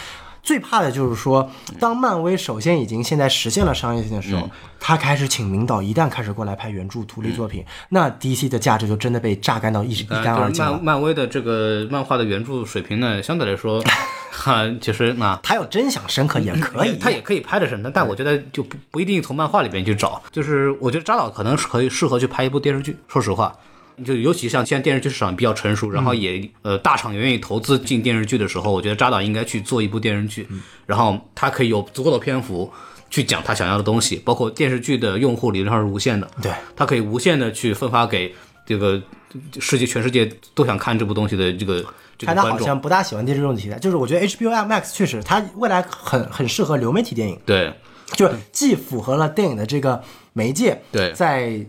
最怕的就是说，当漫威首先已经现在实现了商业性的时候，嗯他开始请名导，一旦开始过来拍原著独立作品，那 DC 的价值就真的被榨干到一一嗯呃干二就是净了漫。漫威的这个漫画的原著水平呢，相对来说， <laughs> 哈，其实那。他要真想深刻也可以，嗯他也可以拍的是，但但我觉得就不不一定从漫画里边去找，就是我觉得扎导可能是可以适合去拍一部电视剧，说实话。就尤其像现在电视剧市场比较成熟，然后也、嗯呃大厂也愿意投资进电视剧的时候，我觉得扎导应该去做一部电视剧，嗯然后他可以有足够的篇幅去讲他想要的东西，包括电视剧的用户理论上是无限的，对，他可以无限的去分发给这个世界全世界都想看这部东西的这个这看个他观好众，像不大喜欢电视这种题材，就是我觉得 HBO Max 确实，它未来很很适合流媒体电影，对就是既符合了电影的这个媒介，对嗯在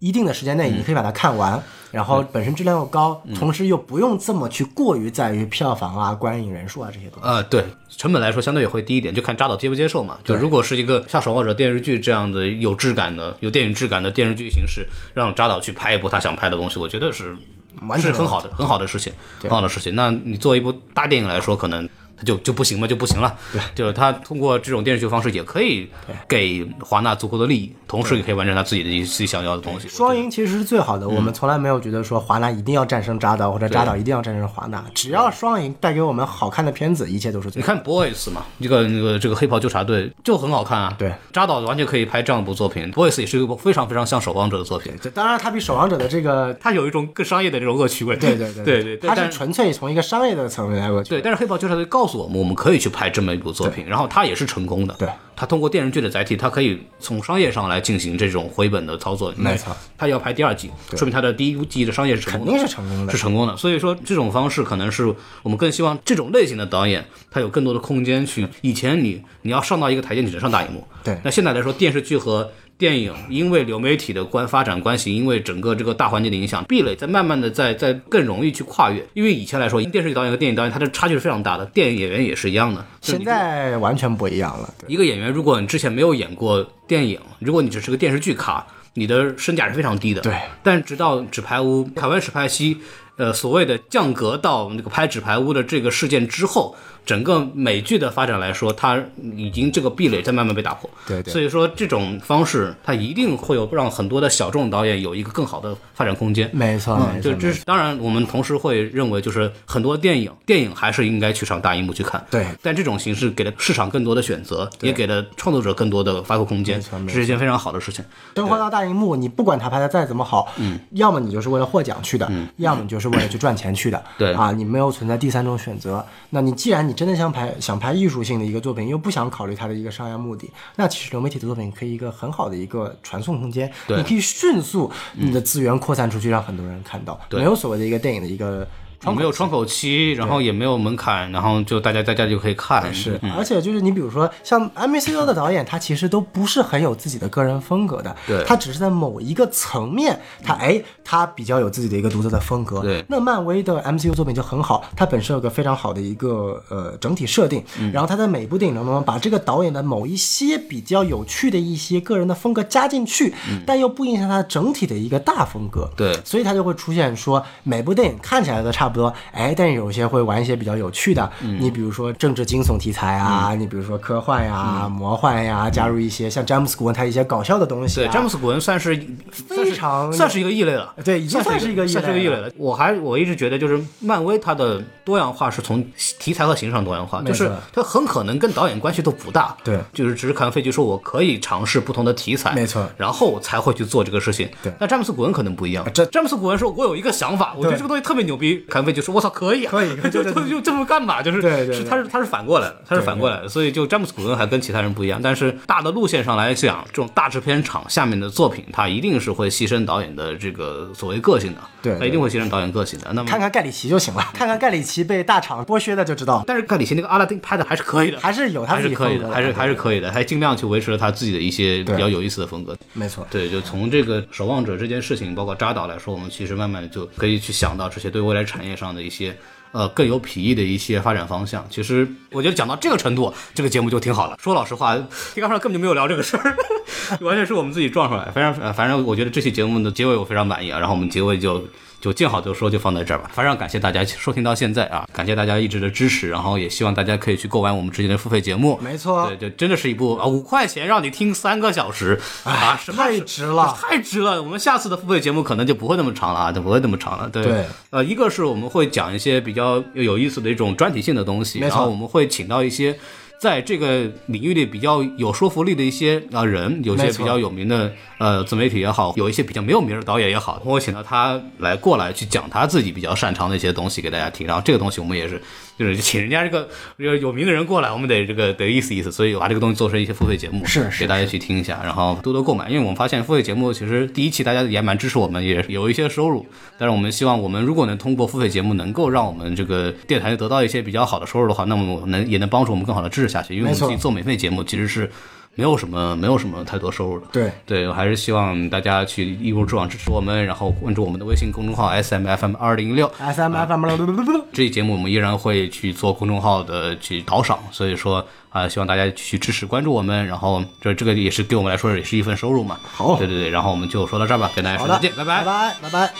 一定的时间内你可以把它看完，然后本身质量又高，同时又不用这么去过于在于票房啊、观影人数啊这些东西。呃，对，成本来说相对也会低一点，就看扎导接不接受嘛。就如果是一个像《守望者》电视剧这样的有质感的、有电影质感的电视剧形式，让扎导去拍一部他想拍的东西，我觉得是完全没是很问好的、很好的事情，很好的事情。那你做一部大电影来说，可能。它就就不行嘛，就不行了。对，就是他通过这种电视剧方式，也可以给华纳足够的利益，同时也可以完成他自己的自己想要的东西。双赢其实是最好的，我们从来没有觉得说华纳一定要战胜扎导，或者扎导一定要战胜华纳。只要双赢带给我们好看的片子，一切都是最你好的。看 Boys 嘛，这个那个这个黑袍纠察队就很好看啊。对，扎导完全可以拍这样一部作品。Boys 也是一部非常非常像守望者的作品，这当然，它比《守望者》的这个，它有一种更商业的这种恶趣味。对对对对对对，它但是纯粹从一个商业的层面来过去。对，但是黑袍纠察队告诉我们，我们可以去拍这么一部作品，然后它也是成功的。对，它通过电视剧的载体，它可以从商业上来进行这种回本的操作。没错，它要拍第二季，说明它的第一季的商业是成肯功的定。是成功的是。成功的。所以说，这种方式可能是我们更希望这种类型的导演，他有更多的空间去。以前你你要上到一个台阶，你只能上大荧幕。对那现在来说，电视剧和电影因为流媒体的关发展关系，因为整个这个大环境的影响，壁垒在慢慢的在在更容易去跨越。因为以前来说，电视剧导演和电影导演，他的差距是非常大的，电影演员也是一样的。就是现你在完全不一样了。对一个演员，如果你之前没有演过电影，如果你只是个电视剧咖，你的身价是非常低的。对但直到《纸牌屋》凯文·史派西，呃，所谓的降格到那个拍《纸牌屋》的这个事件之后，整个美剧的发展来说，它已经这个壁垒在慢慢被打破。对对所以说这种方式，它一定会有让很多的小众导演有一个更好的发展空间。没错，没错嗯就这是当然，我们同时会认为，就是很多电影，电影还是应该去上大荧幕去看。对但这种形式给了市场更多的选择，也给了创作者更多的发挥空间，这是一件非常好的事情。生活到大荧幕，你不管他拍的再怎么好，嗯，要么你就是为了获奖去的，要么你就是为了去赚钱去的，嗯对啊，你没有存在第三种选择。那你既然你真的想拍想拍艺术性的一个作品，又不想考虑它的一个商业目的，那其实流媒体的作品可以一个很好的一个传送空间，对嗯你可以迅速你的资源扩散出去，让很多人看到，对没有所谓的一个电影的一个。没有窗口期，然后也没有门槛，然后就大家在家就可以看，是，而且就是你比如说像 M C U 的导演，他其实都不是很有自己的个人风格的，对嗯他只是在某一个层面，他哎，他比较有自己的一个独特的风格。对那漫威的 M C U 作品就很好，它本身有个非常好的一个呃整体设定，嗯然后他在每部电影当中把这个导演的某一些比较有趣的一些个人的风格加进去，嗯但又不影响他整体的一个大风格。对所以它就会出现说每部电影看起来都差不多，哎，但有些会玩一些比较有趣的，你比如说政治惊悚题材啊，你比如说科幻呀、魔幻呀、加入一些像詹姆斯·古恩他一些搞笑的东西、啊。对，詹姆斯·古恩算是非常算是算是一个异类了，对已经算算是一个异类了算是一个异类了。我还我一直觉得，就是漫威它的多样化是从题材和形式上多样化，没就错是它很可能跟导演关系都不大，对就是只是凯文·费奇说我可以尝试不同的题材，没错然后我才会去做这个事情。对那詹姆斯·古恩可能不一样，这詹姆斯·古恩说我有一个想法，我觉得对这个东西特别牛逼，凯文·费奇说我操可以啊，可以就对对 <laughs> 就对就这么干吧，就是对对对是他是他是反过来的，他是反过来的，所以就詹姆斯·古恩还跟其他人不一样。但是大的路线上来讲，这种大制片厂下面的作品，它一定是会牺牲导演的这个所谓个性的，对对它一定会牺牲导演个性的。那么看看盖里奇就行了，看看盖里奇被大厂剥削的就知道，但是盖里奇那个阿拉丁拍的还是可以的，还是有他还自是己可以风的，格还是还是可以的，还尽量去维持了他自己的一些对比较有意思的风格。没错。对，就从这个守望者这件事情，包括扎导来说，我们其实慢慢地就可以去想到这些对未来产业上的一些。呃，更有裨益的一些发展方向。其实我觉得讲到这个程度，这个节目就挺好了。说老实话，提纲上根本就没有聊这个事儿， <laughs> 完全是我们自己撞出来。反正呃反正我觉得这期节目的结尾我非常满意啊。然后我们结尾就就见好就收，就放在这儿吧。非常感谢大家收听到现在啊，感谢大家一直的支持，然后也希望大家可以去购买我们之前的付费节目。没错对，就真的是一部啊，五块钱让你听三个小时啊，什么太值了太值了！我们下次的付费节目可能就不会那么长了啊，就不会那么长了。对，对呃，一个是我们会讲一些比较有意思的一种专题性的东西，没然错后我们会请到一些。在这个领域里比较有说服力的一些啊、呃人，有些没错比较有名的呃自媒体也好，有一些比较没有名的导演也好，我会请到他来过来去讲他自己比较擅长的一些东西给大家听。然后这个东西我们也是就是请人家这个有有名的人过来，我们得这个得意思意思，所以我把这个东西做成一些付费节目，是是给大家去听一下，然后多多购买，因为我们发现付费节目其实第一期大家也蛮支持我们，也有一些收入，但是我们希望我们如果能通过付费节目能够让我们这个电台得到一些比较好的收入的话，那么我能也能帮助我们更好的支持下去，因为没我们错自己做免费节目其实是没有什么没有什么太多收入的，对对，我还是希望大家去一如既往支持我们，然后关注我们的微信公众号 S M F M 二零六。 S M F M 这期节目我们依然会去做公众号的去导赏，所以说啊、希望大家去支持关注我们，然后这这个也是对我们来说也是一份收入嘛。好对对对，然后我们就说到这儿吧，跟大家好说的再，见，拜拜拜拜拜。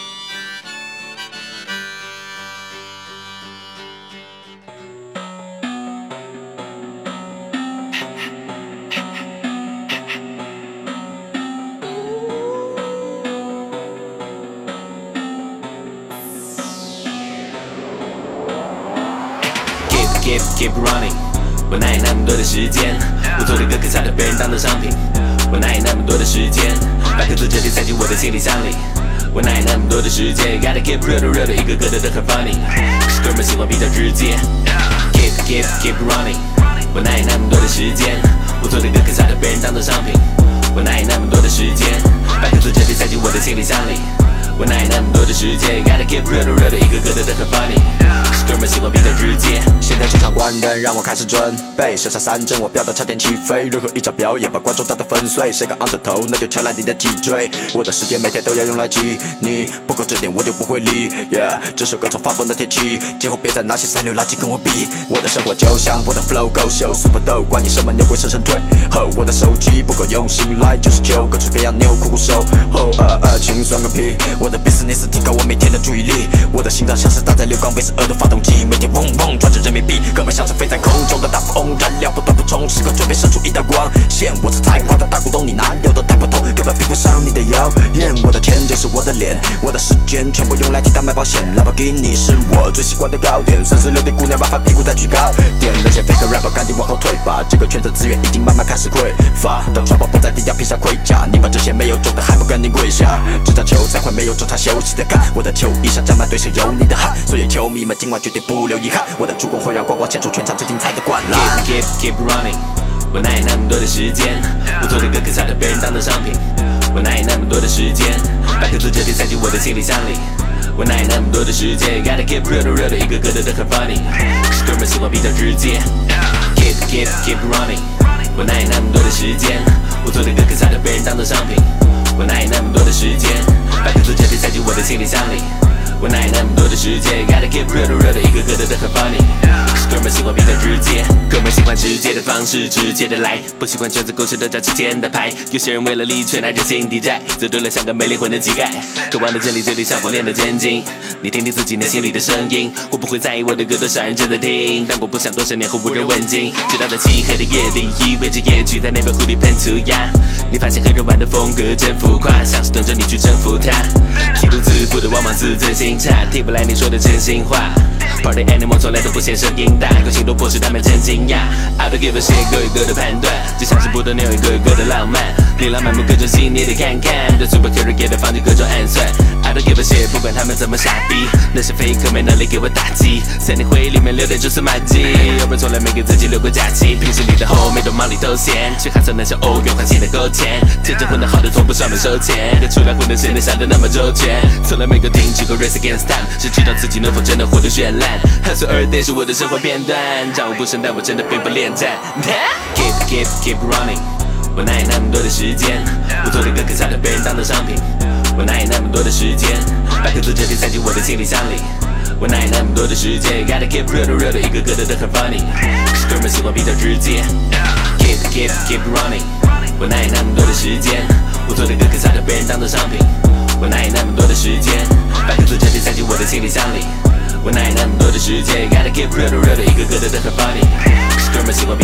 Keep keep keep running，我哪有那么多的时间？我做了一个可笑的别人当的商品，我哪有那么多的时间？把各自彻底塞进我的行李箱里。我哪有那么多的时间？Gotta keep real 的 real 的，一个个的都很 funny。哥们儿喜欢比较直接。Keep keep keep running，我哪有那么多的时间？我做了一个可笑的别人当的商品，我哪有那么多的时间？把各自彻底塞进我的行李箱里。我哪有那么多的时间？Gotta keep real 的 real 的，一个个的都很 funny。哥们儿喜欢比较直接。现在全场关灯，让我开始准备。射下三针，我飙到差点起飞。任何一场表演把观众打得粉碎，谁敢昂着头，那就敲烂你的脊椎。我的时间每天都要用来挤你，不够这点我就不会理。Yeah，这首歌从发布那天起，今后别再拿些三流垃圾跟我比。我的生活就像我的 flow 够秀，super 逗，管你什么牛鬼蛇神退后。我的手机不够用心，来就是九，各式各样牛酷酷手。后呃呃，轻松个屁。我的 business 提高我每天的注意力，我的心脏像是搭载流缸 V 十二的发动机，每天嗡嗡转着人民币，哥们像是飞在空中的大富翁，燃料不断补充，时刻准备射出一道光线。我是太狂的大股东，你哪有的带不动，根本比不上你的妖艳。我的天，这是我的脸，我的时间全部用来替他买保险。兰博基尼是我最喜欢的糕点，三十六的姑娘麻烦屁股再举高点，那些 fake rapper 赶紧往后退，乏，这个圈子资源已经慢慢开始匮乏。当穿破不再地要披上盔甲，你把这些没有种的还不赶紧跪下？这场球赛会没有中场休息的看，我的球衣上沾满对手油腻的汗，所有球迷们今晚绝对不留遗憾。我的助攻会让光光献出全场最精彩的灌篮。 Keep keep running，我哪有那么多的时间？我做的歌可差点被人当成商品。我哪有那么多的时间？把歌词彻底塞进我的行李箱里。我哪有那么多的时间？Gotta keep real 的 real 的，一个个的都很 funny。哥们喜欢比较直接。Keep keep keep running，我哪有那么多的时间？我做的歌可差点被人当成商品。我哪有那么多的时间？把歌词彻底塞进我的行李箱里。我哪有那么多的时间？Gotta keep real 的 real 的，一个个的都很 funny。哥们喜欢比较直接，哥们喜欢直接的方式，直接的来，不喜欢圈子勾选的找之间的牌。有些人为了利却拿着心抵债，自堆了像个没灵魂的乞丐。渴望的真理，嘴里像火炼的真经。你听听自己内心里的声音，会不会在意我的歌多少人真的听？但我不想多少年后无人问津，直到在漆黑的夜里，依偎着夜曲在 neighborhood 里喷涂鸦。你发现黑人玩的风格真浮夸，像是等着你去征服它。极度自负的往往自尊心差，听不来你说的真心话。Party animal 从来都不显声音大，可行动迫使他们真惊讶。I don't give a shit，各有各的判断，就像是不断牛有各有各的浪漫。琳琅满目各种细腻的看看，对 superhero 给的放置各种暗算。I don't give a shit，不管他们怎么傻逼，那些 fake 没能力给我打击，在你回忆里面留点蛛丝马迹。要不然从来没给自己留过假期，平时里的 hoe 每种忙里偷闲，去海上那些欧元换新的勾钱，真正混得好的从不上门收钱，跟出来混的谁能想得那么周全？从来没个停止过 race against time，谁知道自己能否真的活得绚烂？汗水而跌是我的生活片段，战无不胜，但我真的并不恋战。Keep keep keep running，我哪有那么多的时间？我做的歌可差点被人当成商品，我哪有那么多的时间？把歌词彻底塞进我的行李箱里。我哪有那么多的时间？Gotta keep real 的 real 的，一个个的都很 funny。哥们喜欢比较直接，keep keep keep running。我哪有那么多的时间？我做的歌可差点被人当成商品。我哪有那么多的时间？把歌词彻底塞进我的行李箱里。我哪有那么多的时间？Gotta keep real 的 real 的，一个个的都很 funny。哥们喜欢比较。